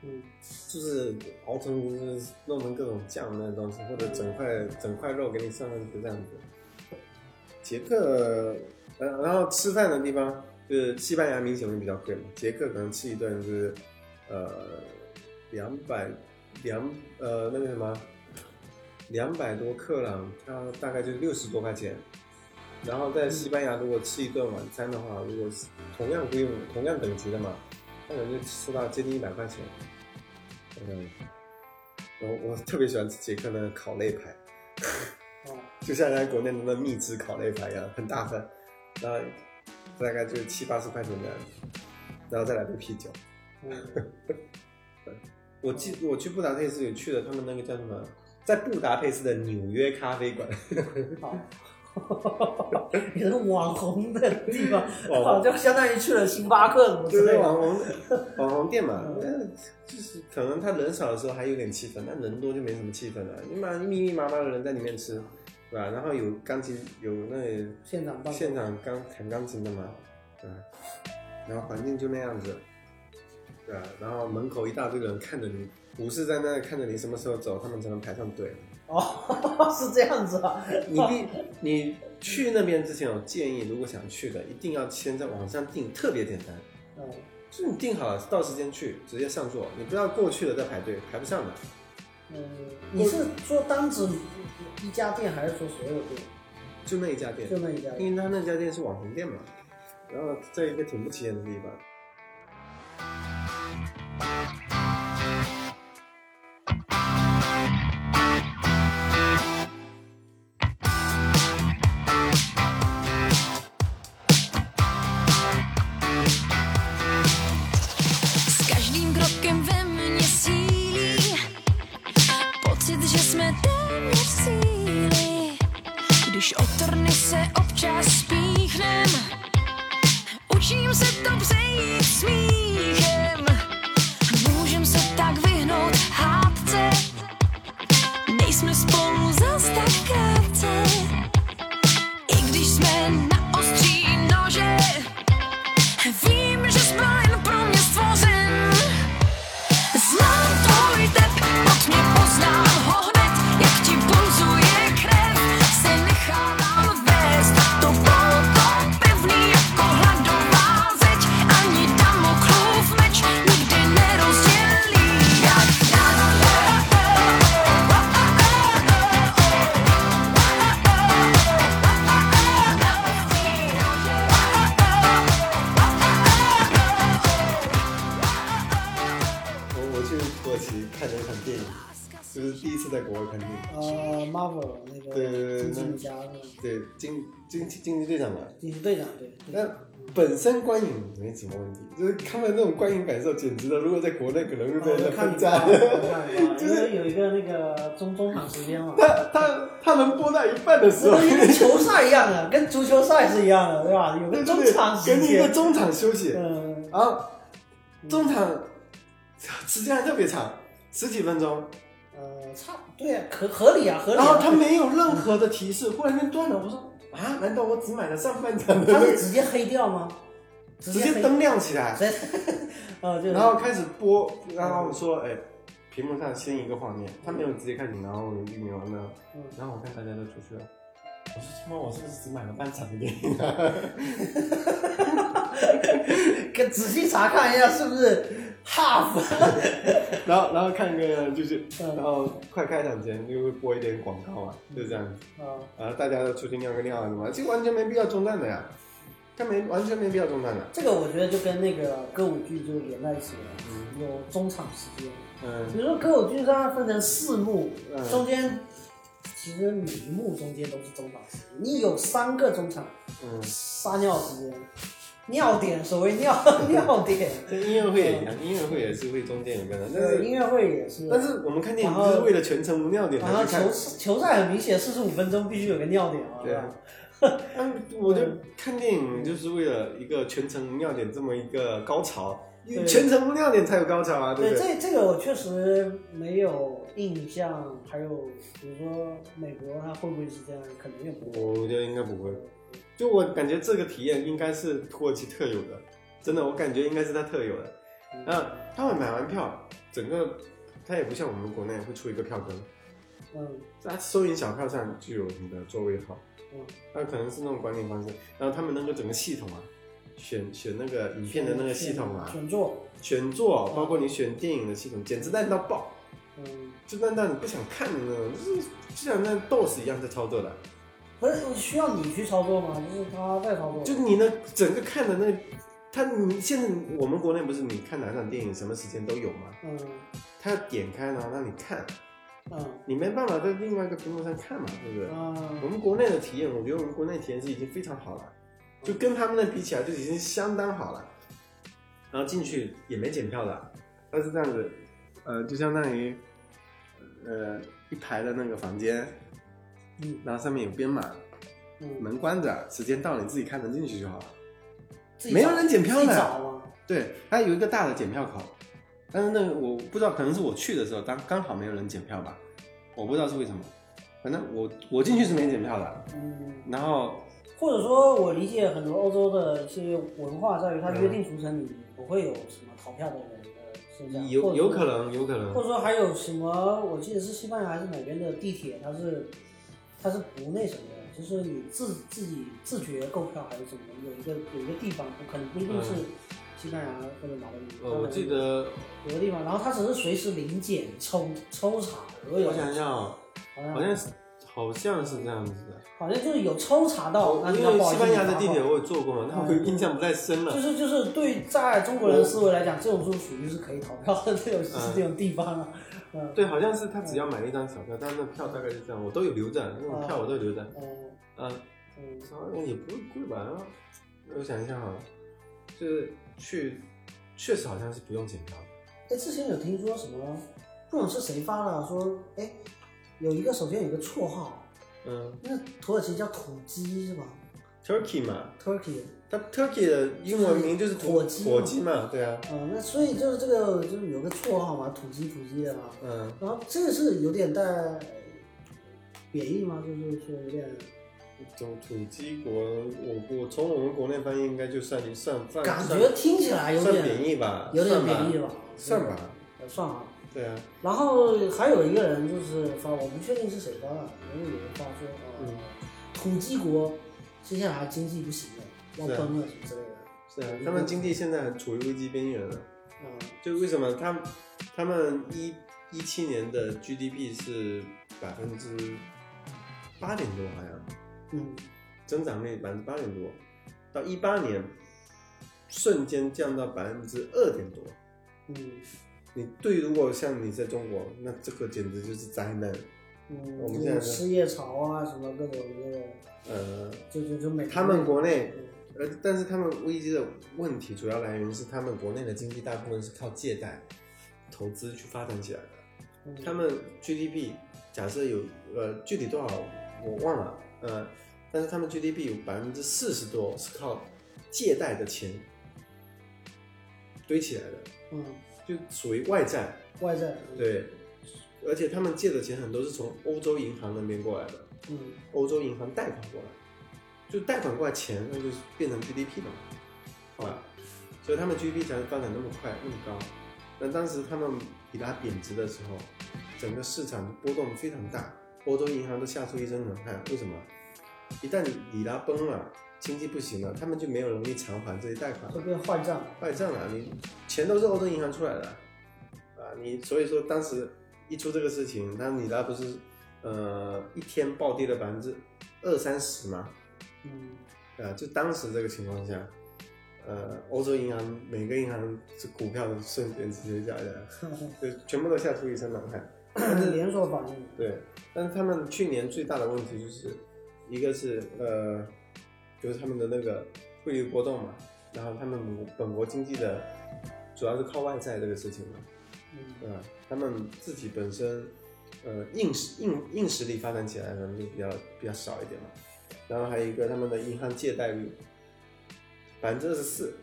Speaker 3: 嗯，
Speaker 2: 就是熬成就是弄成各种酱那种东西，或者整块整块肉给你上上去这样子。捷克，呃，然后吃饭的地方就是西班牙明显会比较贵嘛，捷克可能吃一顿就是呃两百两呃那个什么两百多克朗，它大概就六十多块钱。然后在西班牙，如果吃一顿晚餐的话，如果是同样规模、同样等级的嘛，那可能就吃到接近一百块钱。嗯，我我特别喜欢吃捷克那个烤肋排，
Speaker 3: 哦，
Speaker 2: 就像咱国内的那蜜汁烤肋排一样，很大份，然后大概就七八十块钱的样子，然后再来杯啤酒。
Speaker 3: 嗯，
Speaker 2: 我记我去布达佩斯有去了他们那个叫什么，在布达佩斯的纽约咖啡馆，
Speaker 3: <laughs> 好，也是网红的地方，
Speaker 2: 网红
Speaker 3: <laughs> 好，就相当于去了星巴克什么
Speaker 2: <laughs>
Speaker 3: 之
Speaker 2: 就是
Speaker 3: 类的。
Speaker 2: 网红嗯网红店嘛，但就是可能他人少的时候还有点气氛，但人多就没什么气氛了。你妈密密麻麻的人在里面吃，对吧？然后有钢琴，有那
Speaker 3: 现场办公
Speaker 2: 现场钢弹钢琴的嘛，对吧？然后环境就那样子，对吧？然后门口一大堆人看着你，不是在那看着你什么时候走，他们才能排上队。
Speaker 3: 哦， <laughs> 是这样子啊，
Speaker 2: 你必你去那边之前，我建议如果想去的，一定要先在网上订，特别简单。
Speaker 3: 嗯，
Speaker 2: 就是你定好了，到时间去，直接上座。你不要过去了再排队，排不上的。
Speaker 3: 嗯，你是说单指一家店，还是说所有店？
Speaker 2: 就那一家店
Speaker 3: 就，那一家店？
Speaker 2: 因为他那家店是网红店嘛，然后在一个挺不起眼的地方。
Speaker 4: Z každým krokem ve mně sílí Pocit, že jsme téměř síly Když o trny se občas spíchnem Učím se to přejít smíchem Můžem se tak vyhnout hádce Nejsme spolu zas tak krátce I když jsme na ostří nože Vím, že zbyl jen jako
Speaker 2: 看了一场电影，就是第一次在国外看电影。
Speaker 3: 呃，Marvel 那个
Speaker 2: 对对对
Speaker 3: 惊
Speaker 2: 那
Speaker 3: 奇家是吧？
Speaker 2: 对，惊惊惊奇队长嘛，
Speaker 3: 惊奇队长对，对
Speaker 2: 那本身观影没什么问题，就是看完那种观影感受，简直了。如果在国内可能会被
Speaker 3: 哦我
Speaker 2: 人
Speaker 3: 就
Speaker 2: 家
Speaker 3: 看
Speaker 2: 分
Speaker 3: 你
Speaker 2: 家
Speaker 3: 吧，。我看你吧 <laughs>
Speaker 2: 就
Speaker 3: 因
Speaker 2: 是
Speaker 3: 为有一个那个中中场时 <laughs> 间嘛，
Speaker 2: 他他他能播到一半的时候，
Speaker 3: 跟球赛一样的，跟足球赛是一样的，对吧？有
Speaker 2: 对
Speaker 3: 个
Speaker 2: 对
Speaker 3: 中
Speaker 2: 对
Speaker 3: 场时
Speaker 2: 给你一个
Speaker 3: 间，
Speaker 2: 中场休息，
Speaker 3: 嗯，
Speaker 2: 然后中场时间还特别长，十几分钟，
Speaker 3: 呃，差对啊，可合理啊，合理
Speaker 2: 然后
Speaker 3: 啊。
Speaker 2: 他没有任何的提示，忽然间断了。我说啊，难道我只买了上半场
Speaker 3: <laughs>
Speaker 2: 的
Speaker 3: 他
Speaker 2: 那
Speaker 3: 是
Speaker 2: 个？
Speaker 3: 直接黑掉吗？直
Speaker 2: 直
Speaker 3: 接
Speaker 2: 接
Speaker 3: 黑，
Speaker 2: 灯亮起
Speaker 3: <laughs>
Speaker 2: 来，
Speaker 3: 直接，呃，就是
Speaker 2: 然后开始播，然后说哎。屏幕上先一个画面，他没有直接看你，然后玉米完了，
Speaker 3: 嗯
Speaker 2: 然后我看大家都出去了，我说他妈我是不是只买了半场的电影啊？
Speaker 3: 跟仔细查看一下是不是 half，
Speaker 2: <laughs> 然后然后看个就是，
Speaker 3: 嗯
Speaker 2: 然后快开场前就会播一点广告嘛，就这样子。
Speaker 3: 啊，
Speaker 2: 然后大家都出去尿个尿啊什么，这完全没必要中断的呀，他没完全没必要中断的。
Speaker 3: 这个我觉得就跟那个歌舞剧就连在一起了，有中场时间。比
Speaker 2: 嗯
Speaker 3: 如说歌舞剧它分成四幕，
Speaker 2: 嗯
Speaker 3: 中间其实每一幕中间都是中场时间，你有三个中场
Speaker 2: 嗯，
Speaker 3: 撒尿时间，尿点所谓尿尿点，
Speaker 2: 这音乐会也一样，音乐会也是会中间有个人，但
Speaker 3: 对，音
Speaker 2: 是
Speaker 3: 乐会也是。
Speaker 2: 但是我们看电
Speaker 3: 然
Speaker 2: 影
Speaker 3: 后
Speaker 2: 就是为了全程无尿点
Speaker 3: 然后
Speaker 2: 才去看
Speaker 3: 球。球赛很明显，四十五分钟必须有个尿点啊，
Speaker 2: 对啊
Speaker 3: 吧？
Speaker 2: 嗯，我就看电影就是为了一个全程无尿点这么一个高潮，因为
Speaker 3: 对
Speaker 2: 全程无尿点才有高潮啊，对
Speaker 3: 对，
Speaker 2: 不对？
Speaker 3: 这这个我确实没有印象。还有比如说美国，它会不会是这样？可能也不会。
Speaker 2: 我觉得应该不会，就我感觉这个体验应该是土耳其特有的，真的，我感觉应该是它特有的。嗯，他们买完票，整个他也不像我们国内会出一个票根，
Speaker 3: 嗯
Speaker 2: 在收银小票上就有你的座位号，
Speaker 3: 嗯
Speaker 2: 那可能是那种管理方式。然后他们那个整个系统啊，选选那个影片的那个系统啊，
Speaker 3: 选座，
Speaker 2: 选座，包括你选电影的系统，简直烂到爆，
Speaker 3: 嗯，
Speaker 2: 就烂到你不想看的那种，就是就像那 DOS 一样在操作的，
Speaker 3: 不是需要你去操作吗？就是他在操作。
Speaker 2: 就你那整个看的那个。他你现在我们国内不是你看哪场电影什么时间都有吗？
Speaker 3: 嗯
Speaker 2: 他点开然后让你看，
Speaker 3: 嗯
Speaker 2: 你没办法在另外一个屏幕上看嘛，对不对？我
Speaker 3: 嗯
Speaker 2: 们国内的体验，我觉得我们国内体验是已经非常好了，就跟他们的比起来，就已经相当好了。然后进去也没检票的，但是这样子，呃，就相当于，呃，一排的那个房间，
Speaker 3: 嗯，
Speaker 2: 然后上面有编码，
Speaker 3: 嗯，
Speaker 2: 门关着，时间到了你自己开门进去就好了。
Speaker 3: 自己
Speaker 2: 没有人检票
Speaker 3: 自
Speaker 2: 的
Speaker 3: 己找吗？
Speaker 2: 对，它有一个大的检票口，但是那个我不知道，可能是我去的时候当刚好没有人检票吧，我不知道是为什么。反正我我进去是没检票的，
Speaker 3: 嗯，
Speaker 2: 然后
Speaker 3: 或者说，我理解很多欧洲的一些文化在于，它约定俗成，你不会有什么逃票的人的现象，或
Speaker 2: 有
Speaker 3: 者
Speaker 2: 有可能，有可
Speaker 3: 或者
Speaker 2: 能，
Speaker 3: 说还有什么？我记得是西班牙还是哪边的地铁，它是它是不那什么的，就是你自自己自觉购票还是怎么？有一个有一个地方，可能不一定是西班牙或者哪个地方，
Speaker 2: 嗯呃，我记得，
Speaker 3: 有个地方，然后它只是随时临检抽抽查，如果有嗯
Speaker 2: 我想想哦，
Speaker 3: 好像
Speaker 2: 好像是好像是这样子的。
Speaker 3: 好像就是有抽查到，那
Speaker 2: 哦因
Speaker 3: 你要
Speaker 2: 为
Speaker 3: 不好意
Speaker 2: 西
Speaker 3: 思
Speaker 2: 班牙的地铁
Speaker 3: 罚
Speaker 2: 我也坐过嘛，那我印象不太深
Speaker 3: 款就
Speaker 2: 了。
Speaker 3: 是就是对在中国人的思维来讲，这种就属于是可以逃票的 <laughs> 这种、
Speaker 2: 嗯
Speaker 3: 这种地方啊，嗯
Speaker 2: 对，好像是他只要买了一张小票，但是那票大概是这样，我都有留着，那种
Speaker 3: 啊
Speaker 2: 票我都有留着。
Speaker 3: 嗯
Speaker 2: 嗯，
Speaker 3: 嗯
Speaker 2: 好像也不会贵吧？然后我想一下啊，就是去，确实好像是不用检票的。
Speaker 3: 哎，之前有听说什么，不懂是谁发的，说哎，有一个首先有个绰号，
Speaker 2: 嗯
Speaker 3: 那土耳其叫土鸡是吧
Speaker 2: ，Turkey 嘛，
Speaker 3: ？Turkey，
Speaker 2: 它 Turkey 的英文名就是土
Speaker 3: 火鸡嘛
Speaker 2: 火鸡嘛，对啊，
Speaker 3: 嗯，那所以就是这个就是有个绰号嘛，土鸡土鸡的嘛。
Speaker 2: 嗯，
Speaker 3: 然后这个是有点带呃贬义吗？就是说有点
Speaker 2: 土土鸡国，我我从我们国内翻译应该就算算算
Speaker 3: 感
Speaker 2: 呃算
Speaker 3: 觉听起来有
Speaker 2: 算贬
Speaker 3: 点
Speaker 2: 义吧，
Speaker 3: 有点
Speaker 2: 算
Speaker 3: 贬义吧？
Speaker 2: 算吧，
Speaker 3: 呃，算啊。
Speaker 2: 对啊，
Speaker 3: 然后还有一个人就是发，我不确定是谁发的，因为有人发说，呃，
Speaker 2: 嗯
Speaker 3: 土鸡国接下来经济不行了，要
Speaker 2: 是啊
Speaker 3: 崩了什么之类的。
Speaker 2: 是啊，他们经济现在很处于危机边缘了。
Speaker 3: 嗯
Speaker 2: 就为什么他们他们一一七年的 GDP 是百分之八点多，好像
Speaker 3: 嗯
Speaker 2: 增长率百分之八点多，到一八年瞬间降到百分之二点多，
Speaker 3: 嗯
Speaker 2: 你对，如果像你在中国，那这个简直就是灾难。
Speaker 3: 嗯，
Speaker 2: 我们现在是
Speaker 3: 失业潮啊，什么各种那个，
Speaker 2: 呃，
Speaker 3: 就就就美国
Speaker 2: 他们国内
Speaker 3: 嗯，
Speaker 2: 呃，但是他们危机的问题主要来源是他们国内的经济大部分是靠借贷、投资去发展起来的。
Speaker 3: 嗯
Speaker 2: 他们 GDP 假设有呃具体多少我忘了，呃，但是他们 GDP 有百分之四十多是靠借贷的钱堆起来的，
Speaker 3: 嗯
Speaker 2: 就属于外债。
Speaker 3: 外债，嗯，
Speaker 2: 对，而且他们借的钱很多是从欧洲银行那边过来的，
Speaker 3: 嗯
Speaker 2: 欧洲银行贷款过来，就贷款过来钱，那就是变成 GDP 了嘛，好吧？所以他们 GDP 才会发展那么快那么高。那当时他们比拉贬值的时候，整个市场波动非常大，欧洲银行都吓出一身冷汗。为什么？一旦里拉崩了，经济不行了，他们就没有能力偿还这些贷款了
Speaker 3: 就。变坏账，
Speaker 2: 坏账啊！你钱都是欧洲银行出来的啊，啊你所以说当时一出这个事情，那你那不是呃一天暴跌了百分之二三十嘛？
Speaker 3: 嗯
Speaker 2: 啊，就当时这个情况下，呃，欧洲银行每个银行这股票瞬间直接下来了， <laughs> 就全部都吓出一身冷汗。
Speaker 3: 连锁反应，
Speaker 2: 对，但是他们去年最大的问题就是，一个是呃，就是他们的那个汇率波动嘛，然后他们本国经济的主要是靠外债这个事情嘛，
Speaker 3: 嗯
Speaker 2: 对吧？他们自己本身呃硬实硬硬实力发展起来可能就比较比较少一点嘛，然后还有一个他们的银行借贷率百分之二十四，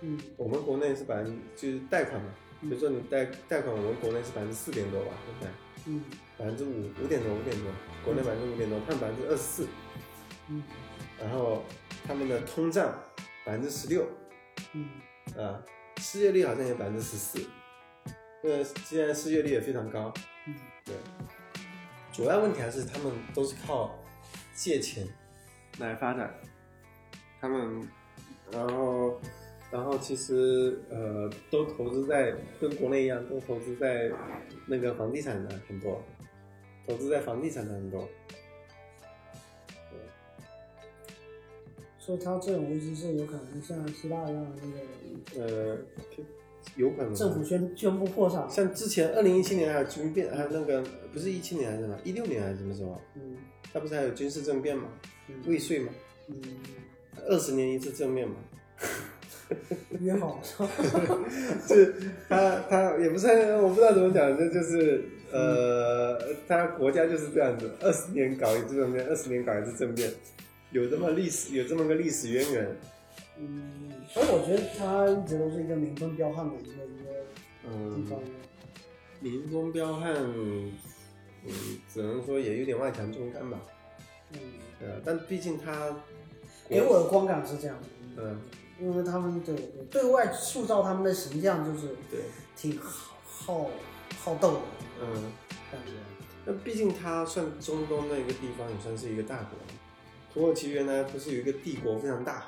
Speaker 3: 嗯
Speaker 2: 我们国内是百分就是贷款嘛，比如说你贷贷款，我们国内是百分之四点多吧，对不对？
Speaker 3: 嗯
Speaker 2: 百分之五五点多五点多，国内百分之五点多，他们百分之二十四，
Speaker 3: 嗯
Speaker 2: 然后他们的通胀百分之十六，
Speaker 3: 嗯
Speaker 2: 啊，失业率好像也百分之十四，呃，现在失业率也非常高，
Speaker 3: 嗯，
Speaker 2: 对，主要问题还是他们都是靠借钱来发展，他们，然后，然后其实呃，都投资在跟国内一样，都投资在那个房地产的很多，投资在房地产的很多，
Speaker 3: 所以他这种危机是有可能像希腊一样的那个
Speaker 2: 呃，有可能
Speaker 3: 政府宣宣布破产，
Speaker 2: 像之前二零一七年还有军变，还有那个不是一七年还是什么，一六年还是什么时候，啊
Speaker 3: 嗯
Speaker 2: 他不是还有军事政变嘛，
Speaker 3: 嗯
Speaker 2: 未遂嘛，
Speaker 3: 嗯，
Speaker 2: 二十年一次政变嘛， <laughs>
Speaker 3: 约好是吧？
Speaker 2: 就是他他也不是我不知道怎么讲，这就是呃，他国家就是这样子，二十年搞一次政变，二十年搞一次政变，有这么历史有这么个历史渊源，
Speaker 3: <laughs> 嗯，所以我觉得他一直都是一个民风彪悍的一个一个地
Speaker 2: 嗯
Speaker 3: 方，
Speaker 2: 民风彪悍，嗯，只能说也有点外强中干吧，
Speaker 3: 嗯，
Speaker 2: 呃，但毕竟他
Speaker 3: 给我的观感是这样的，嗯
Speaker 2: 嗯
Speaker 3: 因为他们对对外塑造他们的形象就是
Speaker 2: 对
Speaker 3: 挺好好好斗的
Speaker 2: 嗯。
Speaker 3: 感觉，
Speaker 2: 那毕竟它算中东那一个地方，也算是一个大国。土耳其原来不是有一个帝国非常大，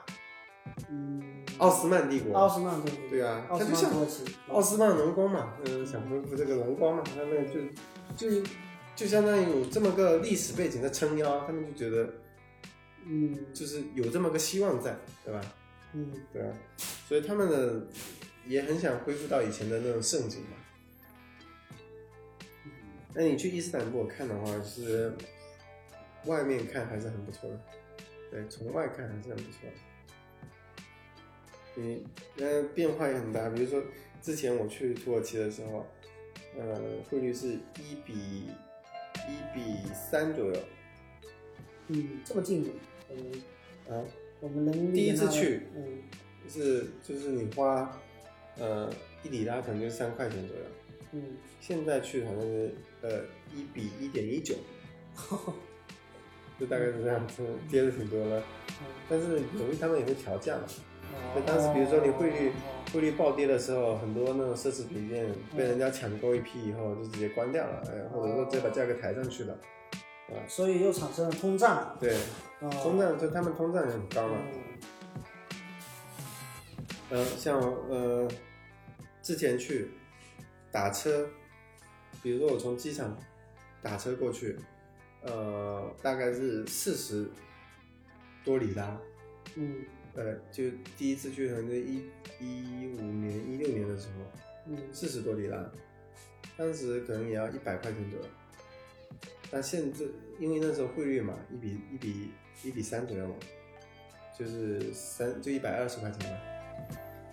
Speaker 3: 嗯，
Speaker 2: 奥斯曼帝国。
Speaker 3: 奥斯曼对不
Speaker 2: 对啊，
Speaker 3: 奥
Speaker 2: 它
Speaker 3: 斯
Speaker 2: 就
Speaker 3: 曼
Speaker 2: 像
Speaker 3: 土耳其，
Speaker 2: 奥斯曼荣光嘛，嗯，想恢复这个荣光嘛，他们就就就相当于有这么个历史背景在撑腰，他们就觉得
Speaker 3: 嗯
Speaker 2: 就是有这么个希望在，对吧？
Speaker 3: 嗯
Speaker 2: 对啊，所以他们的也很想恢复到以前的那种盛景嘛。那你去伊斯坦布尔看的话，就是外面看还是很不错的，对，从外看还是很不错的。你呃变化也很大，比如说之前我去土耳其的时候，呃，汇率是一比一比三左右
Speaker 3: 嗯，这么近，我们
Speaker 2: 啊，
Speaker 3: 我们能
Speaker 2: 第一
Speaker 3: 跟
Speaker 2: 次
Speaker 3: 他
Speaker 2: 去
Speaker 3: 嗯
Speaker 2: 就是就是你花呃一里拉可能就三块钱左右，
Speaker 3: 嗯，
Speaker 2: 现在去好像是呃一比一点一九， <laughs> 就大概是这样子，跌的挺多了。但是由于他们也会调价嘛，就当时比如说你汇
Speaker 3: 哦
Speaker 2: 率汇率暴跌的时候，很多那种奢侈品店被人家抢购一批以后就直接关掉了，哎，或者说直接把价格抬上去了。
Speaker 3: 哦所以又产生了通胀，
Speaker 2: 对，
Speaker 3: 啊
Speaker 2: 通胀就他们通胀也很高嘛。
Speaker 3: 嗯
Speaker 2: 呃，像呃之前去打车，比如说我从机场打车过去，呃，大概是四十多里拉，
Speaker 3: 嗯
Speaker 2: 呃，就第一次去可能就一一五年、一六年的时候，
Speaker 3: 嗯
Speaker 2: 四十多里拉，当时可能也要一百块钱左右。但现在因为那时候汇率嘛，一比一比一比三左右嘛，就是三就一百二十块钱嘛。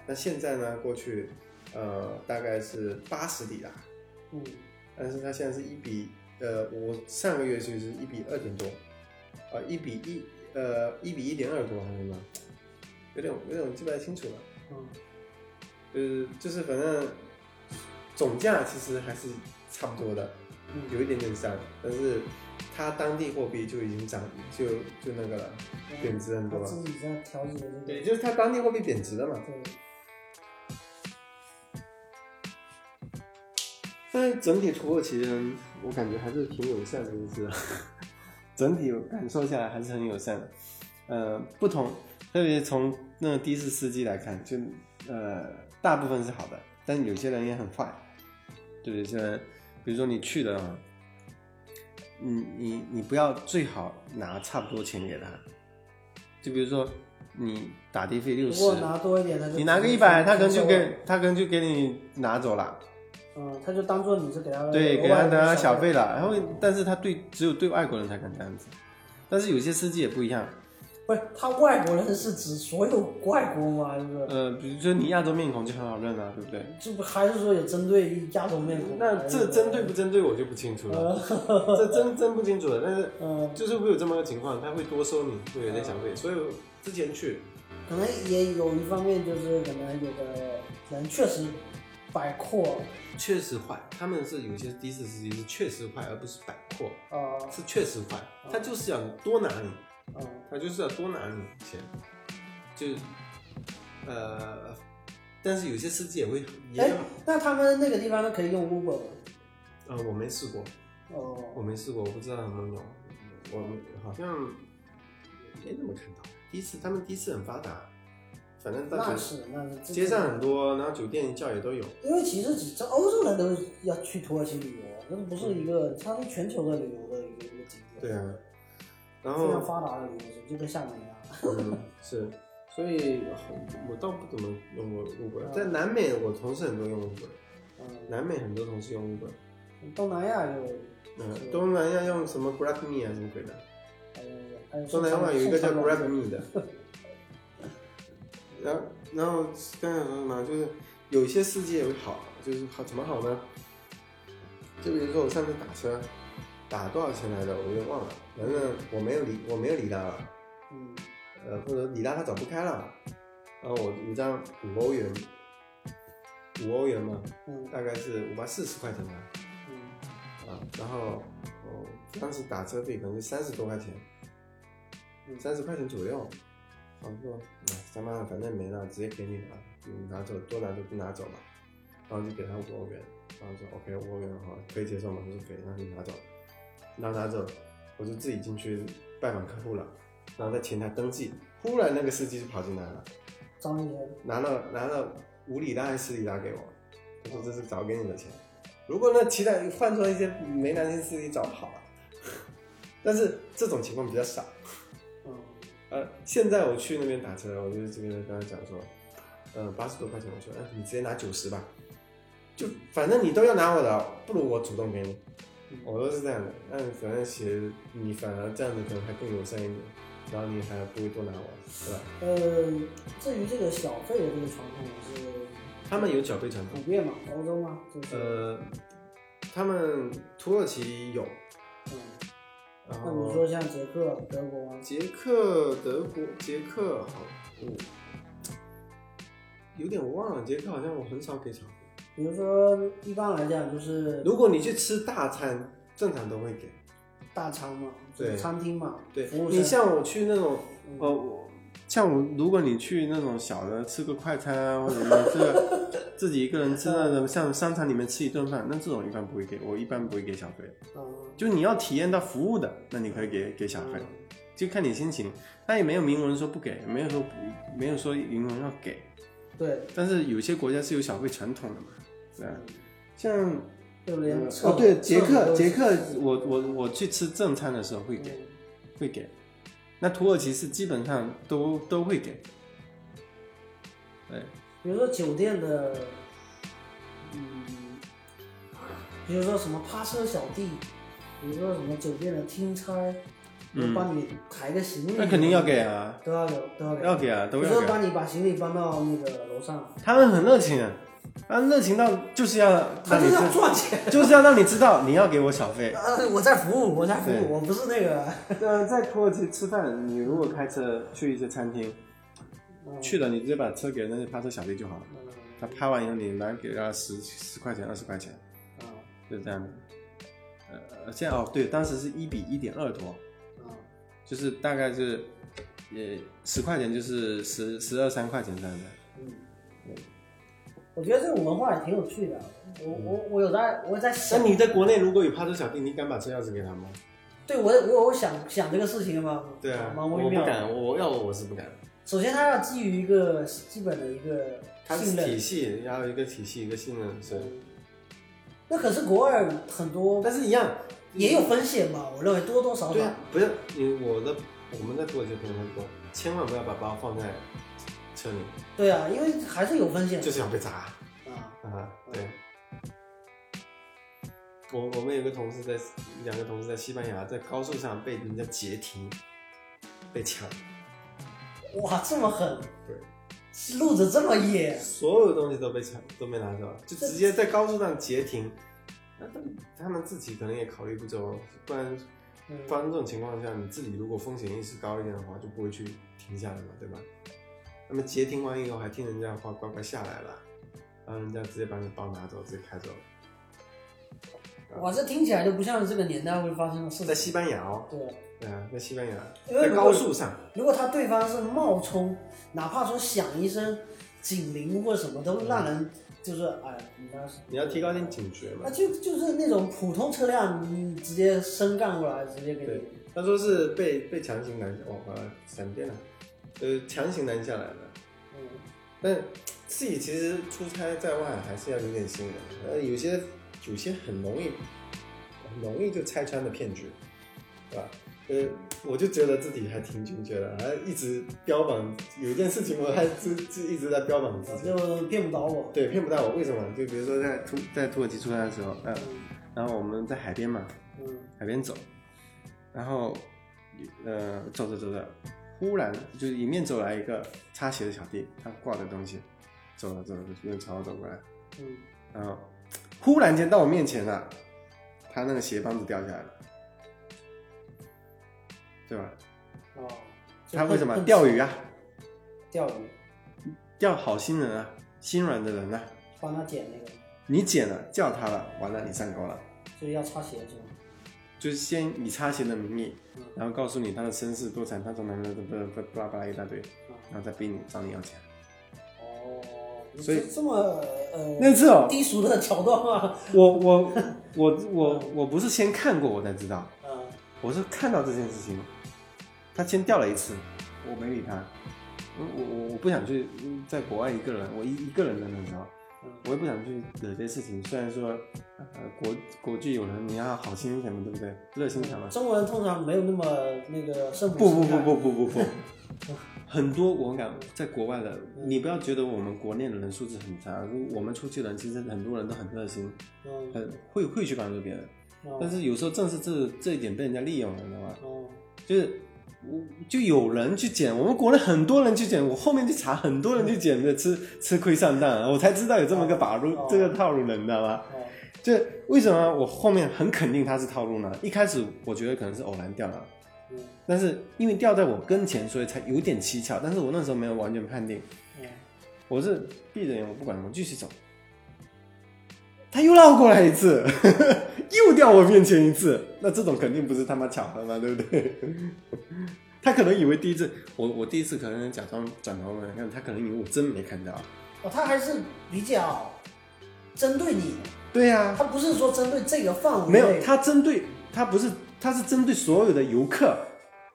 Speaker 2: 那现在呢，过去呃大概是八十里拉，
Speaker 3: 嗯，
Speaker 2: 但是它现在是一比呃，我上个月其实是一比二点多，啊、呃，一比一呃一比一点二多还是什么，有点有点记不太清楚了。
Speaker 3: 嗯，
Speaker 2: 呃，就是反正总价其实还是差不多的，
Speaker 3: 嗯
Speaker 2: 有一点点涨，但是它当地货币就已经涨，就就那个了，贬值很多
Speaker 3: 他
Speaker 2: 了。
Speaker 3: 自己在调节这个，
Speaker 2: 对，就是它当地货币贬值了嘛。
Speaker 3: 对，
Speaker 2: 但是整体土耳其人，我感觉还是挺友善的，就是 <laughs> 整体感受下来还是很友善的。呃，不同，特别从那个的士司机来看，就呃大部分是好的，但有些人也很坏。就有些人，比如说你去了啊，你你你不要最好拿差不多钱给他，就比如说你打的费六
Speaker 3: 如
Speaker 2: 十，
Speaker 3: 果拿多一点，他就
Speaker 2: 你拿个一百，他可能就
Speaker 3: 给，
Speaker 2: 给他可能就给你拿走了。
Speaker 3: 嗯，他就当做你是给他
Speaker 2: 对，给
Speaker 3: 额
Speaker 2: 他
Speaker 3: 外的
Speaker 2: 拿小费了。然后，但是他对只有对外国人才敢这样子，但是有些司机也不一样。
Speaker 3: 不是他外国人是指所有外国吗？就是
Speaker 2: 呃，比如说你亚洲面孔就很好认啊，对不对？
Speaker 3: 这不还是说有针对亚洲面孔？
Speaker 2: 那这针对不针对我就不清楚了，这真真不清楚了。但是
Speaker 3: 嗯，
Speaker 2: 就是会有这么个情况，他会多收你，会有点小费。所以之前去，
Speaker 3: 可能也有一方面就是可能有的人确实摆阔，
Speaker 2: 确实坏，他们是有些的士司机是确实坏，而不是摆阔，
Speaker 3: 呃，
Speaker 2: 是确实坏，他就是想多拿你。
Speaker 3: 嗯，
Speaker 2: 他就是要多拿你钱，就呃，但是有些司机也会也
Speaker 3: 哎
Speaker 2: 有啊、，
Speaker 3: 那他们那个地方可以用 Uber 吗？
Speaker 2: 呃我没试过，我
Speaker 3: 哦，
Speaker 2: 没试过，我不知道能不能用，我们好像没怎么看到。的士他们的士很发达，反正大
Speaker 3: 那
Speaker 2: 街
Speaker 3: 是那是这
Speaker 2: 街上很多，然后酒店叫也都有。
Speaker 3: 因为其实只这欧洲人都要去土耳其旅游，这不是一个，它是全球的旅游的一个一个景点，
Speaker 2: 嗯对啊，然
Speaker 3: 非常
Speaker 2: 后
Speaker 3: 发达的旅游景，就跟厦门一样。
Speaker 2: 嗯是，所以我倒不怎么用过 Uber，在南美我同事很多用 Uber，
Speaker 3: 嗯，
Speaker 2: 南美很多同事用 Uber。
Speaker 3: 东南亚有，
Speaker 2: 嗯，东南亚用什么 Grab Me 啊什么鬼的？
Speaker 3: 呃还有
Speaker 2: 东南亚有一个叫 Grab
Speaker 3: 米
Speaker 2: Me 的，然后然后刚才说什么？就是有些司机也会好，就是好怎么好呢？就比如说我上次打车，打多少钱来着？我有点忘了，反正我没有理我没有理他了，
Speaker 3: 嗯
Speaker 2: 呃，或者理他他走不开了，然后我一张五欧元，五欧元嘛，
Speaker 3: 嗯
Speaker 2: 大概是五百四十块钱吧。
Speaker 3: 嗯，
Speaker 2: 啊，然后哦，当时打车费可能就三十多块钱，
Speaker 3: 嗯
Speaker 2: 三十块钱左右。我说，哎，他妈的，反正没了，直接给你了，你拿走，多拿就不拿走嘛。然后就给他五欧元，然后说 OK，五欧元好，可以接受吗？他说可以，那你拿走，然后拿走，我就自己进去拜访客户了，然后在前台登记。忽然那个司机就跑进来了，
Speaker 3: 张爷，
Speaker 2: 拿了拿了五里拉还是十里拉给我，他说这是找给你的钱。如果呢，其他换做一些没良心司机找好了，啊 <laughs> 但是这种情况比较少。
Speaker 3: 嗯
Speaker 2: 呃，现在我去那边打车，我就这边跟他讲说，呃，八十多块钱，我说，哎、你直接拿九十吧，就反正你都要拿我的，不如我主动给你，我都是这样的。那反正其实你反而这样子可能还更友善一点，然后你还不会多拿我，对吧？
Speaker 3: 呃，至于这个小费的这个传统是
Speaker 2: 他们有缴费传统
Speaker 3: 普。遍嘛，啊欧洲嘛，就是
Speaker 2: 呃，他们土耳其有，
Speaker 3: 嗯，
Speaker 2: 然
Speaker 3: 那比如
Speaker 2: 后
Speaker 3: 说像捷克、德国啊，
Speaker 2: 捷克、德国、捷克好，我有点忘了，捷克好像我很少给小费。
Speaker 3: 比如说一般来讲就是
Speaker 2: 如果你去吃大餐，正常都会给。
Speaker 3: 大餐嘛，
Speaker 2: 对
Speaker 3: 就是餐厅嘛，
Speaker 2: 对
Speaker 3: 服务
Speaker 2: 你
Speaker 3: 生
Speaker 2: 像我去那种，呃，我像我，如果你去那种小的吃个快餐啊，或者你这个 <laughs> 自己一个人吃那种，像商场里面吃一顿饭，那这种一般不会给，我一般不会给小费。
Speaker 3: 嗯
Speaker 2: 就你要体验到服务的，那你可以给给小费，就看你心情。他也没有明文说不给，没有说不没有说明文要给，
Speaker 3: 对，
Speaker 2: 但是有些国家是有小费传统的嘛，对吧？像
Speaker 3: 就连厕
Speaker 2: 哦对，
Speaker 3: 厕
Speaker 2: 捷
Speaker 3: 所
Speaker 2: 克
Speaker 3: 都
Speaker 2: 捷
Speaker 3: 是
Speaker 2: 克，我我我去吃正餐的时候会给
Speaker 3: 嗯
Speaker 2: 会给，那土耳其是基本上都都会给，对，
Speaker 3: 比如说酒店的嗯，比如说什么趴车小弟，比如说什么酒店的听差，
Speaker 2: 嗯
Speaker 3: 帮你抬个行李，
Speaker 2: 那肯定要给，啊，
Speaker 3: 都要给，都要给，
Speaker 2: 要给啊，都
Speaker 3: 比如
Speaker 2: 要
Speaker 3: 说
Speaker 2: 给啊。
Speaker 3: 帮你把行李搬到那个楼上，
Speaker 2: 他们很热情，啊他们热情到就是要
Speaker 3: 他
Speaker 2: 让
Speaker 3: 就
Speaker 2: 你
Speaker 3: 是要
Speaker 2: 知，
Speaker 3: 赚钱。
Speaker 2: 就是要让你知道你要给我小费。
Speaker 3: 呃，我在服务，我在服
Speaker 2: 对
Speaker 3: 务，我不是那个。
Speaker 2: 呃，在土耳其吃饭，你如果开车去一些餐厅，去了你直接把车给那些趴车小弟就好了，他拍完以后你拿给他十十块钱、二十块钱，
Speaker 3: 嗯
Speaker 2: 就是这样的。呃，现在哦，对，当时是一比一点二多，
Speaker 3: 嗯
Speaker 2: 就是大概是，也十块钱就是十十二三块钱这样的。
Speaker 3: 嗯，我觉得这种文化也挺有趣的。我我我有在我在
Speaker 2: 那
Speaker 3: 想，
Speaker 2: 你在国内如果有趴车小弟，你敢把车钥匙给他吗？
Speaker 3: 对我我我想想这个事情嘛，
Speaker 2: 对啊，
Speaker 3: 蛮
Speaker 2: 我
Speaker 3: 微
Speaker 2: 不
Speaker 3: 妙。
Speaker 2: 敢，我要我我是不敢。
Speaker 3: 首先，他要基于一个基本的一个
Speaker 2: 它是
Speaker 3: 信
Speaker 2: 体
Speaker 3: 任。
Speaker 2: 系，然后一个体系一个信任，是，
Speaker 3: 那可是国外很多
Speaker 2: 但是一样
Speaker 3: 也有风险吧？我认为多多少
Speaker 2: 对
Speaker 3: 少
Speaker 2: 啊。，不是你我的我们在土耳其朋友们说，千万不要把包放在车里，
Speaker 3: 对啊，因为还是有风险的
Speaker 2: 就是想被砸
Speaker 3: 啊。
Speaker 2: 啊！对，我我们有个同事在两个同事在西班牙在高速上被人家截停，被抢，
Speaker 3: 哇，这么狠！
Speaker 2: 对，
Speaker 3: 路子这么野，
Speaker 2: 所有东西都被抢都被拿走了，就直接在高速上截停。那他们他们自己可能也考虑不周，不然
Speaker 3: 嗯
Speaker 2: 发生这种情况下，你自己如果风险意识高一点的话，就不会去停下来嘛，对吧？那么截停完以后还听人家的话，乖乖下来了，然后人家直接把你包拿走，直接开走。
Speaker 3: 哇，这听起来就不像是这个年代会发生的事情。
Speaker 2: 在西班牙哦，
Speaker 3: 对，
Speaker 2: 对啊，在西班牙，
Speaker 3: 因为
Speaker 2: 在
Speaker 3: 如果
Speaker 2: 高速上，
Speaker 3: 如果他对方是冒充，哪怕说响一声警铃或什么，都让人就是哎，你要是
Speaker 2: 嗯你要提高一点警觉嘛
Speaker 3: 那。就就是那种普通车辆，你直接生干过来，直接给
Speaker 2: 对
Speaker 3: 你。
Speaker 2: 他说是被被强行拦，哦，把闪电了，呃，强行拦下来的。
Speaker 3: 嗯，
Speaker 2: 但自己其实出差在外还是要有点心的，呃，有些有些很容易，很容易就拆穿的骗局，对吧？呃，我就觉得自己还挺准确的，还一直标榜有一件事情，我还自自一直在标榜自己，
Speaker 3: 就骗不倒我。
Speaker 2: 对，骗不到我。为什么？就比如说在土在土耳其出差的时候，嗯、然后我们在海边嘛，
Speaker 3: 嗯
Speaker 2: 海边走，然后呃走着走着，忽然就是迎面走来一个擦鞋的小弟，他挂的东西，走了走了，就朝我走过来，
Speaker 3: 嗯
Speaker 2: 然后忽然间到我面前了，他那个鞋帮子掉下来了，对吧？
Speaker 3: 哦，就
Speaker 2: 他为什么
Speaker 3: 笨
Speaker 2: 钓鱼啊？
Speaker 3: 钓鱼，
Speaker 2: 钓好心人啊，心软的人啊，
Speaker 3: 帮他捡那个，
Speaker 2: 你捡了叫他了，完了你上钩了。
Speaker 3: 就是要擦鞋是吗？
Speaker 2: 就是先以擦鞋的名义，然后告诉你他的身世多惨，他从哪哪哪不巴拉巴拉一大堆，然后再逼你找你要钱。
Speaker 3: 哦，你
Speaker 2: 所以
Speaker 3: 这这么呃
Speaker 2: 那次哦，
Speaker 3: 低俗的桥段啊吗？
Speaker 2: 我我我我我不是先看过我才知道，
Speaker 3: <laughs> 嗯
Speaker 2: 我是看到这件事情，他先掉了一次，我没理他，我我我不想去嗯在国外一个人，我一一个人的那时候，我也不想去惹这些事情。虽然说，呃，国国际友人你要好心什么，对不对？热心肠嘛。
Speaker 3: 中国人通常没有那么那个圣母
Speaker 2: 嗯不
Speaker 3: 心
Speaker 2: 不不
Speaker 3: 态
Speaker 2: 不不不不， <laughs> 很多我感在国外的，你不要觉得我们国内的人素质很差，我们出去的人其实很多人都很热心，
Speaker 3: 嗯
Speaker 2: 很会会去帮助别人，
Speaker 3: 哦
Speaker 2: <laughs> 但是有时候正是这这一点被人家利用了，你知道吗？
Speaker 3: 哦
Speaker 2: 就是我就有人去捡，我们国内很多人去捡，我后面去查，很多人去捡的吃吃亏上当，啊我才知道有这么个把路、
Speaker 3: 哦
Speaker 2: 这个套路的，你知道吗？
Speaker 3: 哦
Speaker 2: 就为什么我后面很肯定他是套路呢？一开始我觉得可能是偶然掉了。
Speaker 3: 嗯
Speaker 2: 但是因为掉在我跟前，所以才有点蹊跷。但是我那时候没有完全判定，
Speaker 3: 嗯
Speaker 2: 我是闭着眼，我不管，我继续走。他又绕过来一次， <laughs> 又掉我面前一次，那这种肯定不是他妈巧合嘛，对不对？ <laughs> 他可能以为第一次，我我第一次可能假装转头没看，他可能以为我真没看到。
Speaker 3: 哦，他还是比较针对你的，
Speaker 2: 对呀、
Speaker 3: 他不是说针对这个范围
Speaker 2: 没有，
Speaker 3: 内
Speaker 2: 他针对他不是，他是针对所有的游客，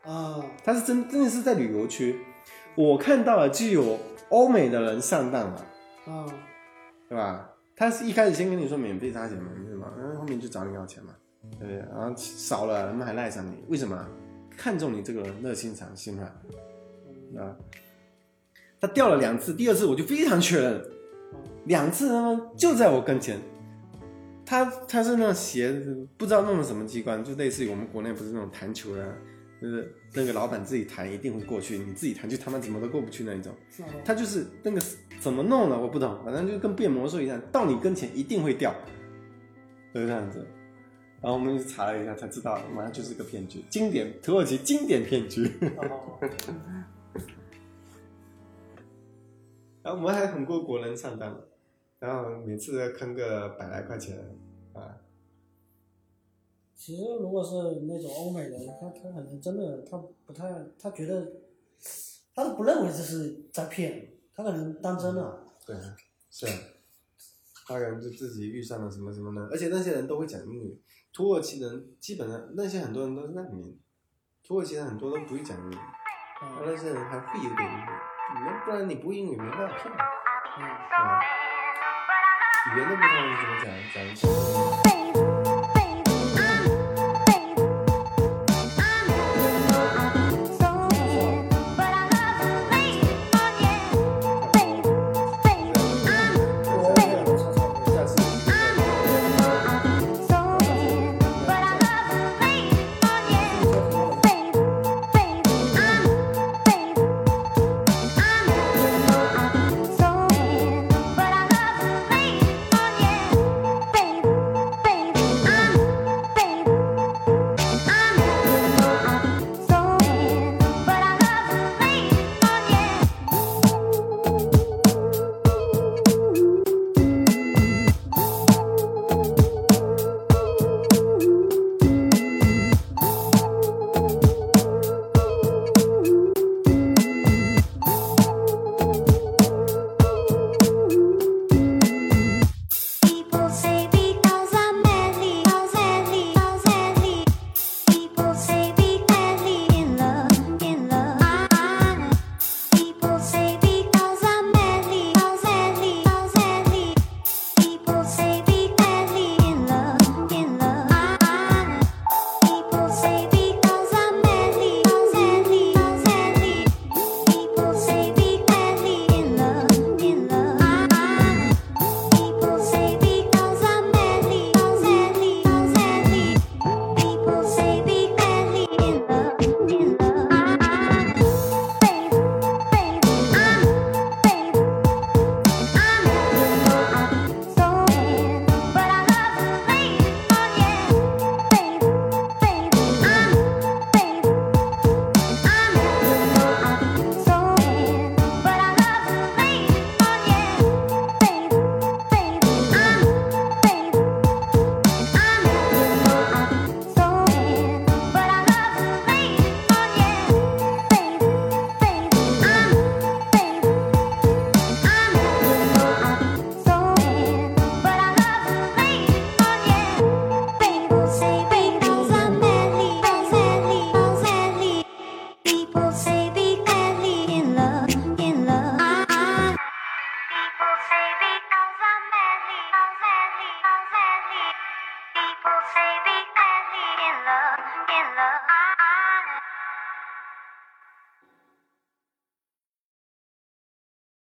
Speaker 3: 啊
Speaker 2: 他是真真的是在旅游区，我看到了就有欧美的人上当了。
Speaker 3: 啊
Speaker 2: 对吧？他是一开始先跟你说免费差钱嘛，对吧？然后后面就找你要钱嘛，对不对？然后少了，他们还赖上你，为什么？看中你这个人热心肠、心软，啊。他掉了两次，第二次我就非常确认，两次他妈就在我跟前。他他是那种鞋子不知道弄了什么机关，就类似于我们国内不是那种弹球的、啊，就是那个老板自己弹一定会过去，你自己弹就他妈怎么都过不去那一种。
Speaker 3: 啊
Speaker 2: 他就是那个怎么弄了我不懂，反正就跟变魔术一样，到你跟前一定会掉，就是这样子。然后我们就查了一下才知道，马上就是个骗局，经典土耳其经典骗局。
Speaker 3: 啊
Speaker 2: 然后我们还很过国人上当，然后每次要坑个百来块钱啊。
Speaker 3: 其实如果是那种欧美人，他他可能真的他不太，他觉得他都不认为这是在骗，他可能当真了。
Speaker 2: 对，是啊，他可能就自己遇上了什么什么呢？而且那些人都会讲英语，土耳其人基本上那些很多人都是难民，土耳其人很多都不会讲英语，
Speaker 3: 啊
Speaker 2: 而那些人还会有点英语，没不然你不会英语没办法骗。啊，语言都不通你怎么讲讲英语？下次
Speaker 5: Oh, People say because I'm madly, madly, madly. People say because in love, in love. People say because I'm madly, madly, madly. People say because in love, in love. People say because I'm madly, madly, madly. People say because in love, in love. People say because I'm madly, madly, madly. People say because in love, in love. Ah, Baby, baby, I'm baby, I'm madly, so mad, but I love you, baby, oh yeah. Baby, baby, I'm baby, I'm madly, so mad, but I love you, baby, oh yeah. Baby, baby, I'm baby, I'm I'm so mad, but I love you, baby, oh yeah. Baby, baby, I'm baby, I'm I'm so mad, but I love you, baby, oh yeah. People say because I'm madly, madly, madly. People say because in love, in love. People say because I'm madly, I'm madly, I'm madly. People say because in love, in love.